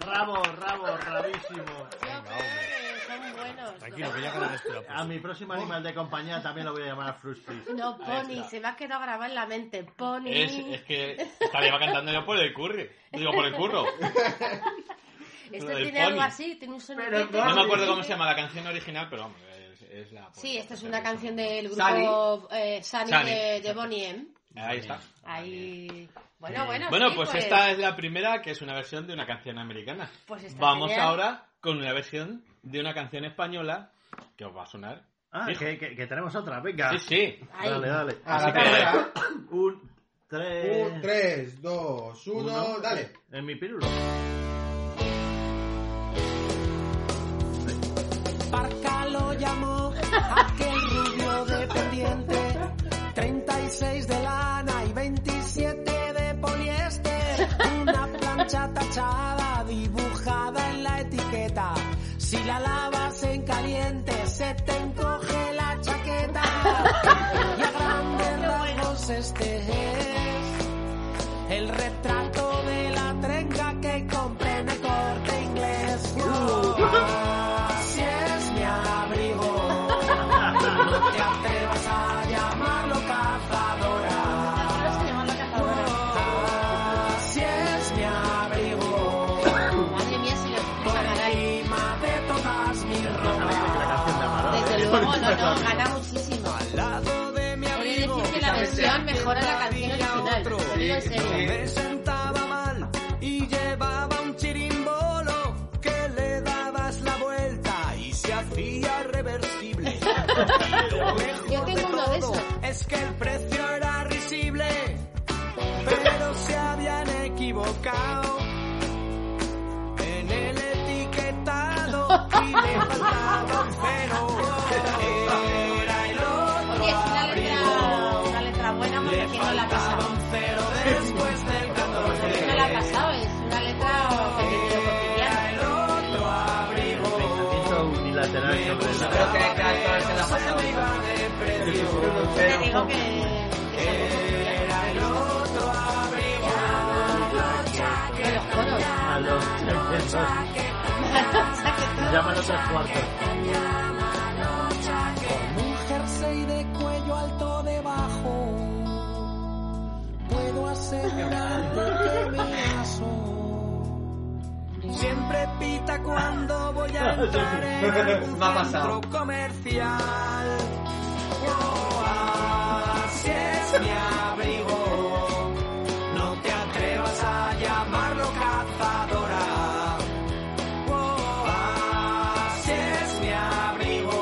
Speaker 4: Rabo, rabo, rabísimo.
Speaker 6: Son buenos.
Speaker 4: Tranquilo, que ya
Speaker 5: pues
Speaker 4: A mi próximo animal de compañía también lo voy a llamar Frustris.
Speaker 6: No,
Speaker 4: Ahí
Speaker 6: Pony,
Speaker 4: está.
Speaker 6: se me ha quedado grabado en la mente. Pony.
Speaker 5: Es, es que estaba lleva cantando yo por el curry. Digo, por el curro.
Speaker 6: Esto
Speaker 5: lo del
Speaker 6: tiene algo
Speaker 5: pony.
Speaker 6: así, tiene un sonido.
Speaker 5: No me acuerdo cómo se llama la canción original, pero vamos, es, es la...
Speaker 6: Sí, esta es una canción del
Speaker 5: Sunny.
Speaker 6: grupo eh, Sunny
Speaker 5: Sunny.
Speaker 6: de, de Bonnie M.
Speaker 5: Ahí está.
Speaker 6: Ahí. Bueno, bueno.
Speaker 5: Bueno,
Speaker 6: sí,
Speaker 5: pues esta es la primera que es una versión de una canción americana.
Speaker 6: Pues está
Speaker 5: Vamos
Speaker 6: genial.
Speaker 5: ahora con una versión de una canción española que os va a sonar.
Speaker 4: Ah,
Speaker 5: Fijo.
Speaker 4: que, que- que tenemos otra, venga.
Speaker 5: Sí, sí.
Speaker 6: Ay.
Speaker 4: Dale, dale.
Speaker 3: A
Speaker 4: Así
Speaker 3: la
Speaker 4: que-
Speaker 3: cámara.
Speaker 4: un, tres,
Speaker 3: Un, tres, dos, uno, dale.
Speaker 4: En mi pirulo.
Speaker 13: Parca lo llamó aquel rubio dependiente. 36 de lana y 27 de poliéster. Una plancha tachada dibujada en la etiqueta. Si la lavas en caliente se te encoge la chaqueta. Y a grandes rasgos este es el retrato de la trenca que compré en el corte inglés. Wow, así es mi abrigo. No te atrevas a llamarlo cazadora. Así es mi abrigo.
Speaker 6: Madre mía, si lo escucha Garay.
Speaker 13: Encima de todas mis
Speaker 6: Desde luego, no, no, gana muchísimo.
Speaker 13: lado de mi
Speaker 6: Voy a
Speaker 13: abrigo.
Speaker 6: decir que la versión mejora la canción original. Te lo digo en serio.
Speaker 13: Me sentaba mal y llevaba un chirimbolo. Yo tengo uno de esos. Es que el precio era risible, pero se habían equivocado en el etiquetado y le faltaba un cero. Era el otro
Speaker 15: Oye, es una letra, una letra buena porque
Speaker 13: Le
Speaker 15: ¿quién no la ha
Speaker 13: faltaba
Speaker 15: pasado?
Speaker 13: un cero después del 14.
Speaker 15: ¿Quién no la ha pasado? Es una letra pequeño cotidiana.
Speaker 4: unilateral sobre la-
Speaker 15: Te digo que...
Speaker 6: De los coros.
Speaker 16: A los chaquetos. Llaman a tres cuartos.
Speaker 13: Con un jersey de cuello alto debajo, puedo asegurarte que me aso. Siempre pita cuando voy a entrar en algún
Speaker 7: Me ha
Speaker 13: centro
Speaker 7: pasado.
Speaker 13: comercial. Oh, así es mi abrigo. No te atrevas a llamarlo cazadora. Oh, así es mi abrigo.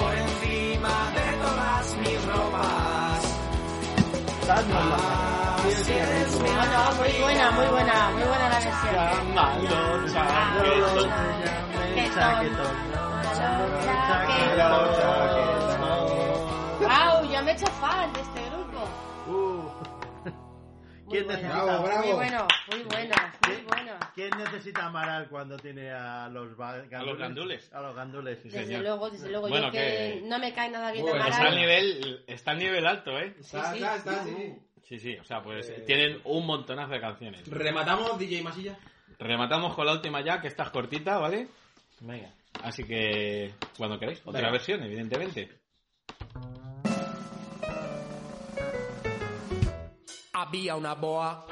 Speaker 13: Por encima de todas mis ropas. Así es mi
Speaker 15: Bueno, muy buena, muy buena, muy buena la versión. Wow, yo me he hecho fan de este grupo.
Speaker 4: ¿Quién
Speaker 6: Muy
Speaker 4: necesita?
Speaker 6: bueno, Muy bueno, muy bueno, muy bueno.
Speaker 4: ¿Quién necesita amaral cuando tiene a los ba- gandules? A A los
Speaker 5: los gandules.
Speaker 4: gandules, sí,
Speaker 6: Desde
Speaker 4: señor.
Speaker 6: luego, desde luego.
Speaker 5: Bueno,
Speaker 6: yo que
Speaker 5: que-
Speaker 6: no me cae nada bien
Speaker 5: Bueno, está
Speaker 6: Amaral.
Speaker 5: el nivel, está al nivel alto, ¿eh?
Speaker 6: Está, está, está,
Speaker 3: sí.
Speaker 5: Sí, sí, o sea, pues tienen un montonazo de canciones.
Speaker 3: ¿Rematamos, DJ Masilla?
Speaker 5: Rematamos con la última ya, que esta es cortita, ¿vale?
Speaker 4: Venga.
Speaker 5: Así que, cuando queráis, otra
Speaker 4: Venga.
Speaker 5: versión, evidentemente.
Speaker 13: Había una boa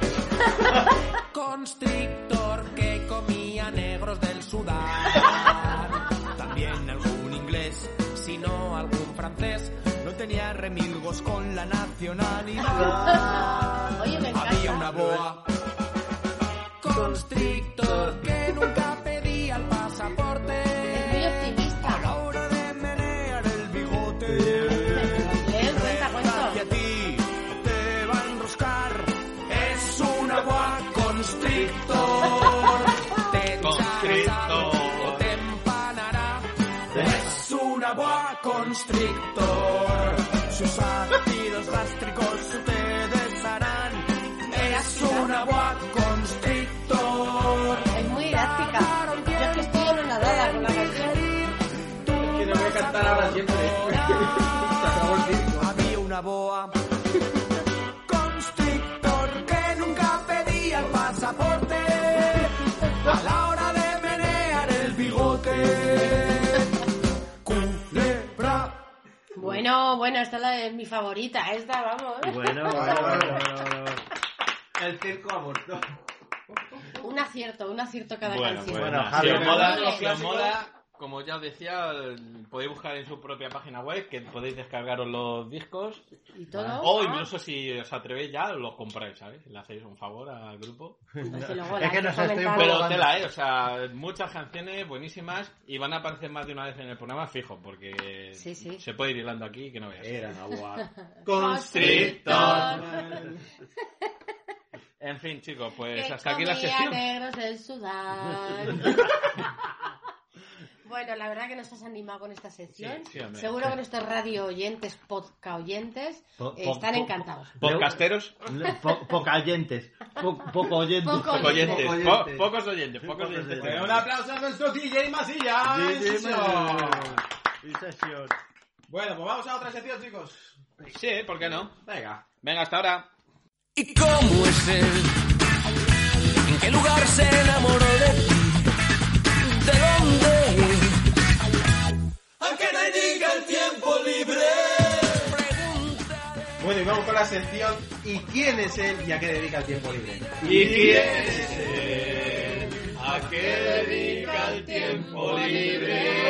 Speaker 13: constrictor que comía negros del Sudán. También algún inglés, si no algún francés, no tenía remilgos con
Speaker 6: [laughs]
Speaker 13: la nacionalidad.
Speaker 15: Oye, me encanta.
Speaker 13: Había una boa constrictor que nunca pedía el pasaporte. Es muy
Speaker 15: optimista.
Speaker 13: A la hora de menear el bigote.
Speaker 6: ¿Eh?
Speaker 13: Reza que a ti te va a enroscar. Es un agua constrictor. Te constrictor. te empanará. Es un agua constrictor. Sus ácidos gástricos te desharán. Es un agua constrictor.
Speaker 15: Es muy elástica. Yo es que estoy anonadada con la canción.
Speaker 13: que no voy a cantar ahora siempre. Había una boa constrictor que nunca pedía el pasaporte a la hora de menear el bigote. Culebra.
Speaker 6: Bueno, bueno, esta es la de mi favorita. Esta, vamos.
Speaker 3: [laughs]
Speaker 4: Bueno, bueno, bueno, bueno, bueno.
Speaker 7: El circo ha muerto.
Speaker 6: Un acierto, un acierierto cada
Speaker 5: Bueno, pues
Speaker 6: canción.
Speaker 4: Bueno,
Speaker 5: nada,
Speaker 4: Javi,
Speaker 5: si os
Speaker 4: venga,
Speaker 5: mola,
Speaker 4: vamos a los
Speaker 5: si os
Speaker 4: clásicos.
Speaker 5: mola, como ya os decía, el- podéis buscar en su propia página web, que podéis descargaros los discos.
Speaker 6: Y todo.
Speaker 5: O
Speaker 6: Ah.
Speaker 5: incluso si os atrevéis ya, los compráis, ¿sabes? Le hacéis un favor al grupo.
Speaker 6: Desde luego, la hay comentar.
Speaker 5: Pero tela, ¿eh? O sea, muchas canciones buenísimas y van a aparecer más de una vez en el programa fijo, porque se puede ir hilando aquí que no veas. Era agua. Constrictor. en fin, chicos, pues
Speaker 6: Que
Speaker 5: hasta aquí la
Speaker 6: comía
Speaker 5: sesión.
Speaker 6: negros del Sudán.
Speaker 5: [laughs]
Speaker 6: bueno, la verdad que nos has animado con esta sección.
Speaker 5: Sí, sí, hombre.
Speaker 6: Seguro que nuestros radio oyentes, podcast oyentes,
Speaker 4: Po-
Speaker 6: eh,
Speaker 4: po-
Speaker 6: están
Speaker 4: po-
Speaker 6: encantados.
Speaker 5: Podcasteros.
Speaker 4: Po- poca oyentes. Po- poco oyentes.
Speaker 6: Poco
Speaker 5: Poco oyentes. Po- pocos oyentes. Pocos
Speaker 4: Pocos
Speaker 5: oyentes.
Speaker 4: oyentes.
Speaker 3: Un aplauso a nuestro DJ Masilla.
Speaker 4: DJ
Speaker 3: en sesión.
Speaker 4: Masilla. Y sesión.
Speaker 3: Bueno, pues vamos a otra sección, chicos.
Speaker 5: Sí, ¿por qué no?
Speaker 3: Venga.
Speaker 5: Venga, hasta ahora.
Speaker 13: ¿Y cómo es él? ¿En qué lugar se enamoró de ti? ¿De dónde? ¿A qué te diga el tiempo libre?
Speaker 3: Bueno, y vamos con la sección ¿Y quién es él y a qué dedica el tiempo libre?
Speaker 5: ¿Y quién es él? ¿A qué dedica el tiempo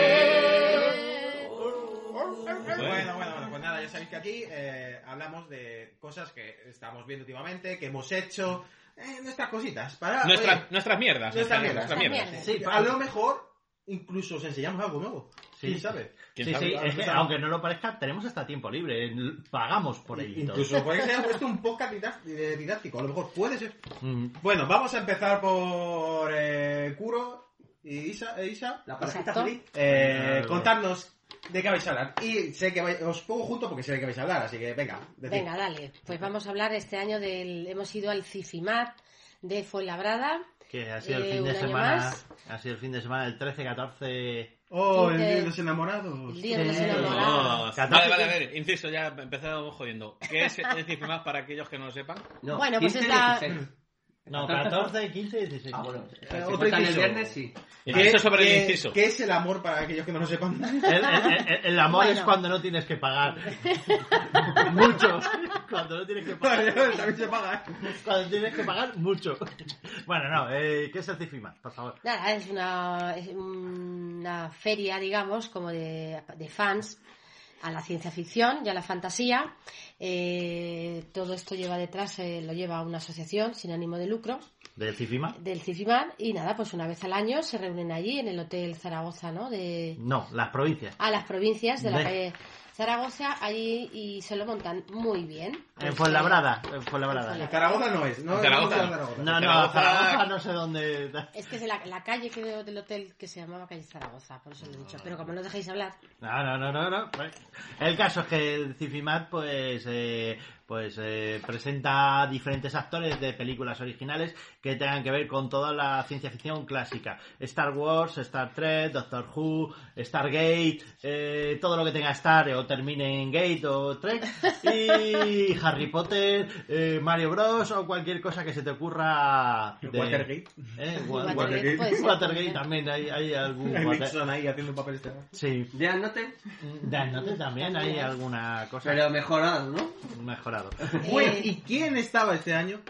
Speaker 5: libre?
Speaker 3: Bueno, bueno, bueno, pues nada, ya sabéis que aquí eh, hablamos de cosas que estamos viendo últimamente, que hemos hecho, eh, nuestras cositas. Para,
Speaker 5: Nuestras-
Speaker 3: oye,
Speaker 5: nuestras mierdas,
Speaker 3: Nuestras
Speaker 5: en
Speaker 3: mierdas.
Speaker 5: general, nuestras mierdas.
Speaker 3: Sí, a lo mejor incluso os enseñamos algo nuevo.
Speaker 4: Sí.
Speaker 3: ¿Quién sabe?
Speaker 4: Sí, sí, es que aunque no lo parezca, tenemos hasta tiempo libre. l- Pagamos por ello. y todo.
Speaker 3: Incluso puede ser puesto un podcast didá- eh, didáctico, a lo mejor puede ser. Bueno, vamos a empezar por eh, Kuro y Isa. eh, Isa la
Speaker 7: parejita feliz.
Speaker 3: Eh, contadnos de qué vais a hablar. Y sé que vais- os pongo junto porque sé de qué vais a hablar, así que venga. decid.
Speaker 6: Venga, dale. Pues vamos a hablar este año del... Hemos ido al Cifimat de Fuenlabrada.
Speaker 4: Que ha sido el
Speaker 6: Eh,
Speaker 4: fin de
Speaker 6: un año
Speaker 4: semana.
Speaker 6: más.
Speaker 4: Ha sido el fin de semana del 13, 14.
Speaker 3: Oh, el
Speaker 6: Quince-
Speaker 3: día de los enamorados.
Speaker 6: el día de los
Speaker 4: Eh,
Speaker 6: enamorados.
Speaker 4: catorce-
Speaker 5: Vale, vale, a ver, inciso, ya empezamos jodiendo. ¿Qué es el CIFIMAS para aquellos que no lo sepan?
Speaker 4: No,
Speaker 6: Bueno, pues 15, está- 16.
Speaker 4: No, 14, 15, 16.
Speaker 7: Ah, bueno.
Speaker 4: Eh,
Speaker 7: Si faltan el viernes, sí.
Speaker 4: ¿Qué-
Speaker 5: Eso sobre
Speaker 4: qué-
Speaker 5: el inciso.
Speaker 3: ¿Qué es el amor para aquellos que no lo sepan? [laughs]
Speaker 4: El, el- el- el amor
Speaker 6: Bueno.
Speaker 4: es cuando no tienes que
Speaker 7: [laughs]
Speaker 4: pagar. mucho. [laughs] Cuando no tienes que pagar.
Speaker 3: También se paga.
Speaker 4: Cuando tienes que pagar, mucho. [laughs] Bueno, no, eh, ¿qué es el CIFIMAS? Por favor.
Speaker 6: Nada, es una, es una feria, digamos, como de, de fans a la ciencia ficción y a la fantasía. Eh, todo esto lleva detrás, eh, lo lleva una asociación sin ánimo de lucro
Speaker 4: ¿Del CIFIMAS?
Speaker 6: del Cifimar y nada, pues una vez al año se reúnen allí en el Hotel Zaragoza, ¿no? De,
Speaker 4: No, las provincias.
Speaker 6: a las provincias de la
Speaker 4: Ve.
Speaker 6: calle Zaragoza allí y se lo montan muy bien.
Speaker 4: En Fuenlabrada. En Fuenlabrada.
Speaker 6: En
Speaker 3: Zaragoza no es, ¿no?
Speaker 4: Zaragoza.
Speaker 3: No, Zaragoza.
Speaker 4: No, no,
Speaker 3: Zaragoza-
Speaker 4: Zaragoza no sé dónde.
Speaker 6: Es que es la, la calle que veo del hotel que se llamaba calle Zaragoza, por eso lo he dicho. Pero como no dejéis hablar,
Speaker 4: No, no, no, no, no. El caso es que el Cifimat pues, eh, pues eh, presenta diferentes actores de películas originales que tengan que ver con toda la ciencia ficción clásica. Star Wars, Star Trek, Doctor Who, Stargate, eh, todo lo que tenga Star eh, o termine en Gate o Trek
Speaker 3: [laughs]
Speaker 4: y Harry Potter, eh, Mario Bros o cualquier cosa que se te ocurra. de-
Speaker 3: Watergate.
Speaker 4: Eh, Wa-
Speaker 3: [laughs] Watergate
Speaker 4: Watergate,
Speaker 3: puede ser.
Speaker 4: Watergate también, hay, hay
Speaker 3: [laughs]
Speaker 4: algún...
Speaker 3: Hay
Speaker 4: Water-
Speaker 3: Nixon ahí haciendo un papel este.
Speaker 4: Sí.
Speaker 7: Dan Note.
Speaker 4: Dan Note también hay alguna cosa.
Speaker 7: Pero mejorado, ¿no?
Speaker 4: Mejorado.
Speaker 3: Bueno, ¿y quién estaba este año?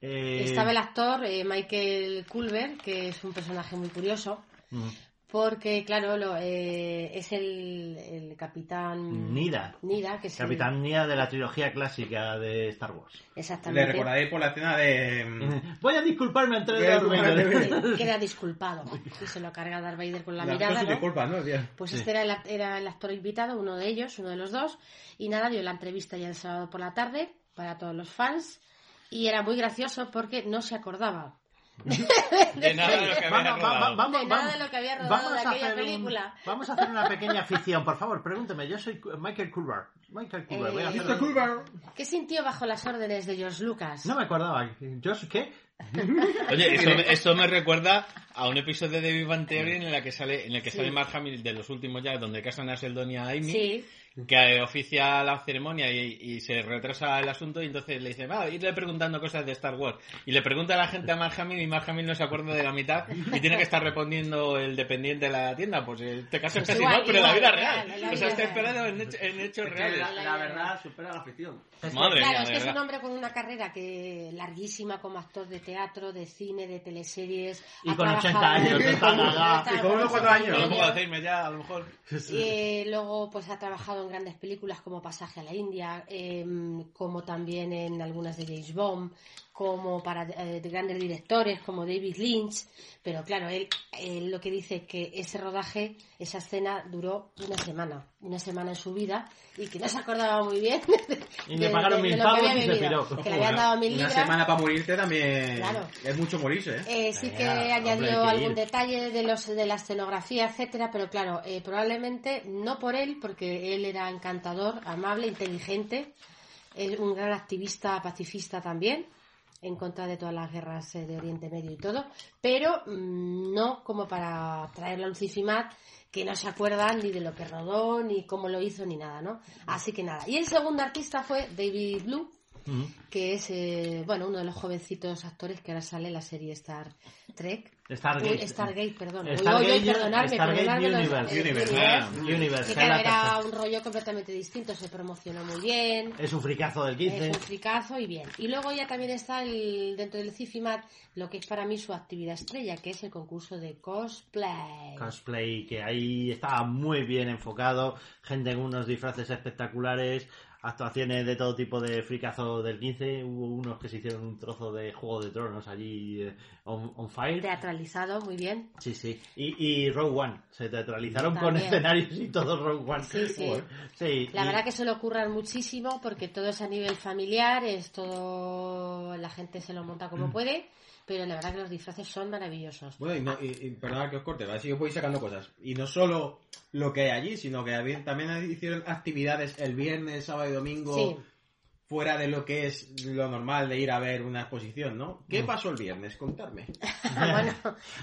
Speaker 4: Eh,
Speaker 6: estaba el actor eh, Michael Culver, que es un personaje muy curioso,
Speaker 4: mm,
Speaker 6: porque claro, lo, eh, es el, el capitán
Speaker 4: Nida.
Speaker 6: Nida, que es el-
Speaker 4: Capitán Nida de la trilogía clásica de Star Wars. [laughs]
Speaker 6: exactamente.
Speaker 3: por la escena de... mm,
Speaker 4: Voy a disculparme ante
Speaker 3: Voy a
Speaker 4: Darth Vader.
Speaker 6: Eh, Queda disculpado. Y se lo carga Darth Vader con la,
Speaker 3: La
Speaker 6: mirada.
Speaker 3: cosa
Speaker 6: ¿no?
Speaker 3: de culpa, ¿no? Tía?
Speaker 6: Pues
Speaker 3: Sí.
Speaker 6: este era el, era el actor invitado, uno de ellos, uno de los dos. Y nada, dio la entrevista ya el sábado por la tarde para todos los fans. Y era muy gracioso porque no se acordaba
Speaker 5: De nada de lo que había
Speaker 4: Vamos, va- va-
Speaker 5: rodado.
Speaker 4: vamos,
Speaker 6: de nada
Speaker 4: vamos.
Speaker 6: de lo que había rodado
Speaker 4: Vamos
Speaker 6: de
Speaker 4: a
Speaker 6: aquella
Speaker 4: hacer un-
Speaker 6: película.
Speaker 4: Vamos a hacer una pequeña ficción, por favor, pregúnteme. Yo soy Cu- Michael Culver. Michael Culver,
Speaker 6: Eh,
Speaker 4: voy a hacer-
Speaker 3: Mr. Culver.
Speaker 6: ¿Qué sintió bajo las órdenes de George Lucas?
Speaker 4: No me acordaba. ¿George qué?
Speaker 5: Oye, eso, eso me recuerda a un episodio de Big Bang Theory en, la que sale, en el que
Speaker 6: Sí.
Speaker 5: sale Mark Hamill de los últimos ya, donde casan a Sheldon y a Amy,
Speaker 6: Sí,
Speaker 5: que eh, oficia la ceremonia y, y se retrasa el asunto y entonces le dice, va, irle preguntando cosas de Star Wars. Y le pregunta a la gente a Mark Hamill y Mark Hamill no se acuerda de la mitad y tiene que estar respondiendo el dependiente de la tienda. Pues en este caso es
Speaker 6: Pues
Speaker 5: casi
Speaker 6: igual,
Speaker 5: igual, pero en la
Speaker 6: igual,
Speaker 5: vida
Speaker 6: real,
Speaker 5: real.
Speaker 6: en la
Speaker 5: o sea,
Speaker 6: vida
Speaker 5: está
Speaker 6: real.
Speaker 5: esperado en, hecho- en hechos
Speaker 7: Es que
Speaker 5: reales.
Speaker 7: la, la
Speaker 3: "Ah,
Speaker 7: verdad supera la ficción.
Speaker 5: Madre
Speaker 6: claro,
Speaker 5: mía,
Speaker 6: es
Speaker 5: de
Speaker 6: que es un
Speaker 5: verdad.
Speaker 6: hombre con una carrera que larguísima como actor de teatro, de cine, de teleseries.
Speaker 4: Y
Speaker 6: ha
Speaker 4: con 80
Speaker 6: trabajado-
Speaker 4: años, de Málaga.
Speaker 6: Y
Speaker 3: Y con unos cuatro años.
Speaker 5: No puedo decirme ya, a lo mejor.
Speaker 6: Eh, luego, pues ha trabajado en grandes películas como Pasaje a la India, eh, como también en algunas de James Bond, como para eh, de grandes directores como David Lynch. Pero claro, él, él lo que dice es que ese rodaje, esa escena duró una semana, una semana en su vida y que no se acordaba muy bien.
Speaker 4: Y le pagaron mil
Speaker 6: lo que
Speaker 4: pavos
Speaker 6: había
Speaker 4: y se
Speaker 6: vivido,
Speaker 4: piró.
Speaker 6: Que le habían dado mil
Speaker 3: Una
Speaker 6: libras.
Speaker 3: semana para morirte también
Speaker 6: Claro.
Speaker 3: es mucho morirse, ¿eh?
Speaker 6: Eh, sí que
Speaker 4: Ya, hombre, hay
Speaker 6: añadió
Speaker 4: que
Speaker 6: algún
Speaker 4: ir.
Speaker 6: detalle de los de la escenografía, etcétera, pero claro, eh, probablemente no por él, porque él era encantador, amable, inteligente, es un gran activista pacifista también, en contra de todas las guerras eh, de Oriente Medio y todo, pero mm, no como para traerlo a un cifimat que no se acuerda ni de lo que rodó, ni cómo lo hizo, ni nada, ¿no? Así que nada. Y el segundo artista fue David Blue,
Speaker 4: Mm,
Speaker 6: que es eh, bueno uno de los jovencitos actores que ahora sale en la serie Star Trek
Speaker 4: Stargate.
Speaker 6: Uy, Eh, Stargate perdón
Speaker 4: Stargate
Speaker 6: Uy, uy, uy,
Speaker 4: Uni-
Speaker 6: perdonadme,
Speaker 4: Stargate
Speaker 6: perdonadme los-
Speaker 4: Universe.
Speaker 6: eh,
Speaker 4: Universe.
Speaker 6: Universe.
Speaker 4: Ah, Universe,
Speaker 6: que
Speaker 4: es la
Speaker 6: claro, era
Speaker 4: tercera.
Speaker 6: un rollo completamente distinto se promocionó muy bien
Speaker 4: Es un fricazo del 15.
Speaker 6: es un fricazo y bien y luego ya también está el, dentro del Cifimat lo que es para mí su actividad estrella que es el concurso de cosplay
Speaker 4: cosplay que ahí estaba muy bien enfocado, gente con unos disfraces espectaculares, actuaciones de todo tipo de fricazos del 15. Hubo unos que se hicieron un trozo de Juego de Tronos allí eh, on, on fire.
Speaker 6: Teatralizado, muy bien.
Speaker 4: Sí, sí. Y, y Rogue One. Se teatralizaron con
Speaker 6: También.
Speaker 4: escenarios y todo Rogue One.
Speaker 6: Sí, sí.
Speaker 4: Joder. Sí,
Speaker 6: La
Speaker 4: y-
Speaker 6: verdad que se lo curran muchísimo porque todo es a nivel familiar, es todo la gente se lo monta como puede, pero la verdad que los disfraces son maravillosos.
Speaker 3: Bueno, y, no, y- y perdonad que os corte, ¿vale? Si yo voy sacando cosas. Y no solo lo que hay allí, sino que había- también hicieron actividades el viernes, sábado y domingo, [laughs]
Speaker 6: Sí. [laughs]
Speaker 3: fuera de lo que es lo normal de ir a ver una exposición, ¿no?
Speaker 6: Mm.
Speaker 3: ¿Qué pasó el viernes? Contadme.
Speaker 6: bueno,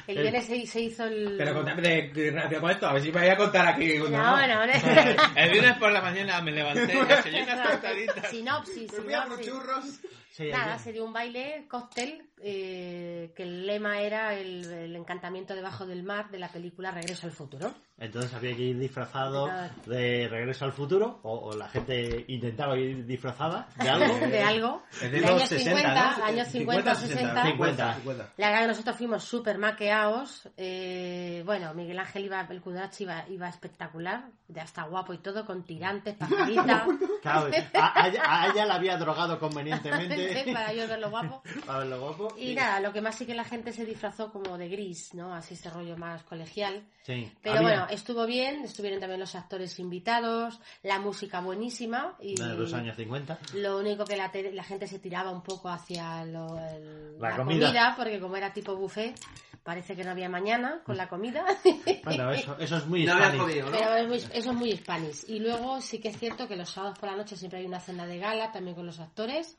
Speaker 6: el
Speaker 3: El-
Speaker 6: viernes se se hizo el...
Speaker 3: Pero contadme de, de relación con esto, a ver si me voy a contar aquí.
Speaker 6: No,
Speaker 3: un
Speaker 6: no,
Speaker 3: normal.
Speaker 5: [laughs]
Speaker 6: no.
Speaker 5: El viernes por la mañana me levanté,
Speaker 6: [laughs]
Speaker 5: me sellé unas tortaditas.
Speaker 6: Sinopsis, sinopsis.
Speaker 4: Sí,
Speaker 6: Nada,
Speaker 4: ayer-
Speaker 6: se dio un baile, cóctel, eh, que el lema era el, el encantamiento debajo del mar de la película Regreso al futuro.
Speaker 4: Entonces había que ir disfrazado
Speaker 6: Nada.
Speaker 4: de regreso al futuro, o, o la gente intentaba ir disfrazada de algo.
Speaker 6: [laughs] De algo.
Speaker 4: Eh, Es
Speaker 6: De años 50, años 50, 60.
Speaker 4: 50.
Speaker 6: La verdad que nosotros fuimos súper maqueados. eh, bueno, Miguel Ángel iba, el Kudrachi iba, iba espectacular, de hasta guapo y todo, con tirantes,
Speaker 4: [laughs]
Speaker 6: pajarita. [laughs] ¿eh?
Speaker 4: Claro, a, a ella, a ella la había drogado convenientemente.
Speaker 6: Sí, para yo verlo guapo.
Speaker 4: Para verlo guapo.
Speaker 6: Y nada, lo que más sí que la gente se disfrazó como de gris, ¿no? Así ese rollo más colegial.
Speaker 4: Sí.
Speaker 6: Pero
Speaker 4: Había-
Speaker 6: bueno, estuvo bien, estuvieron también los actores invitados, la música buenísima y
Speaker 4: la de los años 50.
Speaker 6: lo único que la, te- la gente se tiraba un poco hacia lo- el-
Speaker 4: La comida.
Speaker 6: porque como era tipo buffet, parece que no había mañana con la comida. [laughs]
Speaker 4: Bueno, eso, eso es muy
Speaker 7: No había
Speaker 4: hispánico.
Speaker 7: comido,
Speaker 6: Pero es muy- eso es muy hispanis. Y luego sí que es cierto que los sábados por la noche siempre hay una cena de gala también con los actores.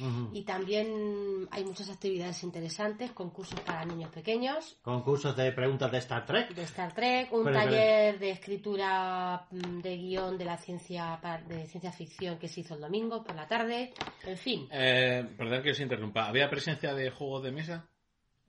Speaker 4: Ujú.
Speaker 6: Y también hay muchas actividades interesantes, concursos para niños pequeños,
Speaker 4: Concursos de preguntas de Star Trek.
Speaker 6: de Star Trek, un
Speaker 4: Pero, pero-
Speaker 6: taller de escritura mm, de guión de la ciencia pa- de ciencia ficción que se hizo el domingo por la tarde, en fin.
Speaker 5: Eh, perdón que os interrumpa. ¿Había presencia de juegos de mesa?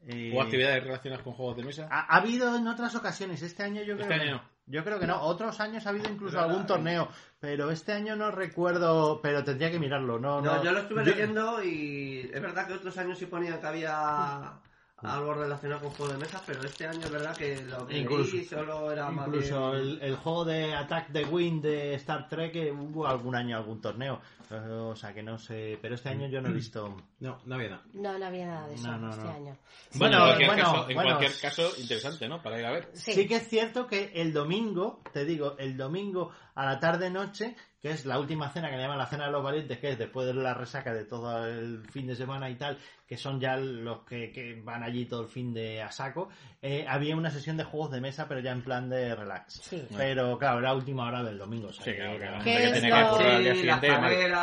Speaker 4: Eh,
Speaker 5: ¿O actividades relacionadas con juegos de mesa?
Speaker 4: Ha, ha habido en otras ocasiones, este año yo creo
Speaker 5: Este
Speaker 4: que
Speaker 5: año Ah,
Speaker 4: no. Yo creo que no, otros años ha habido incluso algún torneo, pero este año no recuerdo, pero tendría que mirarlo, no, no.
Speaker 7: No, yo lo estuve leyendo y es verdad que otros años sí ponían
Speaker 4: [laughs]
Speaker 7: que había algo relacionado con juego de mesas, pero este año es verdad que lo que
Speaker 4: Incluso-
Speaker 7: leí solo era más
Speaker 4: Incluso
Speaker 7: bien-
Speaker 4: el, el juego de Attack the Wind de Star Trek eh, hubo algún año algún torneo, eh, o sea que no sé, pero este
Speaker 5: Mm.
Speaker 4: año yo no he visto.
Speaker 3: No, no había nada.
Speaker 6: No, no había nada de eso
Speaker 4: No, no,
Speaker 6: este
Speaker 4: no.
Speaker 6: año.
Speaker 4: Bueno,
Speaker 5: en cualquier,
Speaker 4: bueno,
Speaker 5: caso, en
Speaker 4: bueno.
Speaker 5: cualquier caso, interesante, ¿no? Para ir a ver.
Speaker 4: Sí. que es cierto que el domingo, te digo, el domingo a la tarde-noche, que es la última cena que le llaman la cena de los valientes, que es después de la resaca de todo el fin de semana y tal, que son ya los que, que van allí todo el fin de a saco, eh, había una sesión de juegos de mesa, pero ya en plan de relax.
Speaker 6: Sí.
Speaker 4: Pero claro, era última hora del domingo. o sea,
Speaker 5: Sí,
Speaker 4: que-
Speaker 5: claro, claro.
Speaker 6: ¿Qué
Speaker 5: Hombre, que
Speaker 6: es
Speaker 5: tiene que
Speaker 6: lo-
Speaker 5: currar al día
Speaker 7: Sí, la
Speaker 5: siguiente, madre.
Speaker 7: carrera.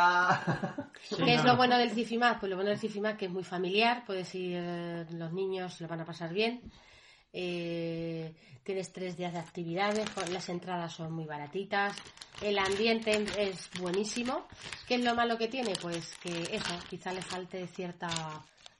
Speaker 6: ¿Qué es lo bueno del Cifimac? Pues lo bueno del Cifimac que es muy familiar, puedes ir, eh, los niños lo van a pasar bien. Eh, tienes tres días de actividades, con- las entradas son muy baratitas, el ambiente es buenísimo. ¿Qué es lo malo que tiene? Pues que eso, quizá le falte cierta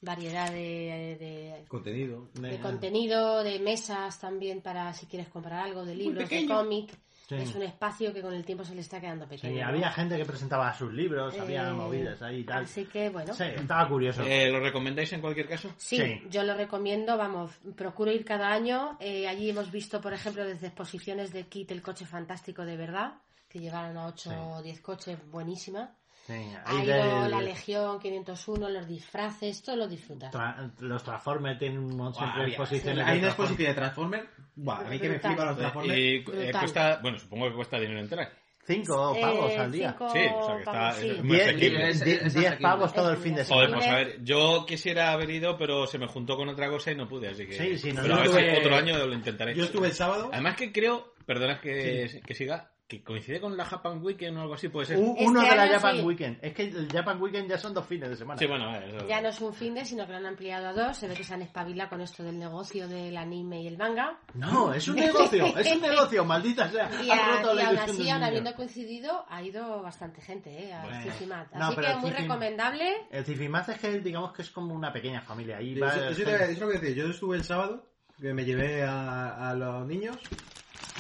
Speaker 6: variedad de, de-
Speaker 3: Contenido.
Speaker 6: de contenido, de mesas también para si quieres comprar algo, de libros, de
Speaker 3: pequeño.
Speaker 6: cómic.
Speaker 4: Sí.
Speaker 6: Es un espacio que con el tiempo se le está quedando pequeño.
Speaker 4: Sí,
Speaker 6: ¿no?
Speaker 4: había gente que presentaba sus libros, había
Speaker 6: Eh,
Speaker 4: movidas ahí y tal.
Speaker 6: Así que bueno.
Speaker 4: Sí, estaba curioso.
Speaker 5: Eh, ¿Lo recomendáis en cualquier caso?
Speaker 6: Sí, yo lo recomiendo, vamos, procuro ir cada año. Eh, allí hemos visto, por ejemplo, desde exposiciones de Kit el coche fantástico de verdad, que llevaron a 8
Speaker 4: Sí.
Speaker 6: o 10 coches, buenísima.
Speaker 4: Sí,
Speaker 6: Ha
Speaker 4: ahí
Speaker 6: ido
Speaker 4: del-
Speaker 6: la Legión 501, los disfraces, todo lo disfrutas.
Speaker 4: Tra- los Transformers tienen un montón
Speaker 3: Buah,
Speaker 4: siempre
Speaker 3: había-
Speaker 4: exposiciones.
Speaker 3: Hay
Speaker 4: de
Speaker 3: una exposición de Transformers. Buah, a mí que me
Speaker 6: Brutal.
Speaker 3: flipa los
Speaker 4: Pues,
Speaker 3: Transformers.
Speaker 5: Y, eh,
Speaker 6: Brutal.
Speaker 5: cuesta, bueno, supongo que cuesta dinero entrar.
Speaker 4: Cinco pavos
Speaker 6: Eh,
Speaker 4: al día.
Speaker 6: cinco
Speaker 5: Sí, o sea que está-
Speaker 6: pavos, sí.
Speaker 5: es muy
Speaker 4: Diez,
Speaker 5: asequible.
Speaker 4: diez- diez pavos todo el fin de
Speaker 5: Joder,
Speaker 4: semana.
Speaker 5: pues a ver, yo quisiera haber ido, pero se me juntó con otra cosa y no pude, así que.
Speaker 4: Sí, sí, no,
Speaker 5: pero
Speaker 4: yo
Speaker 5: a ver si
Speaker 4: estuve-
Speaker 5: otro año lo intentaré.
Speaker 3: Yo estuve el sábado.
Speaker 5: Además que creo, perdona que, que siga, que coincide con la Japan Weekend o algo así, puede ser.
Speaker 4: Un- uno de la
Speaker 6: año
Speaker 4: Japan
Speaker 6: sí.
Speaker 4: Weekend. Es que el Japan Weekend ya son dos fines de semana.
Speaker 5: Sí, bueno, vale, eso-
Speaker 6: Ya no es un fin de, sino que lo han ampliado a dos. Se ve que se han espabilado con esto del negocio del anime y el manga.
Speaker 4: No, es un negocio, es
Speaker 6: [laughs]
Speaker 4: un negocio, maldita sea.
Speaker 6: Y,
Speaker 4: Han
Speaker 6: a-
Speaker 4: roto
Speaker 6: y
Speaker 4: la
Speaker 6: aún
Speaker 4: ilusión del
Speaker 6: así, aún
Speaker 4: niño.
Speaker 6: habiendo coincidido, ha ido bastante gente ¿eh? a
Speaker 4: Bueno.
Speaker 6: Cincinnati.
Speaker 4: No,
Speaker 6: Así
Speaker 4: pero
Speaker 6: que muy
Speaker 4: Cincinnati-
Speaker 6: recomendable.
Speaker 4: El Cifimaz es que digamos que es como una pequeña familia. Ahí
Speaker 3: Sí,
Speaker 4: va-
Speaker 3: eso- eso te- eso es lo que decía. Yo estuve el sábado, que me llevé a, a los niños.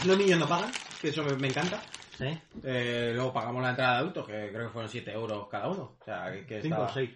Speaker 3: Los niños no pagan, que eso me, me encanta.
Speaker 4: ¿Eh?
Speaker 3: Eh, luego pagamos la entrada de adultos, que creo que fueron 7 euros cada uno. O sea, que, que
Speaker 4: Cinco
Speaker 3: estaba-
Speaker 4: o seis.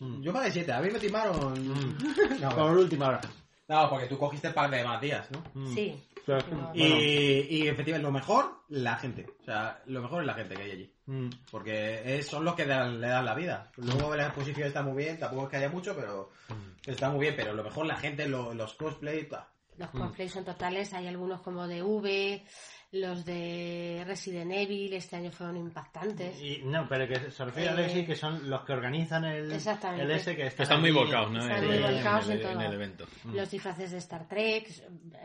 Speaker 4: Mm.
Speaker 3: Yo pagué 7, a mí me timaron. [laughs]
Speaker 4: Por última hora. Mm.
Speaker 3: No, porque tú cogiste el pack de Matías, ¿no?
Speaker 6: Sí.
Speaker 5: Ah,
Speaker 3: Y, y efectivamente, lo mejor, la gente. O sea, lo mejor es la gente que hay allí.
Speaker 4: mm,
Speaker 3: Porque es- son los que dan- le dan la vida. Luego la exposición está muy bien, tampoco es que haya mucho, pero
Speaker 5: Mm.
Speaker 3: está muy bien. Pero lo mejor, la gente, lo- los cosplay. ta.
Speaker 6: Los
Speaker 3: Mm.
Speaker 6: cosplays son totales, hay algunos como de V, los de Resident Evil, este año fueron impactantes.
Speaker 4: Y- no, pero que se refiere a
Speaker 6: Eh,
Speaker 4: Lexi, que son los que organizan el,
Speaker 6: Exactamente.
Speaker 4: el ese que están,
Speaker 5: Están muy
Speaker 4: allí.
Speaker 5: volcados, ¿no? Eh,
Speaker 6: Están
Speaker 5: En-
Speaker 6: muy
Speaker 5: en-
Speaker 6: volcados
Speaker 5: en
Speaker 6: en
Speaker 5: el-
Speaker 6: todo.
Speaker 5: en el evento. Mm.
Speaker 6: Los disfraces de Star Trek,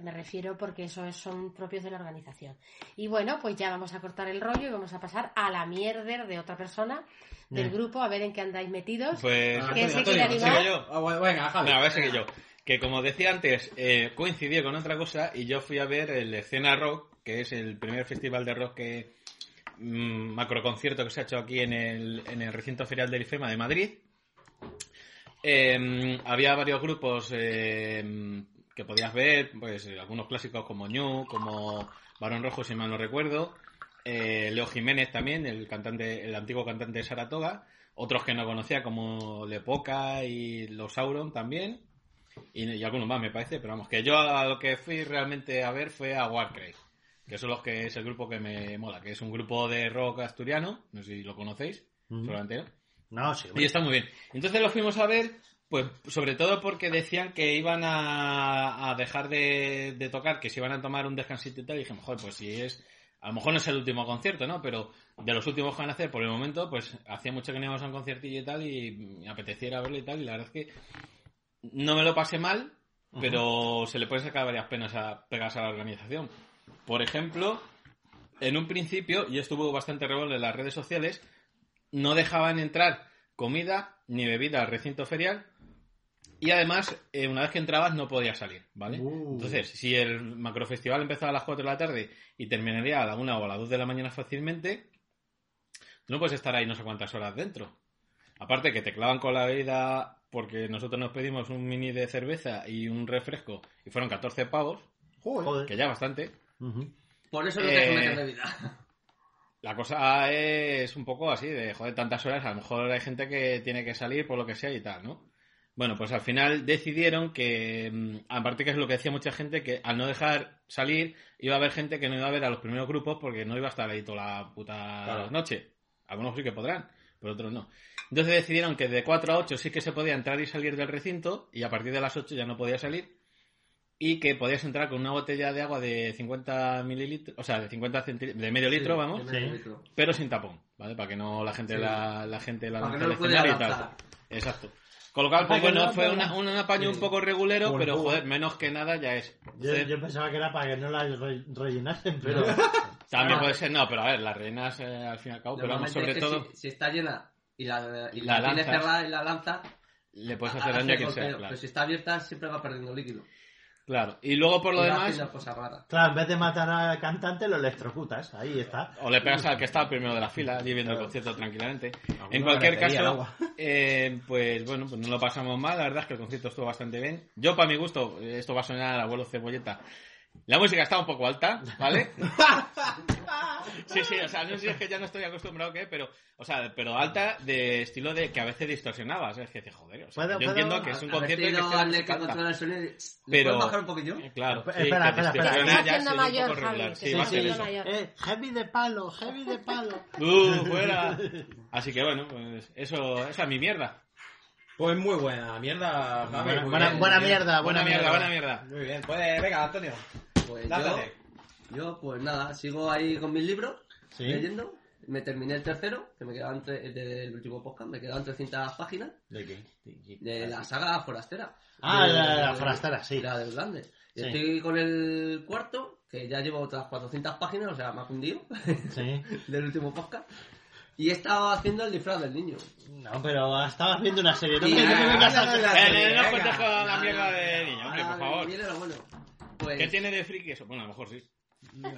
Speaker 6: me refiero porque eso es- son propios de la organización. Y bueno, pues ya vamos a cortar el rollo y vamos a pasar a la mierder de otra persona del
Speaker 5: Bien.
Speaker 6: grupo, a ver en qué andáis metidos.
Speaker 5: Pues
Speaker 6: ¿Quién se quiere animar?
Speaker 5: yo.
Speaker 3: Venga,
Speaker 5: a ver, sigue yo. Que como decía antes, eh, coincidió con otra cosa y yo fui a ver el Escena Rock, que es el primer festival de rock que mm, macroconcierto que se ha hecho aquí en el, en el recinto ferial del IFEMA de Madrid. Eh, había varios grupos eh, que podías ver, pues eh, algunos clásicos como Ñu, como Barón Rojo, si mal no recuerdo, eh, Leo Jiménez también, el cantante, el antiguo cantante de Saratoga, otros que no conocía como Lepoca y Los Sauron también, y, y algunos más me parece, pero vamos, que yo a lo que fui realmente a ver fue a Warcry, que son los que es el grupo que me mola, que es un grupo de rock asturiano, no sé si lo conocéis,
Speaker 4: Ujú.
Speaker 5: seguramente no.
Speaker 4: No, sí,
Speaker 5: Y está muy bien. Entonces lo fuimos a ver, pues sobre todo porque decían que iban a, a dejar de, de tocar, que se iban a tomar un descansito y tal. Y dije, mejor, pues si es. A lo mejor no es el último concierto, ¿no? Pero de los últimos que van a hacer por el momento, pues hacía mucho que no íbamos a un conciertillo y tal, y me apeteciera verlo y tal. Y la verdad es que no me lo pasé mal, pero se le pueden sacar varias penas a, pegas a la organización. Por ejemplo, en un principio, y estuvo bastante revuelo en las redes sociales, no dejaban entrar comida ni bebida al recinto ferial y además, eh, una vez que entrabas no podías salir, ¿vale?
Speaker 3: Uh.
Speaker 5: Entonces, si el macrofestival empezaba a las 4 de la tarde y terminaría a la 1 o a las 2 de la mañana fácilmente, tú no puedes estar ahí no sé cuántas horas dentro. Aparte que te clavan con la bebida porque nosotros nos pedimos un mini de cerveza y un refresco y fueron 14 pavos, que ya bastante.
Speaker 7: Por eso no te
Speaker 5: Eh,
Speaker 7: cometes de vida.
Speaker 5: La cosa es un poco así, de joder, tantas horas, a lo mejor hay gente que tiene que salir por lo que sea y tal, ¿no? Bueno, pues al final decidieron que, mm, aparte que es lo que decía mucha gente, que al no dejar salir iba a haber gente que no iba a ver a los primeros grupos porque no iba a estar ahí toda la puta noche. Algunos sí que podrán, pero otros no. Entonces decidieron que de 4 a 8 sí que se podía entrar y salir del recinto y a partir de las 8 ya no podía salir y que podías entrar con una botella de agua de 50 mililitros, o sea, de 50 centilitros, de medio
Speaker 7: Sí,
Speaker 5: litro,
Speaker 7: de
Speaker 5: vamos,
Speaker 7: medio Sí. litro.
Speaker 5: pero sin tapón, ¿vale? Para que no la gente
Speaker 7: Sí.
Speaker 5: la, la gente la
Speaker 7: Para
Speaker 5: lanza
Speaker 7: que no
Speaker 5: al
Speaker 7: lo pueda
Speaker 5: escenario y tal.
Speaker 7: lanzar.
Speaker 5: Exacto. Con lo cual,
Speaker 4: Para
Speaker 5: pues
Speaker 4: que no
Speaker 5: bueno,
Speaker 4: la
Speaker 5: fue
Speaker 4: pueda-
Speaker 5: una- un apaño un
Speaker 4: Sí.
Speaker 5: poco regulero,
Speaker 4: Por
Speaker 5: pero
Speaker 4: favor.
Speaker 5: joder, menos que nada ya es.
Speaker 4: Yo, yo pensaba que era para que no la re- rellenasen,
Speaker 5: [laughs]
Speaker 4: pero... [laughs]
Speaker 5: También puede ser, no, pero a ver, las reinas eh, al fin y al cabo, pero vamos,
Speaker 7: Normalmente
Speaker 5: sobre
Speaker 7: es que
Speaker 5: todo
Speaker 7: Si, si está llena y la, y
Speaker 5: La
Speaker 7: la,
Speaker 5: lanzas.
Speaker 7: tienes cerrada y la lanza.
Speaker 5: le puedes hacer daño a quien sea, claro.
Speaker 7: Pero si está abierta, siempre va perdiendo líquido.
Speaker 5: Claro. Y luego por lo
Speaker 7: Y va
Speaker 5: demás,
Speaker 7: haciendo cosas raras.
Speaker 4: Claro, en vez de matar al cantante, lo electrocutas. Ahí está.
Speaker 5: O le pegas al que estaba primero de la fila, allí viendo el concierto tranquilamente. en cualquier
Speaker 4: agradecería el
Speaker 5: caso,
Speaker 4: agua.
Speaker 5: eh, pues bueno, pues no lo pasamos mal. La verdad es que el concierto estuvo bastante bien. Yo, para mi gusto, eh, esto va a sonar al abuelo cebolleta. La música está un poco alta, ¿vale? Sí, sí, o sea, no sé si es que ya no estoy acostumbrado que, pero, o sea, pero alta de estilo de que a veces distorsionabas, ¿eh? es que dices, joder, o sea,
Speaker 4: Puedo-
Speaker 5: yo
Speaker 4: puedo-
Speaker 5: entiendo que es un
Speaker 7: A- a ver
Speaker 5: concierto
Speaker 7: si
Speaker 5: en que
Speaker 7: no
Speaker 5: esté la
Speaker 7: han de
Speaker 5: música alta.
Speaker 7: controlar el sonido y-
Speaker 5: Pero-
Speaker 7: ¿Puedes bajar un poquillo?
Speaker 5: Claro,
Speaker 4: Espera, espera,
Speaker 5: sí, que
Speaker 4: espera, espera.
Speaker 5: distorsiona
Speaker 4: Estás
Speaker 5: ya
Speaker 4: haciendo
Speaker 5: es un
Speaker 4: mayor,
Speaker 5: poco regular.
Speaker 4: Javi,
Speaker 5: Sí,
Speaker 4: te
Speaker 5: va a
Speaker 4: estás
Speaker 5: ser
Speaker 4: haciendo
Speaker 5: eso.
Speaker 4: Eh, heavy de palo, heavy de
Speaker 5: [laughs]
Speaker 4: palo.
Speaker 5: ¡Uh, fuera! Así que bueno, pues eso, esa es mi mierda.
Speaker 3: Pues muy buena mierda, Javi.
Speaker 5: Buena-
Speaker 3: muy
Speaker 5: buena-
Speaker 3: bien,
Speaker 5: buena
Speaker 3: muy bien.
Speaker 5: mierda, buena mierda, buena
Speaker 3: Muy bien, pues venga, Antonio.
Speaker 7: Pues
Speaker 3: Lánzate.
Speaker 7: yo, yo, pues nada, sigo ahí con mis libros,
Speaker 4: Sí.
Speaker 7: leyendo. Me terminé el tercero, que me quedaban tre- el del último podcast, me quedaban 300 páginas
Speaker 4: ¿De qué? ¿De qué?
Speaker 7: de la saga Forastera.
Speaker 4: Ah,
Speaker 7: De-
Speaker 4: la- la- la Forastera, sí.
Speaker 7: La de Irlande. Y
Speaker 4: Sí.
Speaker 7: Estoy con el cuarto, que ya llevo otras 400 páginas, o sea, me ha cundido
Speaker 4: Sí.
Speaker 7: [laughs] del último podcast. Y he estado haciendo el disfraz del niño.
Speaker 4: No, pero estabas viendo una serie. No
Speaker 7: Sí,
Speaker 4: quiero que
Speaker 7: venga,
Speaker 4: vengas a
Speaker 7: venga,
Speaker 4: sacar-
Speaker 7: venga,
Speaker 5: Eh, no
Speaker 7: venga.
Speaker 5: os contejo la
Speaker 7: No,
Speaker 5: mierda
Speaker 7: no,
Speaker 5: de
Speaker 7: no,
Speaker 5: niño, hombre,
Speaker 7: no,
Speaker 5: por favor.
Speaker 7: Ah, Viene lo bueno. Pues,
Speaker 5: ¿Qué tiene de friki eso? Bueno, a lo mejor sí.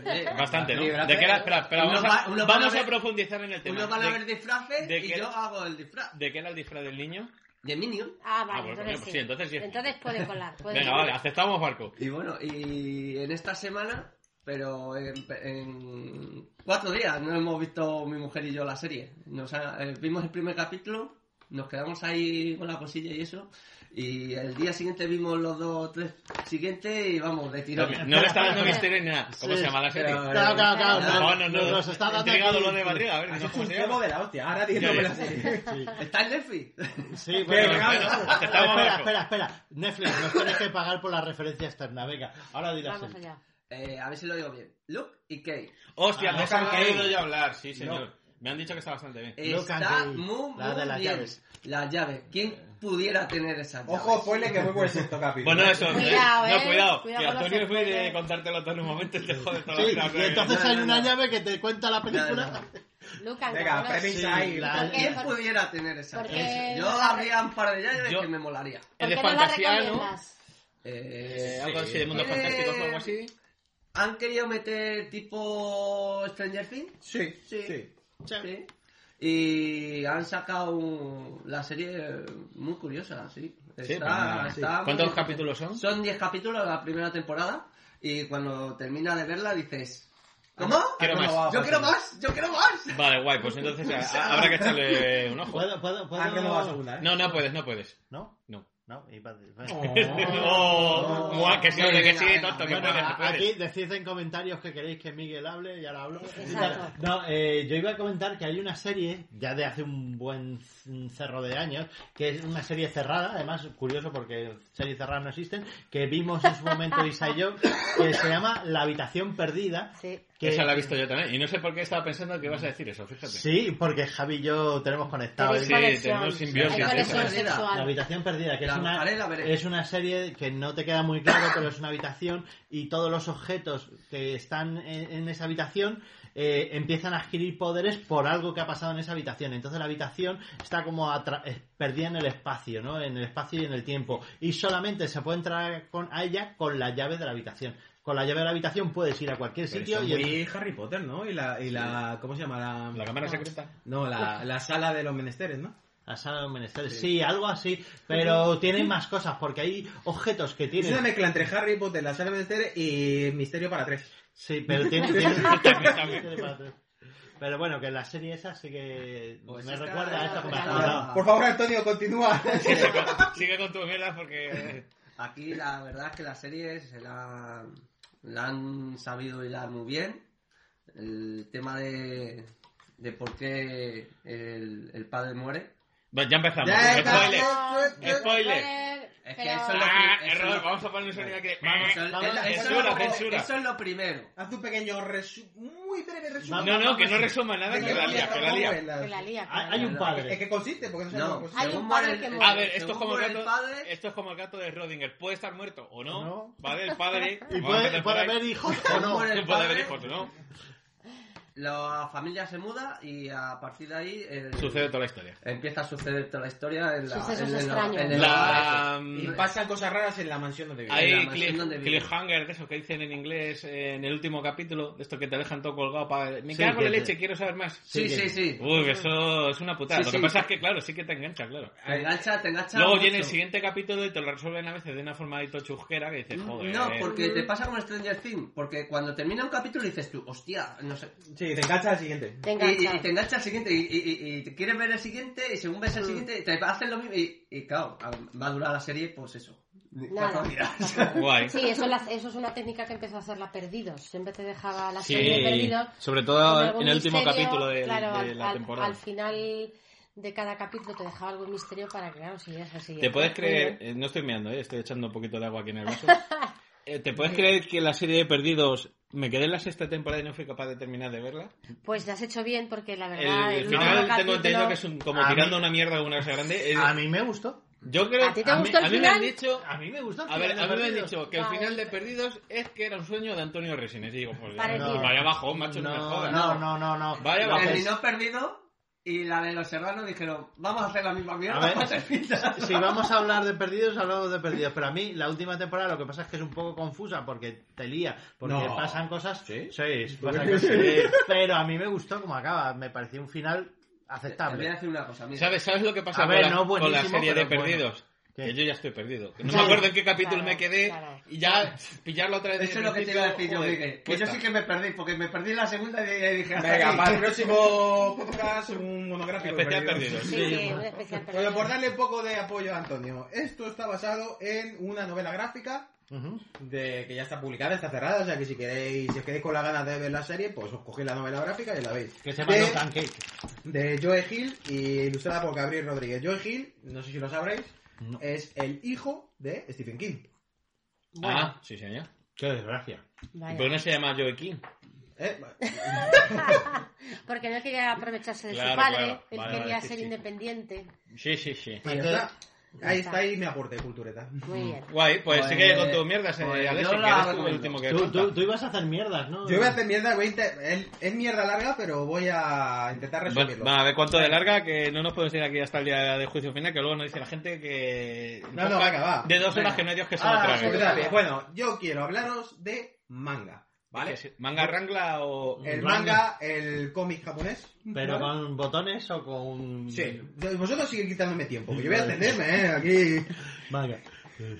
Speaker 7: eh,
Speaker 5: Bastante, ¿no?
Speaker 7: libraste.
Speaker 5: ¿De qué era? Espera, espera, vamos,
Speaker 7: Unos
Speaker 5: a,
Speaker 7: va- unos
Speaker 5: vamos
Speaker 7: van
Speaker 5: a
Speaker 7: ver-
Speaker 5: profundizar en el tema.
Speaker 7: Unos van a
Speaker 5: ¿De-
Speaker 7: ver disfraces
Speaker 5: de
Speaker 7: y
Speaker 5: qué-
Speaker 7: yo hago el disfraz.
Speaker 5: ¿De qué era el disfraz del niño?
Speaker 7: De Minion.
Speaker 6: Ah,
Speaker 5: Ah,
Speaker 6: vale,
Speaker 5: bueno,
Speaker 6: entonces,
Speaker 5: pues
Speaker 6: sí.
Speaker 5: sí, entonces sí.
Speaker 6: puede
Speaker 5: [laughs]
Speaker 6: colar. puede
Speaker 5: Venga,
Speaker 6: colar.
Speaker 5: vale, aceptamos barco.
Speaker 7: Y bueno, y en esta semana, pero en, en cuatro días, no hemos visto mi mujer y yo la serie. Nos ha- eh, vimos el primer capítulo, nos quedamos ahí con la cosilla y eso. Y el día siguiente vimos los dos, tres siguientes y vamos, de tirón.
Speaker 5: No, no le está dando misterio ni nada. ¿Cómo
Speaker 7: Sí.
Speaker 5: se llama la serie?
Speaker 7: Pero, Claro, claro, claro.
Speaker 5: No, no, no.
Speaker 7: Nos está dando
Speaker 5: Intriga,
Speaker 7: aquí.
Speaker 5: dolor de barriga. A ver,
Speaker 7: Has
Speaker 5: no,
Speaker 7: hecho
Speaker 5: ¿cómo
Speaker 7: un
Speaker 5: se llama?
Speaker 7: juego de la hostia, ahora
Speaker 5: Ya,
Speaker 7: diciéndome
Speaker 5: ya.
Speaker 7: la serie. ¿Está en Netflix?
Speaker 4: Sí,
Speaker 7: Pero,
Speaker 4: bueno,
Speaker 7: claro.
Speaker 4: espera, espera, espera, espera. Netflix, nos tienes que pagar por la referencia externa. Venga, ahora di la serie.
Speaker 7: Eh, a ver si lo digo bien. Luke y Kate.
Speaker 5: Hostia,
Speaker 4: Ah,
Speaker 5: no
Speaker 4: Locan
Speaker 5: he oído
Speaker 4: Cave.
Speaker 5: yo hablar. Sí,
Speaker 4: No.
Speaker 5: señor. Me han dicho que está bastante bien.
Speaker 7: Está muy, muy
Speaker 5: La de las
Speaker 7: bien.
Speaker 5: llaves. Eh.
Speaker 7: Las llaves. ¿Quién pudiera tener esas llaves?
Speaker 3: Ojo, spoiler, que muy buen sexto capítulo.
Speaker 5: Bueno, eso.
Speaker 7: Cuidado,
Speaker 5: eh. no,
Speaker 7: eh.
Speaker 5: cuidado.
Speaker 7: Cuidado
Speaker 5: que
Speaker 7: con los
Speaker 5: Antonio fue de
Speaker 7: spoilers.
Speaker 5: contártelo todo en un momento y te jode toda
Speaker 4: Sí,
Speaker 5: la
Speaker 4: y entonces hay una llave que te cuenta la película.
Speaker 6: Lucas,
Speaker 4: Venga,
Speaker 6: ¿no?
Speaker 4: premisa
Speaker 6: Sí,
Speaker 4: ahí. [laughs]
Speaker 6: la-
Speaker 4: ¿Por qué?
Speaker 7: ¿Quién pudiera tener esas
Speaker 6: Porque-
Speaker 7: llaves? Yo habría un par de llaves que me molaría.
Speaker 6: ¿Por qué no la recomiendas?
Speaker 7: Eh,
Speaker 5: algo así de mundos
Speaker 7: ¿tiene-
Speaker 5: fantásticos o algo así.
Speaker 7: ¿Han querido meter tipo Stranger Things?
Speaker 3: Sí, sí.
Speaker 7: Sí. Y han sacado un- la serie muy curiosa, sí.
Speaker 5: Sí, pues, sí.
Speaker 7: muy
Speaker 5: ¿Cuántos
Speaker 7: bien.
Speaker 5: capítulos son?
Speaker 7: Son 10 capítulos la primera temporada y cuando termina de verla dices... ¿Cómo?
Speaker 5: Quiero
Speaker 7: ¿Cómo
Speaker 5: más.
Speaker 7: va? Yo quiero más, yo quiero más.
Speaker 5: Vale, guay, pues entonces a- a- habrá que echarle un ojo. ¿eh?
Speaker 4: ¿Puedo, puedo,
Speaker 3: Ah,
Speaker 4: puedo?
Speaker 5: [laughs]
Speaker 3: ¿eh?
Speaker 5: No, no puedes, no puedes.
Speaker 4: ¿No?
Speaker 5: No.
Speaker 4: No, pues, iba a- iba a-
Speaker 5: [laughs] Oh, muah, que sí, hombre, que sí, tonto, que
Speaker 4: Bueno,
Speaker 5: puedes, que puedes.
Speaker 4: Aquí decid en comentarios que queréis que Miguel hable y ahora hablo.
Speaker 6: Exacto.
Speaker 4: No, eh, yo iba a comentar que hay una serie, ya de hace un buen c- un cerro de años, que es una serie cerrada, además curioso porque series cerradas no existen, que vimos en su momento Isa y yo, que se llama La habitación perdida. que-
Speaker 5: Esa la he visto yo también. Y no sé por qué estaba pensando que ibas a decir eso, fíjate.
Speaker 4: Sí, porque Javi y yo tenemos conectado.
Speaker 5: Tenéis Sí, conexión. tenemos simbiosis. Hay conexión
Speaker 4: La
Speaker 5: sexual.
Speaker 4: La habitación perdida, que
Speaker 7: La
Speaker 4: es, una,
Speaker 7: buscaré, la veré.
Speaker 4: es una serie que no te queda muy claro, pero es una habitación y todos los objetos que están en, en esa habitación eh, empiezan a adquirir poderes por algo que ha pasado en esa habitación. Entonces la habitación está como atra- eh, perdida en el espacio, ¿no? En el espacio y en el tiempo. Y solamente se puede entrar con, a ella con la llave de la habitación. Con la llave de la habitación puedes ir a cualquier sitio y...
Speaker 3: muy Harry Potter, ¿no? Y la, y la ¿cómo se llama? La,
Speaker 5: cámara secreta.
Speaker 3: No,
Speaker 7: [laughs]
Speaker 3: la, la sala de los menesteres, ¿no?
Speaker 4: La sala de los menesteres, sí, algo así, pero tienen más cosas, porque hay objetos que
Speaker 3: Es
Speaker 4: tienen...
Speaker 3: una mezcla entre Harry Potter, la sala de los menesteres y Misterio para tres.
Speaker 4: Sí, pero tiene- tiene- También, también. Pero bueno, que la serie esa sí que me
Speaker 3: está-
Speaker 4: recuerda a esta que me has
Speaker 3: Ah,
Speaker 4: contado.
Speaker 3: Por favor, Antonio,
Speaker 7: [laughs]
Speaker 3: continúa.
Speaker 5: [laughs] Sigue con tu mierda porque... eh,
Speaker 7: Aquí la verdad es que las series se la, la han sabido hilar muy bien. El tema de, de por qué el, el padre muere.
Speaker 5: Bueno, ya empezamos.
Speaker 7: Ya
Speaker 5: Spoiler.
Speaker 7: empezamos.
Speaker 5: Spoiler.
Speaker 7: Es que eso es lo
Speaker 5: Ah,
Speaker 7: pri- eso
Speaker 5: error.
Speaker 7: es lo-
Speaker 5: Vamos a poner un sonido que...
Speaker 7: Vamos, eso es-
Speaker 5: Vamos,
Speaker 7: eso es lo
Speaker 5: Censura,
Speaker 7: pri-
Speaker 5: censura.
Speaker 7: Eso es lo primero.
Speaker 3: Haz un pequeño resumen, muy breve resumen.
Speaker 5: No, no, que no resuma nada,
Speaker 3: ¿De
Speaker 5: que
Speaker 3: qué
Speaker 5: la lía,
Speaker 3: coño
Speaker 5: que la
Speaker 3: estamos?
Speaker 5: lía.
Speaker 6: Que la lía, que la
Speaker 4: Hay
Speaker 6: lía.
Speaker 4: un padre.
Speaker 3: Es que consiste, porque no sabemos
Speaker 7: No.
Speaker 3: cómo consiste.
Speaker 6: Hay un padre que muere.
Speaker 5: A ver, esto es, como
Speaker 7: Según
Speaker 5: el
Speaker 7: el
Speaker 5: gato,
Speaker 7: padre-
Speaker 5: esto es como el gato de Rodinger. Puede estar muerto o no.
Speaker 4: No.
Speaker 5: Vale, el
Speaker 7: [laughs]
Speaker 5: padre.
Speaker 4: Y
Speaker 5: Vamos a
Speaker 4: puede,
Speaker 5: empezar por
Speaker 4: puede
Speaker 5: ahí.
Speaker 4: haber hijos o no.
Speaker 7: Por el
Speaker 5: Puede haber
Speaker 7: padre.
Speaker 5: hijos o no.
Speaker 7: La familia se muda y a partir de ahí el-
Speaker 5: Sucede toda la historia.
Speaker 7: empieza a suceder toda la historia en la
Speaker 6: Sucesos
Speaker 7: en el-
Speaker 6: extraños.
Speaker 7: en el-
Speaker 5: La- um,
Speaker 3: Y pasan cosas raras en la mansión donde vive.
Speaker 7: En
Speaker 5: Hay
Speaker 7: la mansión
Speaker 5: cliff-
Speaker 7: donde vive.
Speaker 5: cliffhanger de eso que dicen en inglés eh, en el último capítulo, de esto que te dejan todo colgado para... Me
Speaker 4: Sí,
Speaker 5: cago en la
Speaker 4: que-
Speaker 5: leche, quiero saber más.
Speaker 7: Sí, sí, sí.
Speaker 5: Uy, que eso es una putada.
Speaker 7: Sí,
Speaker 5: Lo que
Speaker 7: sí.
Speaker 5: pasa es que, claro, sí que te engancha, claro.
Speaker 7: Te engancha, te engancha.
Speaker 5: Luego
Speaker 7: mucho.
Speaker 5: viene el siguiente capítulo y te lo resuelven a veces de una forma de tochujera que dices, joder.
Speaker 7: No, porque te pasa como Stranger Things, porque cuando termina un capítulo dices tú, hostia, no sé.
Speaker 3: Sí, te enganchas al siguiente.
Speaker 6: Te
Speaker 7: Y,
Speaker 6: engancha.
Speaker 7: y te engancha al siguiente y, y- y- y te quieres ver el siguiente y según ves el
Speaker 6: Mm.
Speaker 7: siguiente te hacen lo mismo y, y claro, a- va a durar la serie pues eso. ni
Speaker 6: Nada.
Speaker 3: [laughs]
Speaker 7: cuatro días. [laughs]
Speaker 5: Guay.
Speaker 6: Sí, eso, la- eso es una técnica que empezó a hacer la Perdidos. Siempre te dejaba la
Speaker 5: [laughs] Sí,
Speaker 6: serie Perdidos.
Speaker 5: sobre
Speaker 6: con
Speaker 5: todo
Speaker 6: algún
Speaker 5: en el último
Speaker 6: misterio.
Speaker 5: capítulo del- de,
Speaker 6: Claro, al,
Speaker 5: la
Speaker 6: al-
Speaker 5: temporada.
Speaker 6: al final de cada capítulo te dejaba algún misterio para que, claro, siguieras así.
Speaker 5: Te puedes creer, eh, no estoy meando, eh, estoy echando un poquito de agua aquí en
Speaker 6: [laughs]
Speaker 5: el vaso. Eh, ¿Te puedes creer que la serie de Perdidos me quedé en la sexta temporada y no fui capaz de terminar de verla?
Speaker 6: Pues ya has hecho bien porque la
Speaker 5: El,
Speaker 6: verdad... Ah, último
Speaker 5: final tengo
Speaker 6: capítulo-
Speaker 5: entendido que es un- como
Speaker 4: A
Speaker 5: tirando una mierda a una cosa grande. Eh,
Speaker 4: A mí me gustó.
Speaker 5: yo creo
Speaker 6: ¿A ti te
Speaker 5: mí-
Speaker 6: gustó el
Speaker 5: a mí me han
Speaker 6: final?
Speaker 5: dicho
Speaker 4: A mí me gustó. el
Speaker 5: A ver,
Speaker 4: final de
Speaker 5: a mí me han
Speaker 4: Perdidos.
Speaker 5: dicho que el
Speaker 6: Vale.
Speaker 5: final de Perdidos es que era un sueño de Antonio Resines. Y digo, pues
Speaker 6: Parecido.
Speaker 5: vaya abajo, macho, no, me
Speaker 4: No,
Speaker 5: jodas.
Speaker 4: no, no, no, no.
Speaker 5: Vaya
Speaker 7: El
Speaker 5: abajo.
Speaker 7: Rino perdido y la de los serranos dijeron, vamos a hacer la misma mierda.
Speaker 4: A ver,
Speaker 7: vamos a terminar".
Speaker 4: [laughs] Si vamos a hablar de perdidos, hablamos de perdidos. Pero a mí, la última temporada lo que pasa es que es un poco confusa porque te lía, porque
Speaker 3: No.
Speaker 4: pasan cosas.
Speaker 3: ¿Sí?
Speaker 4: pasan
Speaker 3: crees?
Speaker 4: cosas. Pero a mí me gustó como acaba. Me pareció un final
Speaker 7: Te voy a
Speaker 4: aceptable.
Speaker 7: decir una cosa, mira.
Speaker 5: ¿Sabes, ¿Sabes lo que pasa
Speaker 4: A ver,
Speaker 5: con, la,
Speaker 4: no
Speaker 5: con la
Speaker 4: buenísimo,
Speaker 5: serie de
Speaker 4: pero bueno.
Speaker 5: Perdidos? Que yo ya estoy perdido. No me acuerdo en qué capítulo me quedé y ya pillarlo otra vez. desde
Speaker 7: Eso es lo que te
Speaker 5: el
Speaker 7: iba a decir yo,
Speaker 5: joder, pues
Speaker 7: Miguel. Que yo
Speaker 5: cuesta.
Speaker 7: sí que me perdí, porque me perdí en la segunda y y dije... hasta
Speaker 3: Venga,
Speaker 7: aquí.
Speaker 3: para el próximo podcast, un monográfico. de
Speaker 5: Especial perdidos. Sí,
Speaker 6: sí, un especial perdido.
Speaker 3: Bueno, por darle un poco de apoyo a Antonio, esto está basado en una novela gráfica de que ya está publicada, está cerrada, o sea que si queréis, si os quedáis con la ganas de ver la serie, pues os cogéis la novela gráfica y la veis.
Speaker 16: Que se llama
Speaker 3: De-
Speaker 16: No Pancake.
Speaker 3: de Joe Hill y ilustrada por Gabriel Rodríguez. Joe Hill, no sé si lo sabréis, es el hijo de Stephen King.
Speaker 5: Ah, sí, señor.
Speaker 16: Qué desgracia.
Speaker 6: Vaya.
Speaker 5: ¿Por qué no se llama Joey King?
Speaker 3: Eh,
Speaker 6: [laughs]
Speaker 16: Pues
Speaker 6: Porque no quería aprovecharse de su
Speaker 5: Claro,
Speaker 6: padre,
Speaker 5: claro.
Speaker 6: él
Speaker 5: Vale,
Speaker 6: quería
Speaker 5: vale, sí,
Speaker 6: ser
Speaker 5: sí.
Speaker 6: independiente.
Speaker 5: Sí, sí, sí.
Speaker 3: ahí está. Ahí está ahí mi aporte de cultureta.
Speaker 6: Muy bien.
Speaker 5: Guay, pues,
Speaker 3: Pues-
Speaker 5: sigue con tus mierdas, eh,
Speaker 3: pues
Speaker 5: Alexis,
Speaker 3: yo
Speaker 5: que
Speaker 3: la
Speaker 5: eres tú el
Speaker 3: recomiendo.
Speaker 5: último que
Speaker 16: Tú,
Speaker 5: falta.
Speaker 16: tú, tú ibas a hacer mierdas, ¿no?
Speaker 3: Yo voy a hacer mierda, voy a inte- el- es mierda larga, pero voy a intentar
Speaker 5: Va-
Speaker 3: resumirlo.
Speaker 5: va, a ver cuánto de larga, que no nos podemos ir aquí hasta el día de juicio final, que luego nos dice la gente que...
Speaker 3: No, no, venga, va.
Speaker 5: De dos horas
Speaker 3: Venga.
Speaker 5: que no hay Dios que se
Speaker 3: Ah,
Speaker 5: lo trague.
Speaker 3: sí, dale. Bueno, yo quiero hablaros de manga, ¿vale? Eh,
Speaker 5: Que sí. ¿Manga Rangla o...?
Speaker 3: El manga, el cómic japonés.
Speaker 16: ¿Pero
Speaker 3: ¿vale?
Speaker 16: con botones o con...?
Speaker 3: Sí, vosotros sigue quitándome tiempo, que yo voy a
Speaker 16: Vale.
Speaker 3: extenderme, ¿eh? Aquí...
Speaker 16: Manga.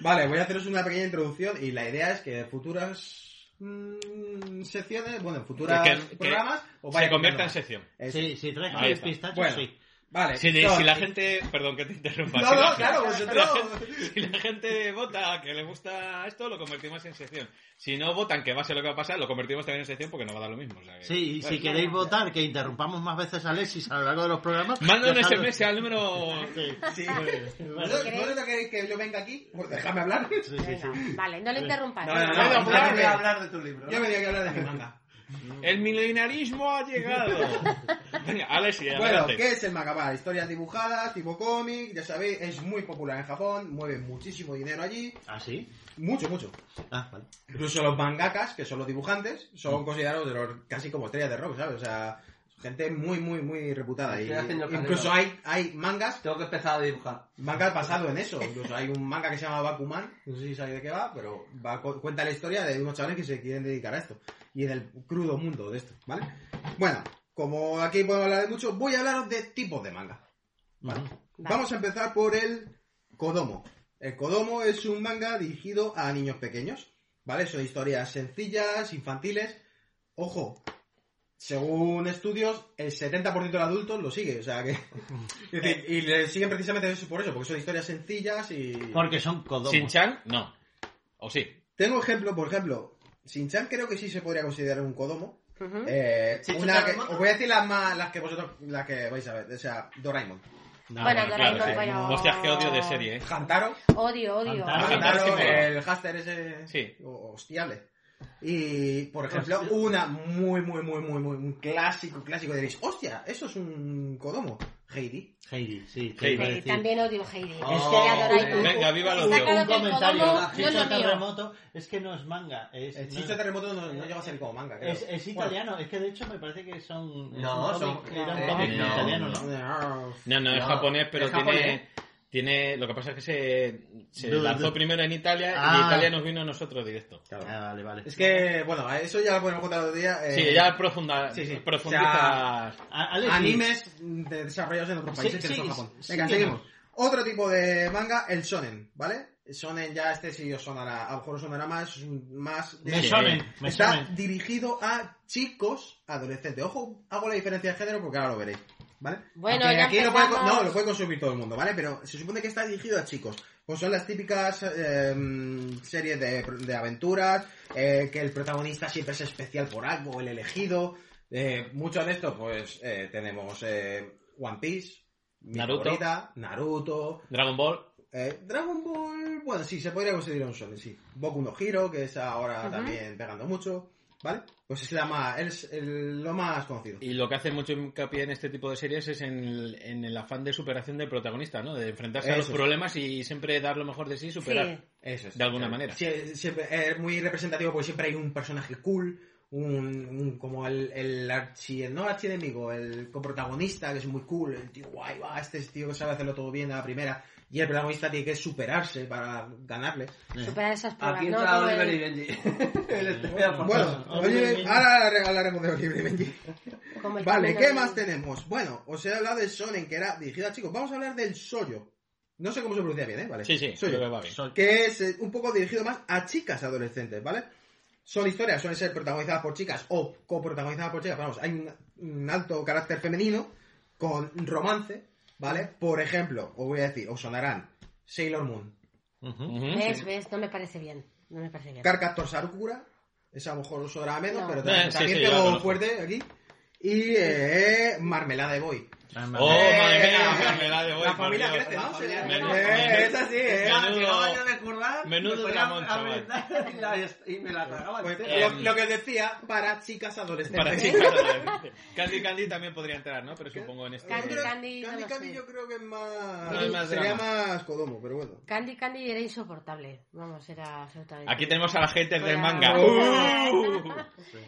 Speaker 3: Vale, voy a haceros una pequeña introducción y la idea es que en futuras mm, secciones, bueno, en futuros
Speaker 5: Que- que
Speaker 3: programas, os
Speaker 5: se
Speaker 3: vaya
Speaker 5: convierta en
Speaker 3: quitando
Speaker 5: sección.
Speaker 3: más. Eso.
Speaker 16: Sí, sí, traes
Speaker 5: Ahí
Speaker 16: tres
Speaker 5: está.
Speaker 16: pistachos,
Speaker 3: Bueno,
Speaker 16: sí.
Speaker 3: vale.
Speaker 5: Si, de-
Speaker 3: no, eh,
Speaker 5: si la gente... Perdón que te interrumpa.
Speaker 3: No,
Speaker 5: [laughs] si
Speaker 3: no, [laughs]
Speaker 5: la
Speaker 3: claro,
Speaker 5: gente-
Speaker 3: vosotros- [laughs]
Speaker 5: la gente- si la gente vota que le gusta esto, lo convertimos en sección. Si no votan que va a ser lo que va a pasar, lo convertimos también en sección porque no va a dar lo mismo. o
Speaker 3: Eh,
Speaker 5: sea que-
Speaker 16: Sí, y si
Speaker 5: Vale.
Speaker 16: queréis votar que interrumpamos más veces a Alexis a lo largo de los programas...
Speaker 5: Manda un
Speaker 16: dejadlo-
Speaker 5: SMS al número...
Speaker 16: Sí,
Speaker 3: Sí.
Speaker 16: bueno,
Speaker 3: ¿No, no lo queréis que yo venga aquí? Pues déjame hablar.
Speaker 16: sí, sí, sí.
Speaker 6: Vale, no le interrumpas.
Speaker 3: No, no, no,
Speaker 6: Vale,
Speaker 3: no, no,
Speaker 6: vale.
Speaker 7: Yo
Speaker 3: no,
Speaker 7: voy a hablar de tu libro.
Speaker 3: Yo me tenía que hablar de mi manga.
Speaker 5: El milenarismo
Speaker 3: [laughs]
Speaker 5: ha llegado. Venga, Alexis,
Speaker 3: Bueno,
Speaker 5: adelante.
Speaker 3: ¿qué es el manga? Vale, historias dibujadas, tipo cómic, ya sabéis, es muy popular en Japón, mueve muchísimo dinero allí.
Speaker 16: ¿Ah, sí?
Speaker 3: Mucho, mucho.
Speaker 16: Ah, vale.
Speaker 3: Incluso los mangakas, que son los dibujantes, son
Speaker 7: Mm.
Speaker 3: considerados de los, casi como estrellas de rock, ¿sabes? O sea, gente muy, muy, muy reputada. Y,
Speaker 7: Estoy haciendo
Speaker 3: incluso
Speaker 7: calor.
Speaker 3: hay, hay mangas,
Speaker 7: Tengo que empezar a dibujar.
Speaker 3: mangas basado en eso. Incluso hay un manga que se llama Bakuman, no sé si sabéis de qué va, pero va- cu- cuenta la historia de unos chavales que se quieren dedicar a esto. Y en el crudo mundo de esto, ¿vale? Bueno, como aquí podemos hablar de mucho, voy a hablaros de tipos de manga. ¿vale? Vamos a empezar por el Kodomo. El Kodomo es un manga dirigido a niños pequeños, ¿vale? Son historias sencillas, infantiles. Ojo, según estudios, el 70% de adultos lo sigue, o sea que... es decir, y le siguen precisamente eso- por eso, porque son historias sencillas y...
Speaker 16: Porque son codomos.
Speaker 5: Sin Chan, no. O sí.
Speaker 3: Tengo ejemplo, por ejemplo, Shin-Chan creo que sí se podría considerar un Kodomo.
Speaker 6: Ujú.
Speaker 3: Eh,
Speaker 7: ¿Shin-Chan
Speaker 3: una que-
Speaker 7: Kodomo?
Speaker 3: os voy a decir las, más, las que vosotros las que vais a ver, o sea, Doraemon.
Speaker 16: No,
Speaker 6: Bueno,
Speaker 16: no,
Speaker 6: Doraemon,
Speaker 5: Ah, claro, sí.
Speaker 6: bueno.
Speaker 5: Hostias, qué odio de serie, eh.
Speaker 3: Hantaro.
Speaker 6: Odio, odio.
Speaker 16: Ah,
Speaker 3: Ah,
Speaker 5: Hantaro,
Speaker 3: claro,
Speaker 5: sí,
Speaker 3: el Haster ese.
Speaker 5: Sí.
Speaker 3: o- Hostiale. Y, por ejemplo, una muy, muy, muy, muy, muy, un clásico, clásico. Diréis, hostia, eso es un Kodomo. Heidi.
Speaker 16: Heidi, sí. te
Speaker 5: Heidi.
Speaker 16: iba a
Speaker 6: Heidi,
Speaker 16: decir.
Speaker 6: también odio Heidi.
Speaker 7: Oh,
Speaker 6: Es que era Doraemon.
Speaker 5: Venga, viva los
Speaker 6: Está
Speaker 5: dios.
Speaker 6: claro
Speaker 16: Un
Speaker 6: que el
Speaker 16: comentario.
Speaker 6: Kodomo no
Speaker 16: Chicho
Speaker 6: es lo mío.
Speaker 16: Terremoto es que no es manga. Es,
Speaker 3: El
Speaker 16: no-
Speaker 3: Chicho Terremoto no, no llega a ser como manga, creo.
Speaker 16: es, es italiano. Es que de hecho me parece que son. es
Speaker 7: No,
Speaker 16: un
Speaker 7: son-
Speaker 16: cómic- era un
Speaker 7: eh,
Speaker 16: cómic
Speaker 5: no,
Speaker 16: italiano, ¿no?
Speaker 3: Bueno,
Speaker 5: No, no, es
Speaker 7: No,
Speaker 5: japonés, pero
Speaker 7: es
Speaker 5: tiene,
Speaker 7: japonés.
Speaker 5: tiene. Lo que pasa es que se, se
Speaker 16: Du- du-
Speaker 5: lanzó primero en Italia y
Speaker 16: Ah.
Speaker 5: Italia nos vino a nosotros directo.
Speaker 16: Ah, vale, vale.
Speaker 3: Es que, bueno, eso ya lo podemos contar otro día. eh,
Speaker 5: Sí, ya profunda,
Speaker 3: sí, sí.
Speaker 5: profundiza.
Speaker 16: A- Ah, Alexis,
Speaker 3: Animes de- desarrollados en otros
Speaker 16: Sí,
Speaker 3: países que
Speaker 16: sí,
Speaker 3: no son Japón.
Speaker 16: sí,
Speaker 3: Venga,
Speaker 16: sí,
Speaker 3: seguimos. Otro tipo de manga, el shonen, ¿vale? El Shonen ya este sí os sonará, a lo mejor os sonará más, más
Speaker 16: Me
Speaker 5: Sí.
Speaker 16: sonen, me
Speaker 3: Está
Speaker 16: sonen.
Speaker 3: dirigido a chicos adolescentes. Ojo, hago la diferencia de género porque ahora lo veréis. ¿Vale?
Speaker 6: Bueno,
Speaker 3: Aunque
Speaker 6: ya
Speaker 3: aquí lo puede,
Speaker 6: empezamos.
Speaker 3: no, lo puede consumir todo el mundo, ¿vale? Pero se supone que está dirigido a chicos. Pues son las típicas eh, series de, de aventuras, eh, que el protagonista siempre es especial por algo, el elegido. Eh, mucho de esto, pues, eh, tenemos eh, One Piece, mi
Speaker 5: Naruto.
Speaker 3: favorita, Naruto,
Speaker 5: Dragon Ball.
Speaker 3: eh, Dragon Ball, bueno, sí, se podría considerar un shonen, sí. Boku no Hero, que es ahora también pegando mucho, ¿vale? Pues es la más, es el- lo más conocido.
Speaker 5: Y lo que hace mucho hincapié en este tipo de series es en el, en el afán de superación del protagonista, ¿no? De enfrentarse a los
Speaker 3: Eso es.
Speaker 5: problemas y siempre dar lo mejor de sí y superar.
Speaker 3: Eso es.
Speaker 5: De alguna manera.
Speaker 3: Sie- siempre- es muy representativo porque siempre hay un personaje cool, un, un- como el, el archi, el no archienemigo, el coprotagonista que es muy cool, el tío guay, va, este es tío que sabe hacerlo todo bien a la primera, y el protagonista tiene que superarse para ganarle.
Speaker 6: Superar esas pruebas.
Speaker 7: Aquí
Speaker 6: no,
Speaker 7: entra
Speaker 6: Todo
Speaker 7: Oliver y
Speaker 6: el-
Speaker 7: Benji. El espía por-
Speaker 3: Bueno, oye, ahora Pues hablaremos de Oliver y [laughs] Benji.
Speaker 6: como el
Speaker 3: Vale,
Speaker 6: camino
Speaker 3: ¿qué
Speaker 6: de-
Speaker 3: más tenemos? Bueno, os he hablado del Sonen, que era dirigido a chicos. Vamos a hablar del Soyo. No sé cómo se pronuncia bien, ¿eh? Vale.
Speaker 5: Sí, sí,
Speaker 3: Soy
Speaker 5: creo
Speaker 3: yo.
Speaker 5: que va bien.
Speaker 3: Sol- Que es eh, un poco dirigido más a chicas adolescentes, ¿vale? Son historias, suelen ser protagonizadas por chicas o coprotagonizadas por chicas. Vamos, hay un, un alto carácter femenino con romance, ¿vale? Por ejemplo, os voy a decir, os sonarán Sailor Moon,
Speaker 6: ¿Ves? ¿Ves? No me parece bien. No me parece bien.
Speaker 3: Carcaptor Sakura, esa a lo mejor os sonará menos,
Speaker 6: No.
Speaker 3: pero
Speaker 5: Eh,
Speaker 3: también,
Speaker 5: sí,
Speaker 3: también
Speaker 5: sí, ya la
Speaker 3: pegó
Speaker 5: conozco.
Speaker 3: fuerte aquí. Y eh, Marmelada de Boy.
Speaker 5: ¡Oh, madre mía! Marmelada de Boy,
Speaker 3: La
Speaker 5: por
Speaker 3: familia
Speaker 5: Dios.
Speaker 3: crece, ¿no?
Speaker 7: familia
Speaker 3: Eh,
Speaker 7: crece.
Speaker 3: Es así, eh.
Speaker 7: Ya,
Speaker 5: Menudo-
Speaker 7: que no vaya de currar,
Speaker 5: menudo
Speaker 7: me ponía
Speaker 5: dramón,
Speaker 7: a
Speaker 5: chaval. Em.
Speaker 7: merendar Y, la- y me la tragaba.
Speaker 3: Pues,
Speaker 7: entera.
Speaker 3: lo, lo que decía, para chicas adolescentes.
Speaker 5: Para chicas adolescentes. Candy Candy también podría entrar, ¿no? Pero supongo en este...
Speaker 6: Candy
Speaker 3: creo-
Speaker 6: Candy, no
Speaker 3: Candy
Speaker 6: lo
Speaker 3: Candy
Speaker 6: sé.
Speaker 3: yo creo que es más...
Speaker 5: No, es más
Speaker 3: sería
Speaker 5: drama.
Speaker 3: más Kodomo, pero bueno.
Speaker 6: Candy Candy era insoportable. Vamos, era absolutamente.
Speaker 5: Aquí tenemos a la gente del manga.
Speaker 6: Fuera. [laughs]
Speaker 5: ¡Uh!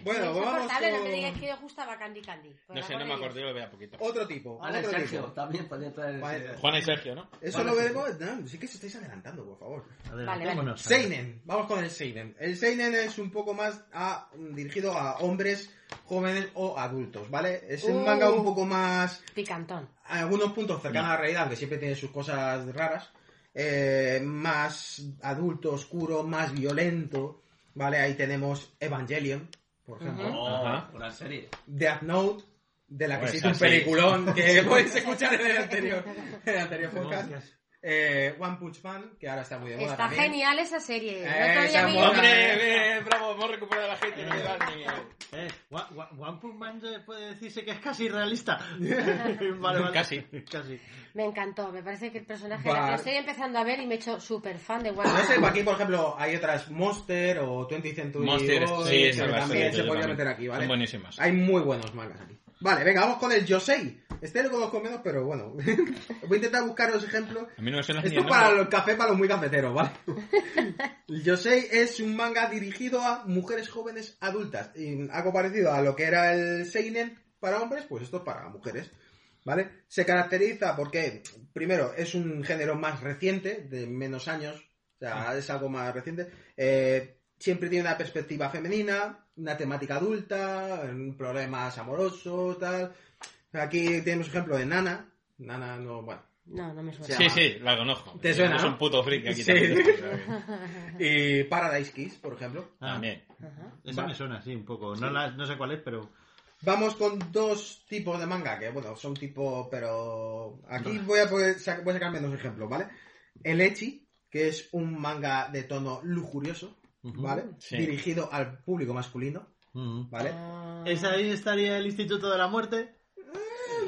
Speaker 3: Bueno,
Speaker 6: Era
Speaker 3: vamos
Speaker 6: insoportable, no
Speaker 3: con-
Speaker 6: me digas que yo gustaba Candy Candy. Por
Speaker 5: No sé,
Speaker 6: el
Speaker 5: no me
Speaker 6: amor
Speaker 5: acuerdo,
Speaker 6: de
Speaker 5: yo lo veía poquito.
Speaker 3: Otro tipo,
Speaker 7: Ana y
Speaker 3: otro
Speaker 7: Sergio
Speaker 3: tipo.
Speaker 7: también podía entrar en
Speaker 3: Vale.
Speaker 7: ese-
Speaker 5: Juana y Sergio, ¿no?
Speaker 3: Eso
Speaker 7: Vale,
Speaker 3: lo
Speaker 7: sí.
Speaker 3: veremos... No, sí que se estáis adelantando, por favor.
Speaker 6: Adelantémonos.
Speaker 3: Seinen, vamos con el Seinen. El Seinen es un poco más a- dirigido a hombres jóvenes o adultos, ¿vale? Es un
Speaker 6: Uh.
Speaker 3: manga un poco más...
Speaker 6: Dios. Picantón.
Speaker 3: a algunos puntos cercanos a la realidad, aunque siempre tiene sus cosas raras, eh, más adulto, oscuro, más violento, ¿vale? Ahí tenemos Evangelion, por ejemplo,
Speaker 5: Ajá.
Speaker 7: Oh, gran serie.
Speaker 3: Death Note, de la que
Speaker 5: Pues
Speaker 3: existe un
Speaker 5: así.
Speaker 3: peliculón que podéis escuchar en el anterior, en el anterior podcast. Eh, One Punch Man, que ahora está muy de moda
Speaker 6: Está
Speaker 3: también.
Speaker 6: genial esa serie. El
Speaker 3: Eh,
Speaker 6: otro día
Speaker 3: esa
Speaker 6: vi-
Speaker 3: moda.
Speaker 5: ¡Hombre! eh, ¡Bravo! Hemos recuperado a la gente. no me das ni-
Speaker 16: Eh, Wa- Wa- One Punch Man ya puede decirse que es casi
Speaker 3: [laughs]
Speaker 16: realista. [laughs] Vale, vale.
Speaker 5: Casi.
Speaker 16: Casi.
Speaker 6: Me encantó. Me parece que el personaje.
Speaker 3: Vale.
Speaker 6: La estoy empezando a ver y me he hecho súper fan de One
Speaker 3: No sé,
Speaker 6: Punch Man.
Speaker 3: aquí por ejemplo hay otras Monster o 20 Century
Speaker 5: Monster,
Speaker 3: Boys,
Speaker 5: sí,
Speaker 3: que
Speaker 5: esa va a
Speaker 3: eh, también
Speaker 5: ser,
Speaker 3: se
Speaker 5: yo
Speaker 3: podría
Speaker 5: también.
Speaker 3: meter aquí, ¿vale?
Speaker 5: Son buenísimas.
Speaker 3: Hay muy buenos mangas aquí. Vale, venga, vamos con el Yosei. Este lo conozco menos, pero bueno. [laughs] Voy a intentar buscar los ejemplos.
Speaker 5: A mí no me suena ni
Speaker 3: Esto
Speaker 5: el
Speaker 3: para
Speaker 5: nombre.
Speaker 3: los café, para los muy cafeteros, ¿vale? El Yosei es un manga dirigido a mujeres jóvenes adultas. Y algo parecido a lo que era el Seinen para hombres, pues esto es para mujeres. ¿Vale? Se caracteriza porque, primero, es un género más reciente, de menos años, o sea, es algo más reciente. Eh, siempre tiene una perspectiva femenina, una temática adulta, en problemas amorosos, tal. Aquí tenemos ejemplo de Nana. Nana no, bueno.
Speaker 6: No, no me suena.
Speaker 3: Sí.
Speaker 5: Sí, sí, la conozco.
Speaker 3: ¿Te suena,
Speaker 5: Es
Speaker 3: no?
Speaker 5: un puto friki aquí
Speaker 3: Sí. [laughs]
Speaker 5: también.
Speaker 3: Y Eh, Paradise Kiss, por ejemplo.
Speaker 16: Ah,
Speaker 5: También.
Speaker 6: Ajá.
Speaker 16: Esa me suena así un poco. No,
Speaker 3: Sí.
Speaker 16: la- no sé cuál es, pero.
Speaker 3: Vamos con dos tipos de manga, que bueno, son tipo, pero aquí voy a, poder, sac- voy a sacarme dos ejemplos, ¿vale? El Echi, que es un manga de tono lujurioso,
Speaker 16: Ujú.
Speaker 3: ¿vale?
Speaker 5: Sí.
Speaker 3: Dirigido al público masculino,
Speaker 16: Ujú.
Speaker 3: ¿vale?
Speaker 6: Ah.
Speaker 16: ¿Esa ahí estaría el Instituto de la Muerte?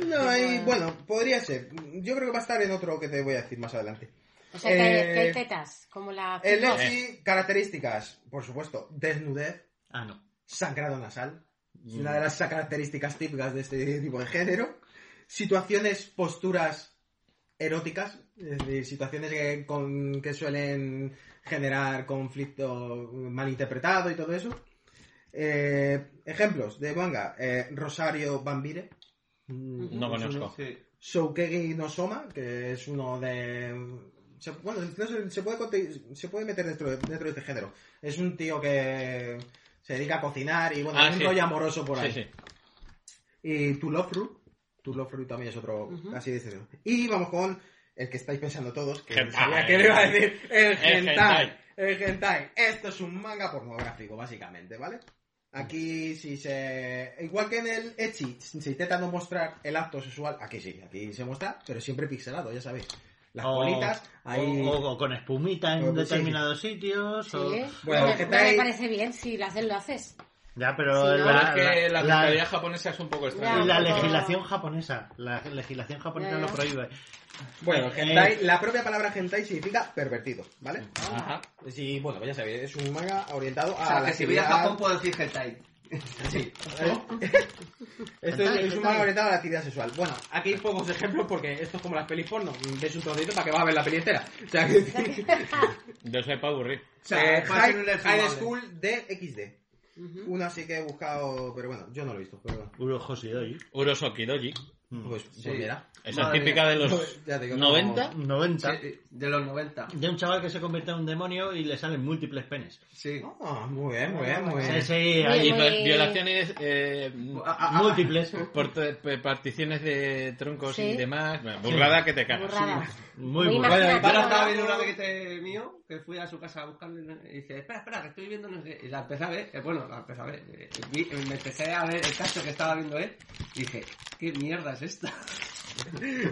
Speaker 3: No, hay, bueno, podría ser. Yo creo que va a estar en otro que te voy a decir más adelante.
Speaker 6: O sea, que, hay-
Speaker 3: Eh,
Speaker 6: que hay tetas. Como la.
Speaker 3: El
Speaker 6: Fico.
Speaker 3: Echi, características, por supuesto, desnudez,
Speaker 16: Ah, no.
Speaker 3: sangrado nasal. Es una de las características típicas de este tipo de género. Situaciones, posturas eróticas, es decir, situaciones que, con- que suelen generar conflicto malinterpretado y todo eso. Eh, ejemplos de manga, eh, Rosario Bambire. Mm,
Speaker 5: No
Speaker 3: es uno.
Speaker 5: conozco.
Speaker 7: Sí.
Speaker 3: Shoukegi no Soma, que es uno de... se- bueno, no sé, se, puede, conte- se puede meter dentro de, dentro de este género. Es un tío que se dedica a cocinar y bueno,
Speaker 5: Ah,
Speaker 3: hay un
Speaker 5: sí.
Speaker 3: rollo amoroso por
Speaker 5: Sí,
Speaker 3: ahí.
Speaker 5: sí.
Speaker 3: Y Tulofru, Tulofru también es otro,
Speaker 6: Ujú.
Speaker 3: así de serio. Y vamos con el que estáis pensando todos, que
Speaker 5: Hentai.
Speaker 3: sabía que le iba a decir, el
Speaker 5: El
Speaker 3: hentai. El hentai. Esto es un manga pornográfico, básicamente, ¿vale? Aquí si se... Igual que en el Echi, se intenta no mostrar el acto sexual, aquí sí, aquí se muestra, pero siempre pixelado, ya sabéis. Las
Speaker 16: O-
Speaker 3: bolitas,
Speaker 4: oh,
Speaker 3: ahí...
Speaker 16: O, o con espumita en
Speaker 3: O- sí.
Speaker 16: determinados sitios.
Speaker 6: Sí.
Speaker 16: o-
Speaker 3: Bueno,
Speaker 6: No me-
Speaker 3: que
Speaker 6: no
Speaker 3: trae-
Speaker 6: me parece bien. Si lo haces, lo haces.
Speaker 16: Ya, pero
Speaker 6: Sí,
Speaker 16: la,
Speaker 5: La, es que
Speaker 16: la-
Speaker 5: la, mentalidad japonesa es un poco extraña.
Speaker 16: la- la
Speaker 6: Ya, un poco-
Speaker 16: legislación japonesa. La legislación japonesa
Speaker 6: Ya, ya.
Speaker 16: lo prohíbe.
Speaker 3: Bueno,
Speaker 16: Eh,
Speaker 3: hentai, la propia palabra hentai significa pervertido, ¿vale?
Speaker 5: Ajá.
Speaker 3: Sí, bueno, pues ya sabéis, es un manga orientado a
Speaker 7: O sea,
Speaker 3: Ah, la
Speaker 7: que si voy a
Speaker 3: actividad-
Speaker 7: Japón puedo decir hentai.
Speaker 3: Sí. Esto es, es un manga orientado a la actividad sexual. Bueno, aquí hay pocos ejemplos porque esto es como las pelis porno. Ves un trocito para que vas a ver la peli entera. [laughs] O sea, que...
Speaker 5: Yo soy para aburrir.
Speaker 7: O sea,
Speaker 3: Eh,
Speaker 7: va a
Speaker 3: High-
Speaker 7: ser un
Speaker 3: High
Speaker 7: desfumable.
Speaker 3: School de XD. Una sí que he buscado, pero bueno, yo no lo he visto. Pero bueno.
Speaker 16: Urojosidoi.
Speaker 5: Urosoki Doji.
Speaker 3: Pues, pues mira.
Speaker 5: Esa es típica de los
Speaker 3: Ya digo,
Speaker 5: 90.
Speaker 3: como-
Speaker 16: 90.
Speaker 7: de los 90.
Speaker 16: De un chaval que se convierte en un demonio y le salen múltiples penes.
Speaker 7: Sí.
Speaker 3: Ah, muy bien, muy bien, muy bien.
Speaker 16: Sí, sí,
Speaker 5: Y
Speaker 16: ahí
Speaker 5: viol-
Speaker 6: pues,
Speaker 5: violaciones eh,
Speaker 16: múltiples.
Speaker 5: por te- pe- particiones de troncos
Speaker 6: Sí.
Speaker 5: y demás. Bueno, burrada que te cagas.
Speaker 6: Burrada.
Speaker 16: Muy
Speaker 6: Muy
Speaker 16: bueno.
Speaker 6: imaginativa.
Speaker 7: Yo la estaba viendo una amiguete mío que fui a su casa a buscarle ¿no? y dice, espera, espera, que estoy viendo no sé qué". Y la empecé a ver, eh, bueno, la empecé a ver, eh, vi- eh, me empecé a ver el cacho que estaba viendo él y dije, ¿qué mierda es esta?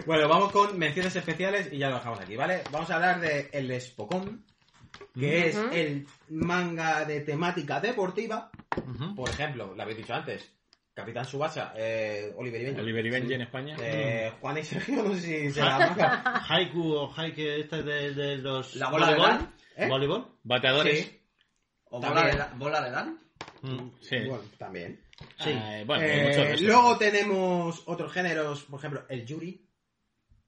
Speaker 3: Bueno, vamos con menciones especiales y ya lo dejamos aquí, ¿vale? Vamos a hablar de El Espocón, que
Speaker 6: Ujú.
Speaker 3: es el manga de temática deportiva.
Speaker 16: Ujú.
Speaker 3: Por ejemplo, lo habéis dicho antes, Capitán Subasa, eh, Oliver y Benji.
Speaker 5: Oliver y Benji en España.
Speaker 3: Eh, Juan y Sergio, no sé si será manga.
Speaker 16: Haiku o Haike, este de, de los...
Speaker 7: [laughs] La bola de
Speaker 16: voleibol.
Speaker 7: Dan,
Speaker 3: ¿eh?
Speaker 16: ¿Voleibol?
Speaker 5: Bateadores.
Speaker 3: Sí,
Speaker 7: ¿O bola
Speaker 3: También.
Speaker 7: de, la- bola de Dan?
Speaker 16: Mm.
Speaker 5: Sí.
Speaker 3: bueno, también.
Speaker 5: Sí. Eh, bueno,
Speaker 3: Eh,
Speaker 5: muchos de esos.
Speaker 3: luego tenemos otros géneros, por ejemplo, el Yuri,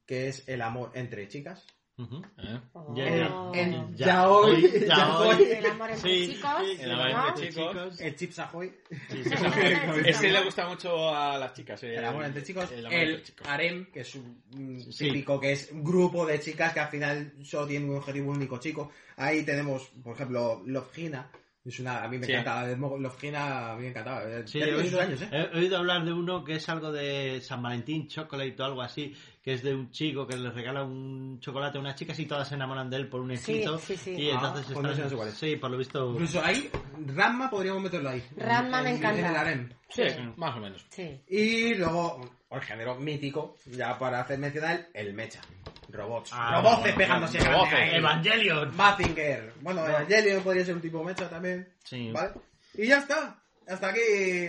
Speaker 3: que es el amor entre chicas.
Speaker 16: Ujú.
Speaker 5: Eh,
Speaker 6: Oh.
Speaker 16: Ya- ya-
Speaker 3: El
Speaker 16: ya-
Speaker 3: [laughs] yaoi,
Speaker 16: hoy, ya
Speaker 3: yaoi.
Speaker 16: hoy.
Speaker 6: El amor entre
Speaker 16: Sí,
Speaker 6: chicos,
Speaker 16: sí,
Speaker 5: el amor entre
Speaker 16: ¿no?
Speaker 5: chicos.
Speaker 3: El Chips Ahoy.
Speaker 16: Sí, [laughs] sí, sí.
Speaker 5: Ese Este le gusta mucho a las chicas. eh,
Speaker 3: El amor entre chicos.
Speaker 5: El
Speaker 3: El,
Speaker 5: amor entre chicos.
Speaker 3: harem, que es un mm,
Speaker 16: Sí.
Speaker 3: típico, que es un grupo de chicas que al final solo tienen un objetivo único chico. Ahí tenemos, por ejemplo, Love Hina. Es una, a mí me
Speaker 5: Sí.
Speaker 3: encantaba. Love Hina, a mí me encantaba. Eh,
Speaker 16: Sí,
Speaker 3: ya
Speaker 16: he
Speaker 3: tiene sus
Speaker 16: oído,
Speaker 3: años, ¿eh?
Speaker 16: he oído hablar de uno que es algo de San Valentín Chocolate o algo así, que es de un chico que le regala un chocolate a unas chicas y todas se enamoran de él por un escrito.
Speaker 6: sí, sí.
Speaker 16: Y
Speaker 3: Ah,
Speaker 16: entonces
Speaker 3: pues no Pues sé, no sé cuál es.
Speaker 16: Sí, por lo visto.
Speaker 3: Incluso ahí, Ramma podríamos meterlo ahí.
Speaker 6: Ranma me
Speaker 3: En-
Speaker 6: encanta.
Speaker 3: En el harem.
Speaker 5: Sí, más o menos.
Speaker 6: Sí.
Speaker 3: Y luego, el género mítico, ya para hacer mencionar, el mecha. Robots.
Speaker 16: Ah,
Speaker 3: robots
Speaker 16: bueno,
Speaker 3: despejándose.
Speaker 5: robots.
Speaker 3: grande ahí.
Speaker 16: Pues Evangelion.
Speaker 3: Mazinger. Bueno, Evangelion podría ser un tipo mecha también.
Speaker 16: Sí.
Speaker 3: ¿Vale? Y ya está. Hasta aquí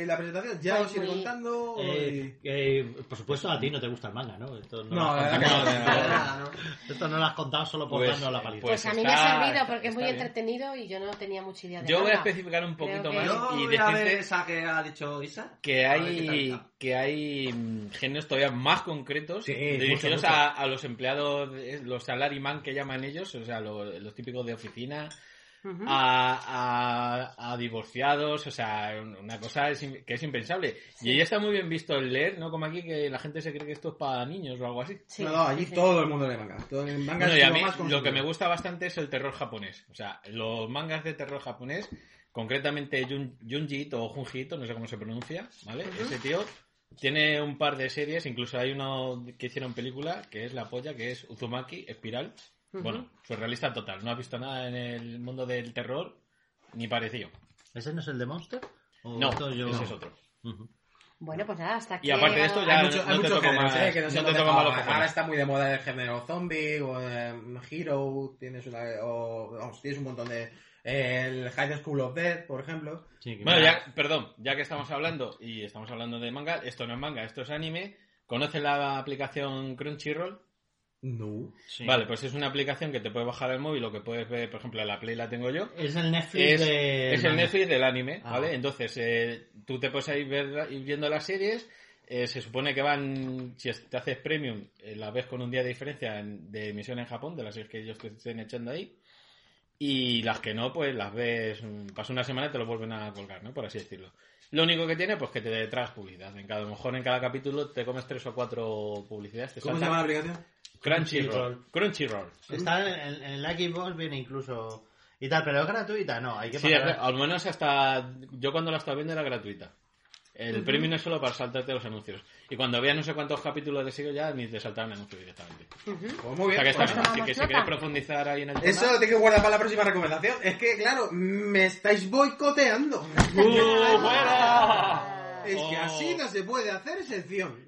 Speaker 3: la presentación. Ya
Speaker 6: Pues
Speaker 3: os iré
Speaker 6: muy-
Speaker 3: contando.
Speaker 16: Eh, eh, por supuesto, a ti no te gusta el manga, ¿no? Esto no,
Speaker 3: No,
Speaker 16: lo, has
Speaker 3: la verdad
Speaker 16: contado,
Speaker 3: que no.
Speaker 7: [laughs] Nada, nada, ¿no?
Speaker 16: [laughs] esto no lo has contado solo por
Speaker 5: Pues,
Speaker 16: darnos la
Speaker 5: eh,
Speaker 16: paliza.
Speaker 6: Pues,
Speaker 5: Pues
Speaker 6: a mí me
Speaker 5: está-
Speaker 6: ha servido porque es
Speaker 5: está
Speaker 6: muy
Speaker 5: bien.
Speaker 6: entretenido y yo no tenía mucha idea de
Speaker 5: Yo voy a
Speaker 6: manga.
Speaker 5: especificar un poquito
Speaker 6: Creo
Speaker 5: más
Speaker 6: que-
Speaker 7: Yo
Speaker 5: y
Speaker 7: voy a ver
Speaker 5: decirte
Speaker 7: esa que ha dicho Isa.
Speaker 5: que
Speaker 7: A ver qué tal
Speaker 5: hay,
Speaker 7: está.
Speaker 5: que hay mm, géneros todavía más concretos
Speaker 3: Sí, mucho,
Speaker 5: dirigidos
Speaker 3: mucho.
Speaker 5: a, a los empleados, eh, los salaryman que llaman ellos, o sea, lo- los típicos de oficina,
Speaker 7: Mm.
Speaker 6: Ujú.
Speaker 5: Ah, a, a- a divorciados, o sea, un- una cosa es in- que es impensable. Y ya está muy bien visto el leer, ¿no? Como aquí que la gente se cree que esto es para niños o algo así.
Speaker 6: Sí,
Speaker 3: no, no, allí
Speaker 6: sí, sí.
Speaker 3: todo el mundo le manga. Todo el manga
Speaker 5: Bueno,
Speaker 3: es
Speaker 5: y a
Speaker 3: lo
Speaker 5: mí
Speaker 3: más consumido.
Speaker 5: lo que me gusta bastante es el terror japonés. O sea, los mangas de terror japonés, concretamente Jun, Junji Ito o Junji Ito, no sé cómo se pronuncia, ¿vale? Ese tío tiene un par de series, incluso hay uno que hicieron película, que es la polla, que es Uzumaki, Espiral. Bueno, surrealista total. No has visto nada en el mundo del terror, ni parecido.
Speaker 16: ¿Ese no es el de Monster? ¿O
Speaker 5: No,
Speaker 16: esto yo-
Speaker 5: ese es otro.
Speaker 16: Ujú.
Speaker 6: Bueno, pues nada, hasta aquí.
Speaker 5: Y aparte de esto,
Speaker 6: llegado-
Speaker 5: ya
Speaker 3: Hay mucho-
Speaker 5: no
Speaker 3: hay
Speaker 5: te
Speaker 3: muchos
Speaker 5: toco
Speaker 3: géneros,
Speaker 5: más-
Speaker 3: ¿eh? que no,
Speaker 5: no
Speaker 3: se
Speaker 5: te
Speaker 3: nos
Speaker 5: toco
Speaker 3: deja
Speaker 5: más los
Speaker 3: hablar. Ahora
Speaker 5: cojones.
Speaker 3: está muy de moda el género zombie, o em, Hero, tienes, una, o, vamos, tienes un montón de... El High School of Death, por ejemplo.
Speaker 16: Sí, que-
Speaker 5: Bueno, ya, perdón, ya que estamos hablando y estamos hablando de manga, esto no es manga, esto es anime. ¿Conoces la aplicación Crunchyroll?
Speaker 3: No.
Speaker 16: sí.
Speaker 5: Vale, pues es una aplicación que te puedes bajar al móvil o que puedes ver, por ejemplo, en la Play la tengo yo.
Speaker 16: Es el Netflix
Speaker 5: Es,
Speaker 16: de.
Speaker 5: es el Netflix del anime,
Speaker 16: Ah.
Speaker 5: ¿vale? Entonces, eh, tú te puedes ir, ver- ir viendo las series. eh, se supone que van, si es- te haces premium, eh, las ves con un día de diferencia en- de emisión en Japón, de las series que ellos te estén echando ahí. Y las que no, pues las ves, mm, pasa una semana y te lo vuelven a colgar, ¿no? Por así decirlo. Lo único que tiene, pues que te detrás publicidad. En cada, a lo mejor en cada capítulo te comes tres o cuatro publicidades. te
Speaker 3: ¿Cómo se
Speaker 5: saltan-
Speaker 3: llama la aplicación?
Speaker 5: Crunchyroll. Crunchyroll.
Speaker 16: Está en, en, en la Xbox, viene incluso. Y tal, pero es gratuita, no, hay que
Speaker 5: Sí,
Speaker 16: pagar.
Speaker 5: al menos hasta. Yo cuando la estaba viendo era gratuita. El premium es solo para saltarte los anuncios. Y cuando había no sé cuántos capítulos de sigo ya ni te saltaban anuncios directamente.
Speaker 3: Pues muy
Speaker 5: O
Speaker 3: bien.
Speaker 5: sea que está
Speaker 3: pues
Speaker 5: bien.
Speaker 3: nada.
Speaker 5: Así que si quieres profundizar ahí en el tema.
Speaker 3: Eso lo tengo que guardar para la próxima recomendación. Es que, claro, me estáis boicoteando.
Speaker 5: ¡Uh, fuera!
Speaker 3: Es que
Speaker 5: Oh,
Speaker 3: así no se puede hacer sección.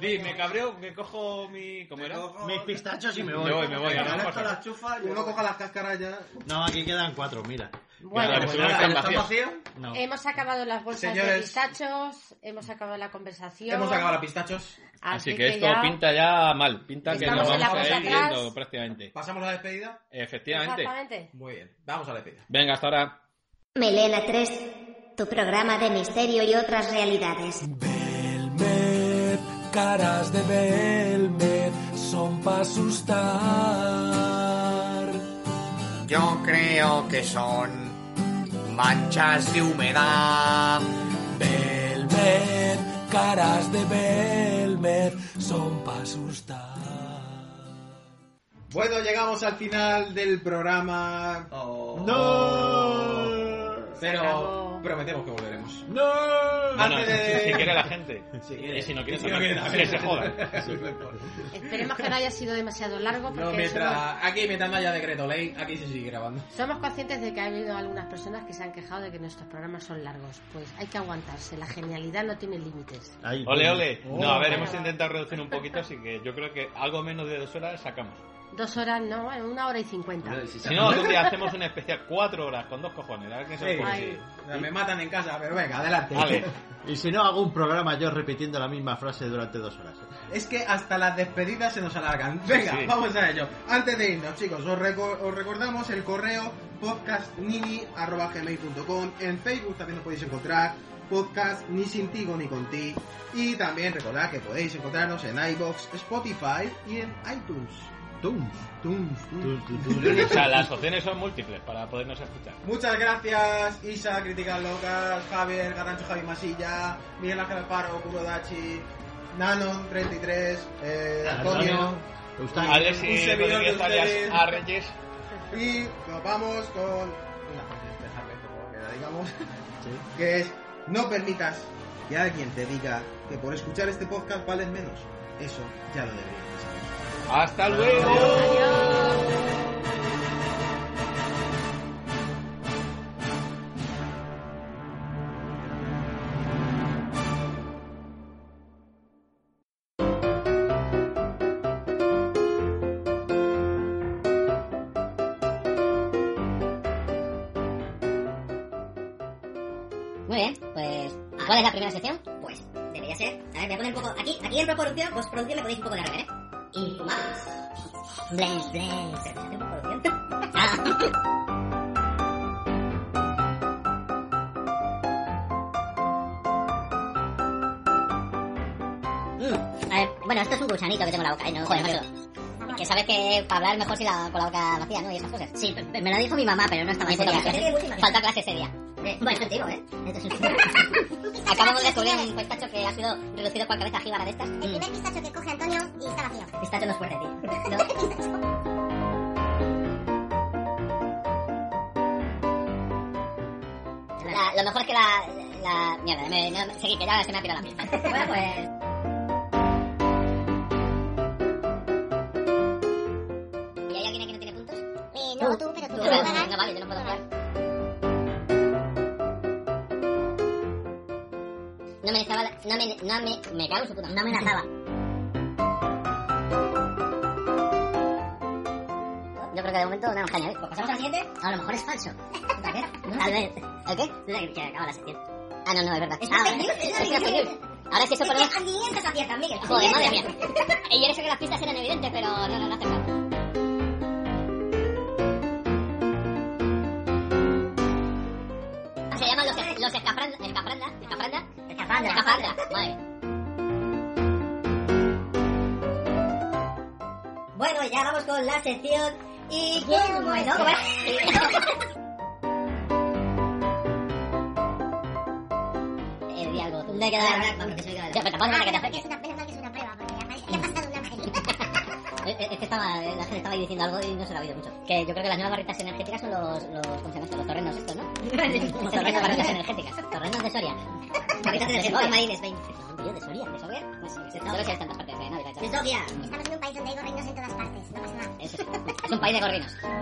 Speaker 5: Di, me cabreo que cojo mi. ¿Cómo era?
Speaker 16: Mis pistachos y me voy.
Speaker 5: Me voy, me voy. a lo
Speaker 7: Ahora
Speaker 5: mejor
Speaker 7: esto
Speaker 5: no.
Speaker 7: las chufas.
Speaker 3: Uno coja las cáscaras ya.
Speaker 16: No, aquí quedan cuatro, mira.
Speaker 6: Bueno,
Speaker 5: Claro,
Speaker 6: pues
Speaker 5: tú
Speaker 6: nada,
Speaker 5: estás
Speaker 7: ¿Está
Speaker 5: vacío.
Speaker 7: vacío?
Speaker 16: No.
Speaker 6: hemos acabado las bolsas de
Speaker 3: Señores.
Speaker 6: pistachos, hemos acabado la conversación.
Speaker 3: Hemos acabado las pistachos.
Speaker 6: Así,
Speaker 5: Así que esto
Speaker 6: ya-
Speaker 5: pinta ya mal. Pinta que nos
Speaker 6: Estamos en la
Speaker 5: vamos a
Speaker 6: cosa
Speaker 5: ir
Speaker 6: atrás.
Speaker 5: yendo prácticamente.
Speaker 3: ¿Pasamos a la despedida?
Speaker 5: Efectivamente.
Speaker 6: Exactamente.
Speaker 3: Muy bien. Vamos a la despedida.
Speaker 5: Venga, hasta ahora.
Speaker 8: Melena 3, tu programa de misterio y otras realidades.
Speaker 13: Belmed, caras de Belmed, son pa' asustar.
Speaker 14: Yo creo que son manchas de humedad.
Speaker 13: Belmed, caras de Belmed.
Speaker 7: comer son para asustar.
Speaker 3: Bueno, llegamos al final del programa.
Speaker 5: Oh.
Speaker 3: ¡No! Pero prometemos que volveremos. ¡No!
Speaker 5: Bueno, Ah, si quiere la gente. Y si no quiere,
Speaker 3: Si no
Speaker 5: también.
Speaker 3: quiere,
Speaker 5: Que se joda.
Speaker 6: Esperemos que no haya sido demasiado largo
Speaker 3: [laughs]
Speaker 6: porque
Speaker 3: No, mientras, aquí mientras no haya decreto ley, aquí se sigue grabando.
Speaker 6: somos, somos conscientes de que ha habido algunas personas que se han quejado de que nuestros programas son largos. Pues hay que aguantarse, la genialidad no tiene límites.
Speaker 5: Ole, ole. No, a ver,
Speaker 6: Oh.
Speaker 5: hemos intentado reducir un poquito, así que yo creo que algo menos de dos horas sacamos.
Speaker 6: Dos horas, no, bueno, una hora y cincuenta.
Speaker 5: Si no, otro día hacemos un especial cuatro horas con dos cojones. A ver qué se
Speaker 6: Sí,
Speaker 5: ocurre.
Speaker 6: sí.
Speaker 3: Me matan en casa, pero venga, adelante.
Speaker 5: Vale.
Speaker 4: Y si no, hago un programa yo repitiendo la misma frase durante dos horas.
Speaker 3: Es que hasta las despedidas se nos alargan. Venga,
Speaker 4: Sí.
Speaker 3: vamos a ello. Antes de irnos, chicos, os, reco- os recordamos el correo podcastnini.gmail.com En Facebook también nos podéis encontrar podcast ni sin tigo ni con ti. Y también recordad que podéis encontrarnos en iBox, Spotify y en iTunes.
Speaker 4: Tunes,
Speaker 3: tunes, tunes.
Speaker 5: O sea, las opciones son múltiples para podernos escuchar.
Speaker 3: Muchas gracias, Isa, Críticas Locas, Javier, Garancho Javi Masilla, Miguel Ángel Alfaro, Kurodachi, Nanon33, eh, Antonio.
Speaker 5: Alex
Speaker 3: Un
Speaker 5: y
Speaker 3: servidor de
Speaker 5: Rodríguez
Speaker 3: ustedes.
Speaker 5: Arias Arreyes.
Speaker 3: Y nos vamos con una frase de Harvey, como que la digamos, que es, no permitas que alguien te diga que por escuchar este podcast vales menos. Eso ya lo deberías de saber.
Speaker 5: ¡Hasta luego!
Speaker 17: Muy bien, pues. ¿Cuál es la primera sección? Pues debería ser. A ver, voy a poner un poco. Aquí, aquí en producción, pues producción le podéis un poco de rever, ¿eh?
Speaker 13: Mm,
Speaker 17: Infumables. Blaze, blaze.
Speaker 13: Mm, a ver, bueno, esto es un gusanito que tengo en la boca. Ay, no,
Speaker 17: Joder,
Speaker 13: pero- Que sabes que para hablar mejor si la, con la boca vacía, ¿no? Y esas cosas. Sí, me lo dijo mi mamá, pero no estaba
Speaker 17: seria.
Speaker 13: Falta clase ese día. Bueno, esto es antiguo, ¿eh? [laughs] Acabamos de descubrir un pistacho que ha sido reducido por cabeza jíbara de estas. El primer pistacho que coge Antonio y está vacío. Pistacho no es fuerte, tío. La- lo mejor es que la... la mierda, me, me- seguí, que ya se me ha pirado la pista. bueno, pues...
Speaker 17: ¿Y hay alguien aquí que no tiene puntos? Eh,
Speaker 13: no, tú,
Speaker 17: pero
Speaker 13: tú.
Speaker 17: No,
Speaker 13: Tú vas a ganar.
Speaker 17: no, vale, yo no puedo jugar.
Speaker 13: No me dejaba, la- no me, no me, me cago en su puta. No me dejaba. Yo creo que de momento una Eugenia. ¿eh? Pues pasamos al siguiente. A lo mejor es falso. Tal vez. ¿El qué? Que, que acaba la sección. Ah, no, no, es verdad.
Speaker 17: Es
Speaker 13: Ah,
Speaker 17: una
Speaker 13: vale.
Speaker 17: fake news, es una
Speaker 13: Es
Speaker 17: fake
Speaker 13: una fake
Speaker 17: news.
Speaker 13: news. Ahora si eso
Speaker 17: Es
Speaker 13: ponemos...
Speaker 17: que a 500 aciertan, Miguel.
Speaker 13: Joder, madre mía. Y eso que las pistas eran evidentes, pero no, no, no hace falta. Se llaman los, es- los escafrandas, escafrandas, escafrandas, escafrandas, vale.
Speaker 17: Bueno, ya vamos con la sección. ¿Y quién muere? ¿No? ¿Cómo [laughs] era?
Speaker 13: Eh, di algo. tú.
Speaker 17: Me he quedado en blanco, porque soy de
Speaker 13: Ya, pero tampoco es que te afecte.
Speaker 17: Ah, Es una, menos mal que es una prueba, porque parece que ha pasado un ángel.
Speaker 13: [laughs] Eh, eh, Es que estaba, eh, la gente estaba ahí diciendo algo y no se lo ha oído mucho. Que yo creo que las nuevas barritas energéticas son los, los ¿cómo se llama esto? Los torrenos
Speaker 17: [laughs]
Speaker 13: estos, ¿no? los torrenos barritas energéticas. Torrenos de Soria.
Speaker 17: Barritas de Soria, marines,
Speaker 13: veinte. No, tío, de Soria, de Soria. No sé, yo no sé de tantas partes de Navidad.
Speaker 17: Estamos en un país donde hay gorrinos en todas partes, no pasa nada.
Speaker 13: Es, es un país de gorrinos.